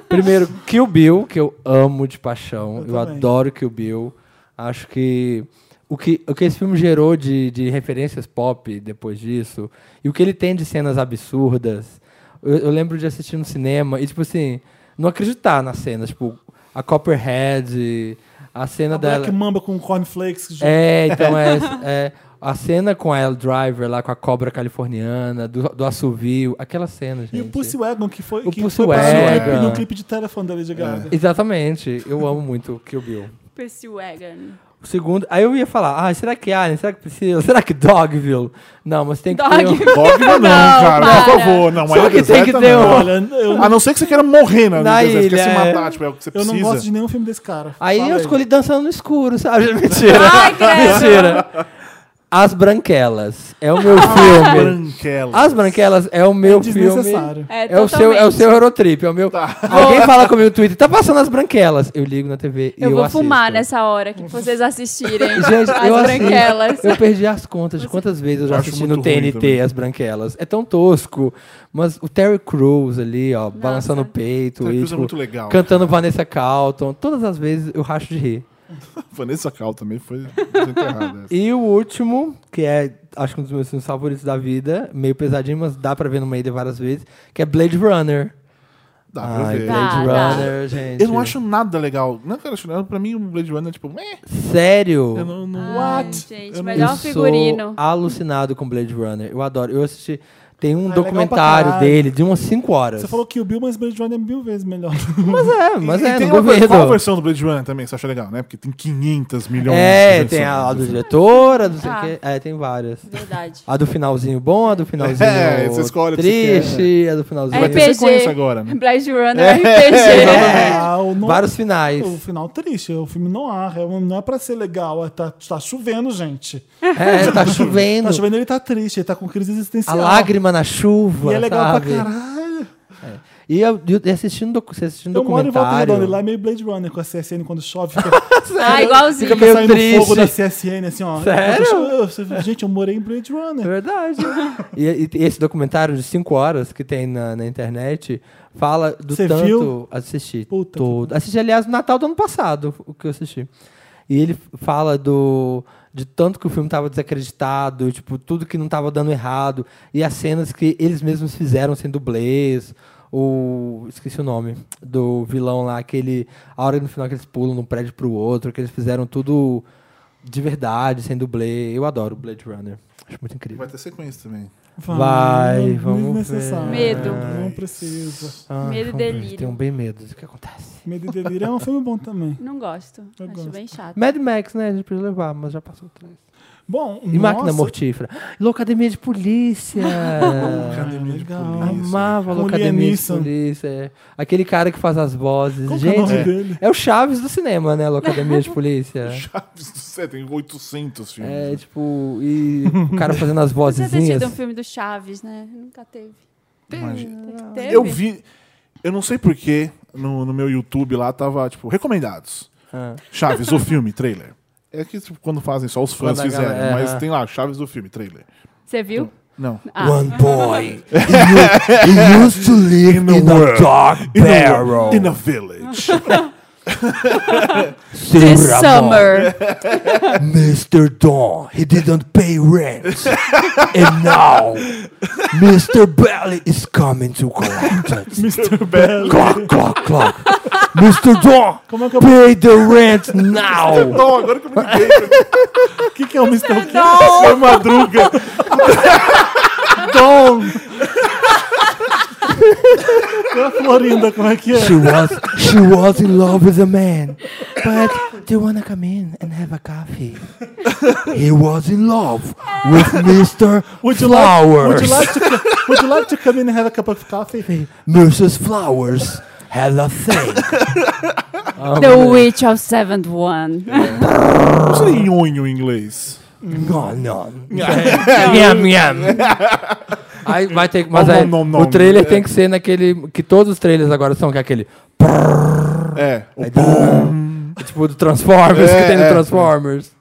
Primeiro, Kill Bill, que eu amo de paixão. Eu,
também.
adoro Kill Bill. Acho que o que, o que esse filme gerou de, de referências pop depois disso, e o que ele tem de cenas absurdas. Eu, eu lembro de assistir no cinema e, tipo assim, não acreditar nas cenas. Tipo, a Copperhead, a cena
A
então, dela.
Black Mamba com cornflakes. gente.
É, então é, é a cena com a L Driver lá com a cobra californiana, do, do assovio, aquela cena, gente.
E o Pussy Wagon, que foi,
O
que
Pussy
foi pra
Wagon.
clipe,
É.
no clipe de telefone da Lady Gaga.
Exatamente, eu amo muito o Kill Bill.
Percy Wagon.
O segundo, aí eu ia falar, ah, será que Alien, será que Priscila, será que Dogville? Não, mas tem que ter
Dog.
um...
Dogma não,
Não,
cara,
para.
por favor. Não,
Só
é
que tem
deserta,
que ter
não.
um-
Olha, eu,
A não ser que você queira morrer na,
Na
na deserto, quer se
ilha, é.
matar, tipo, é o que você
eu
precisa.
não gosto de nenhum filme desse cara.
Aí
Fala
eu escolhi dançando no escuro, sabe? Mentira.
Ai, credo.
Mentira. As Branquelas é o meu filme.
Branquela.
As Branquelas é o meu filme.
Desnecessário.
É,
É, o seu, é o
totalmente.
seu Eurotrip, é o meu. Alguém fala comigo no Twitter, tá passando as branquelas. Eu ligo na TV e
Eu, vou
assisto.
fumar nessa hora que vocês assistirem
Gente,
as
eu assisto.
branquelas.
Eu perdi as contas de quantas vezes eu já
Eu acho
assisti
muito
no
ruim
TNT
também.
as branquelas. É tão tosco. Mas o Terry Crews ali, ó, balançando o peito.
Terry
e,
Crews é
tipo,
muito legal,
Cantando Vanessa Carlton. Todas as vezes eu racho de rir.
Vanessa Cal também foi desenterrada. essa.
E o último, que é, acho que um dos meus filmes favoritos da vida, meio pesadinho, mas dá pra ver no meio de várias vezes, que é Blade Runner.
Dá pra
Ai,
ver.
Tá,
Blade
dá.
Runner, gente.
Eu não acho nada legal. Não, cara, acho- pra mim o Blade Runner é tipo, meh,
Sério?
eu não, não
Ai,
What?
gente,
Eu
melhor
eu
figurino.
sou alucinado com Blade Runner. Eu adoro. Eu assisti. Tem um
Ah, legal
documentário
pra caralho.
dele de umas 5 horas.
É.
Você falou que o Bill, mas Blade Runner é mil vezes melhor.
Mas é, mas
E- e
é,
tem
não
uma,
governo.
qual a versão do Blade Runner também, você acha legal, né? Porque tem 500 milhões
É,
de
tem a, a do
versões.
diretor, a do sei
Ah.
quê. É, tem várias.
Verdade.
A do finalzinho bom, a do finalzinho
É, você escolhe o que você
triste, a do finalzinho.
Vai ter
RPG.
sequência agora, né?
Blade Runner
É,
RPG.
Ah, o no-
Vários finais.
O final triste, o filme no ar. é um- Não é pra ser legal. é Tá, tá chovendo, gente.
É, tá chovendo.
Tá chovendo, ele tá triste, ele tá com crise
A
existencial.
lágrima na chuva.
E é legal
sabe?
pra caralho.
E eu, e assistindo, docu- você assistindo
Eu moro em Volta
Um documentário.
Redonda, e lá é meio Blade Runner com a CSN quando chove. Fica,
Ah, igualzinho.
Fica
fica
meio
saindo
triste.
fogo da CSN, assim, ó.
Sério?
Eu- eu- eu- gente, eu morei em Blade Runner.
Verdade. né? e, e esse documentário de 5 horas que tem na, na internet fala do
Você
tanto
viu?
assisti
Puta que
todo. Assisti, aliás, no Natal do ano passado, o que eu assisti. E ele fala do de tanto que o filme tava desacreditado, tipo, tudo que não tava dando errado, e as cenas que eles mesmos fizeram sem dublês. O. Esqueci o nome. Do vilão lá, aquele. A hora no final que eles pulam de um prédio pro outro, que eles fizeram tudo de verdade, sem dublê. Eu adoro Blade Runner. Acho muito incrível.
Vai ter sequência também.
Vai,
não-
vamos
desnecessário.
ver.
Medo.
Não precisa.
Ah,
Medo e
vamos ver.
delírio.
Tenho bem medo do que acontece.
Medo e Delírio é um filme bom também.
Não gosto.
Eu
Acho
gosto.
bem chato.
Mad Max, né? A gente precisa levar, mas já passou três.
Bom,
E máquina
nossa,
mortífera. Locademia de polícia. Ah,
Academia de
legal.
Polícia.
Amava
Com o
Locademia de
Lianisson.
polícia. é. Aquele cara que faz as vozes.
Qual que é o
Gente,
nome dele?
é o Chaves do cinema, né? Locademia de polícia.
Chaves do céu, tem 800 filmes.
É, tipo, e o cara fazendo as
Podia ter tido um
vozezinhas.
filme do Chaves, né? Nunca teve.
Imagina.
Teve?
Eu vi. Eu não sei porquê, no, no meu YouTube lá tava, tipo, recomendados.
Ah.
Chaves, o filme, trailer. É que tipo, quando fazem, só os fãs
Quando a
fizeram.
galera-
mas
é.
tem lá, Chaves do filme, trailer.
Você viu? Ah,
Não.
One boy. He u- he used to live
a
in a
world.
dark
In a-
barrel.
In a village.
Seu
This
Ramon.
summer.
Mr. Don, he didn't pay rent. and now, Mr. Belly is coming to collect it.
Mr. Bell.
clock, clock, clock. Mr. Don,
Como é que eu-
pay the rent now.
não, agora que eu me liguei.
O que, que é o Mr.
Não!
Foi Madruga. Dom. E a Florinda, como é que é?
She was, she was in love with a man, but they wanna come in and have a coffee. He was in love with Mr.
Would you
Flowers.
Would you, like to, co- would you like to come in and have a cup of coffee?
Mrs. Flowers had a thing. Oh,
The Witch of Seventh One.
Não sei é nhonho em inglês.
Não, não. Nham, nham. Aí vai ter que. Mas
Não,
aí,
não, não,
o
não.
trailer tem que ser naquele. Que todos os trailers agora são, que é aquele.
É. o-
Tipo do Transformers,
É,
que tem no
é.
Transformers.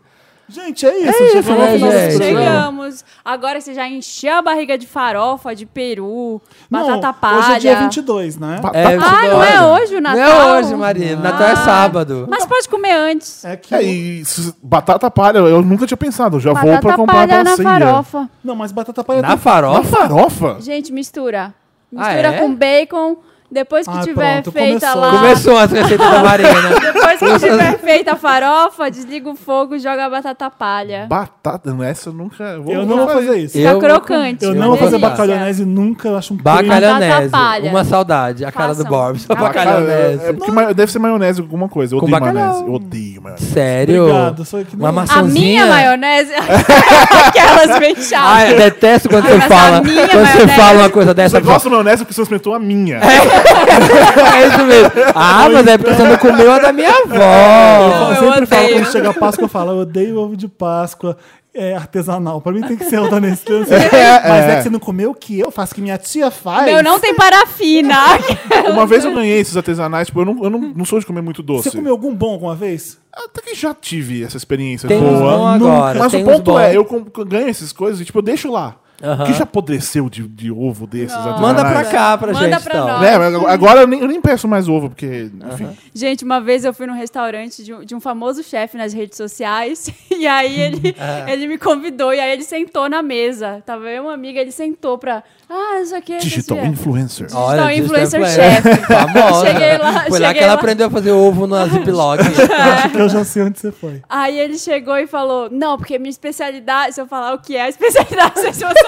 Gente, é isso. É
isso, né,
Nós
gente?
chegamos. Agora você já encheu a barriga de farofa, de peru, batata palha.
Hoje é dia 22, né?
Batata-
É,
Ah, não é hoje o
Não
Natal?
é hoje, Maria. Natal é
Ah,
sábado.
Mas pode comer antes.
É que
É, e s- batata palha, eu nunca tinha pensado. Já vou pra
Batata
comprar
palha
pra
na
ceia.
farofa.
Não, mas batata palha
Na
tem...
Uma
farofa?
farofa?
Gente, mistura.
Ah,
Mistura
é?
com bacon. Depois que
Ah,
tiver
pronto,
feita
começou.
lá.
Começou as receitas da Marina.
Depois que tiver feita a farofa, desliga o fogo e joga a batata palha.
Batata, não, essa eu nunca. Vou,
Eu não vou fazer isso.
Eu
Fica
não-
tá crocante.
Eu
Eu
não vou fazer
Delícia.
bacalhonese nunca, eu acho um crime.
Bacalhonese.
Batata palha.
Uma saudade. A cara do
Façam.
Bob. Só
Bacalhau, É, é
bacalhonese.
porque ma- deve ser maionese alguma coisa. Eu
Com
odeio
bacalhau.
maionese. Eu odeio maionese.
Sério?
Obrigado. Só que
Uma
não-
A minha
maçãzinha?
maionese. Aquelas bem
Ah, eu
chatas.
detesto quando você
Mas a
fala. Quando
minha
você
maionese-
fala uma coisa dessa.
Você
a pessoa-
gosta de maionese porque você experimentou a minha.
É isso mesmo. Ah, mas é porque você não comeu a da minha avó.
Eu
eu
sempre falo
odeio.
quando chega a Páscoa, eu falo, eu odeio ovo de Páscoa. É artesanal. Pra mim tem que ser o da Nestlé. Mas é que você não comeu o que eu faço, que minha tia faz.
Meu não tem parafina.
Uma vez eu ganhei esses artesanais, tipo, eu não, eu não, não sou de comer muito doce.
Você comeu algum bom alguma vez?
Até que já tive essa experiência
Tem uns bons
boa.
agora.
Mas
tem
o
uns
ponto
bons.
é, eu com- ganho essas coisas e, tipo, eu deixo lá. O que já apodreceu de, de ovo desses artesanais?
Manda pra cá pra
Manda
gente,
pra
então.
nós.
É, mas agora eu nem, eu nem peço mais ovo, porque, enfim.
Gente, uma vez eu fui num restaurante de um, de um famoso chefe nas redes sociais e aí ele, ele me convidou e aí ele sentou na mesa. Tava eu e uma amiga, ele sentou pra... Ah, isso aqui é...
Digital influencer.
Digital influencer chefe.
Famosa.
Cheguei lá,
Foi lá que
cheguei
ela
lá.
aprendeu a fazer ovo na Ziploc.
Acho que eu já sei onde você foi.
Aí ele chegou e falou, não, porque minha especialidade... Se eu falar o que é a especialidade, vocês vão saber.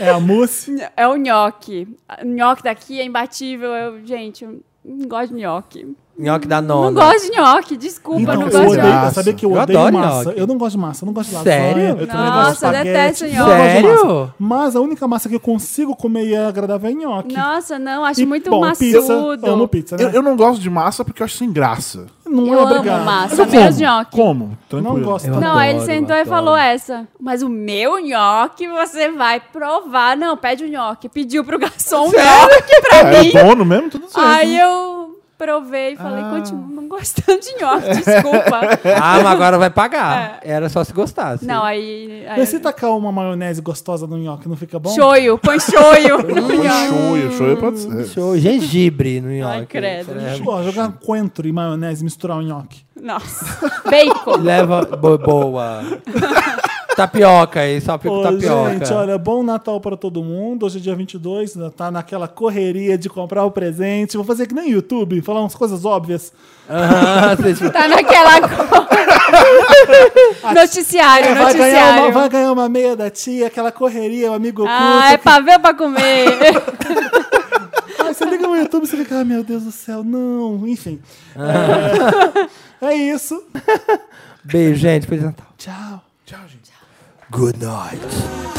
É a mousse?
É o nhoque. O nhoque daqui é imbatível. Eu, gente, eu não gosto de nhoque.
Nhoque da nona.
Não gosto de nhoque, desculpa,
Então,
não
eu
gosto de
odeio,
nhoque.
nhoque.
sabia que eu,
Eu
odeio
adoro
massa.
nhoque.
Eu não gosto de massa, eu não gosto de lasanha.
Sério?
Eu também não gosto de
Nossa, eu
espaguete,
detesto
não gosto de
Sério?
massa. Mas a única massa que eu consigo comer e é agradável é nhoque.
Nossa, não, acho
E,
muito
bom, Pizza,
maçudo.
amo
tá
pizza, né?
Eu, eu não gosto de massa porque eu acho sem graça.
não
eu
é
amo
obrigado.
massa.
Mas
Só
eu como,
menos nhoque.
Como? Tranquilo.
Não gosto.
Eu
tanto.
Não, aí ele
Adoro,
sentou e
adoro.
falou essa. Mas o meu nhoque você vai provar. Não, pede o nhoque. Pediu pro garçom o nhoque pra
É,
mim.
é dono mesmo, tudo certo.
Aí eu provei e falei, continuo não gostando de nhoque, desculpa.
Ah, mas agora vai pagar. Era só se gostasse.
É. não, aí... aí
E se tacar uma maionese gostosa no nhoque, não fica tá bom?
Shoyu, põe shoyu.
Põe shoyu, shoyu pode ser.
Show. Gengibre no nhoque.
credo.
Leva-
Pô, Tipo, jogar coentro e maionese, misturar o nhoque.
Nossa. Bacon.
Leva bo- boa. tapioca aí, só pico
Ô,
tapioca.
gente, olha, bom Natal pra todo mundo. Hoje é dia 22, ainda tá naquela correria de comprar o presente. Vou fazer que nem YouTube, falar umas coisas óbvias.
Aham, vocês-
Tá naquela cor.
vai, ganhar
noticiário,
uma,
noticiário.
vai ganhar uma meia da tia, aquela correria, o amigo oculto.
Ah, é pra ver ou pra comer?
Aí Você liga no YouTube e você fica, ah, meu Deus do céu, não. Enfim. É, é isso.
Ah. Beijo, gente. Feliz Natal.
Tchau.
Tchau, gente.
Good night.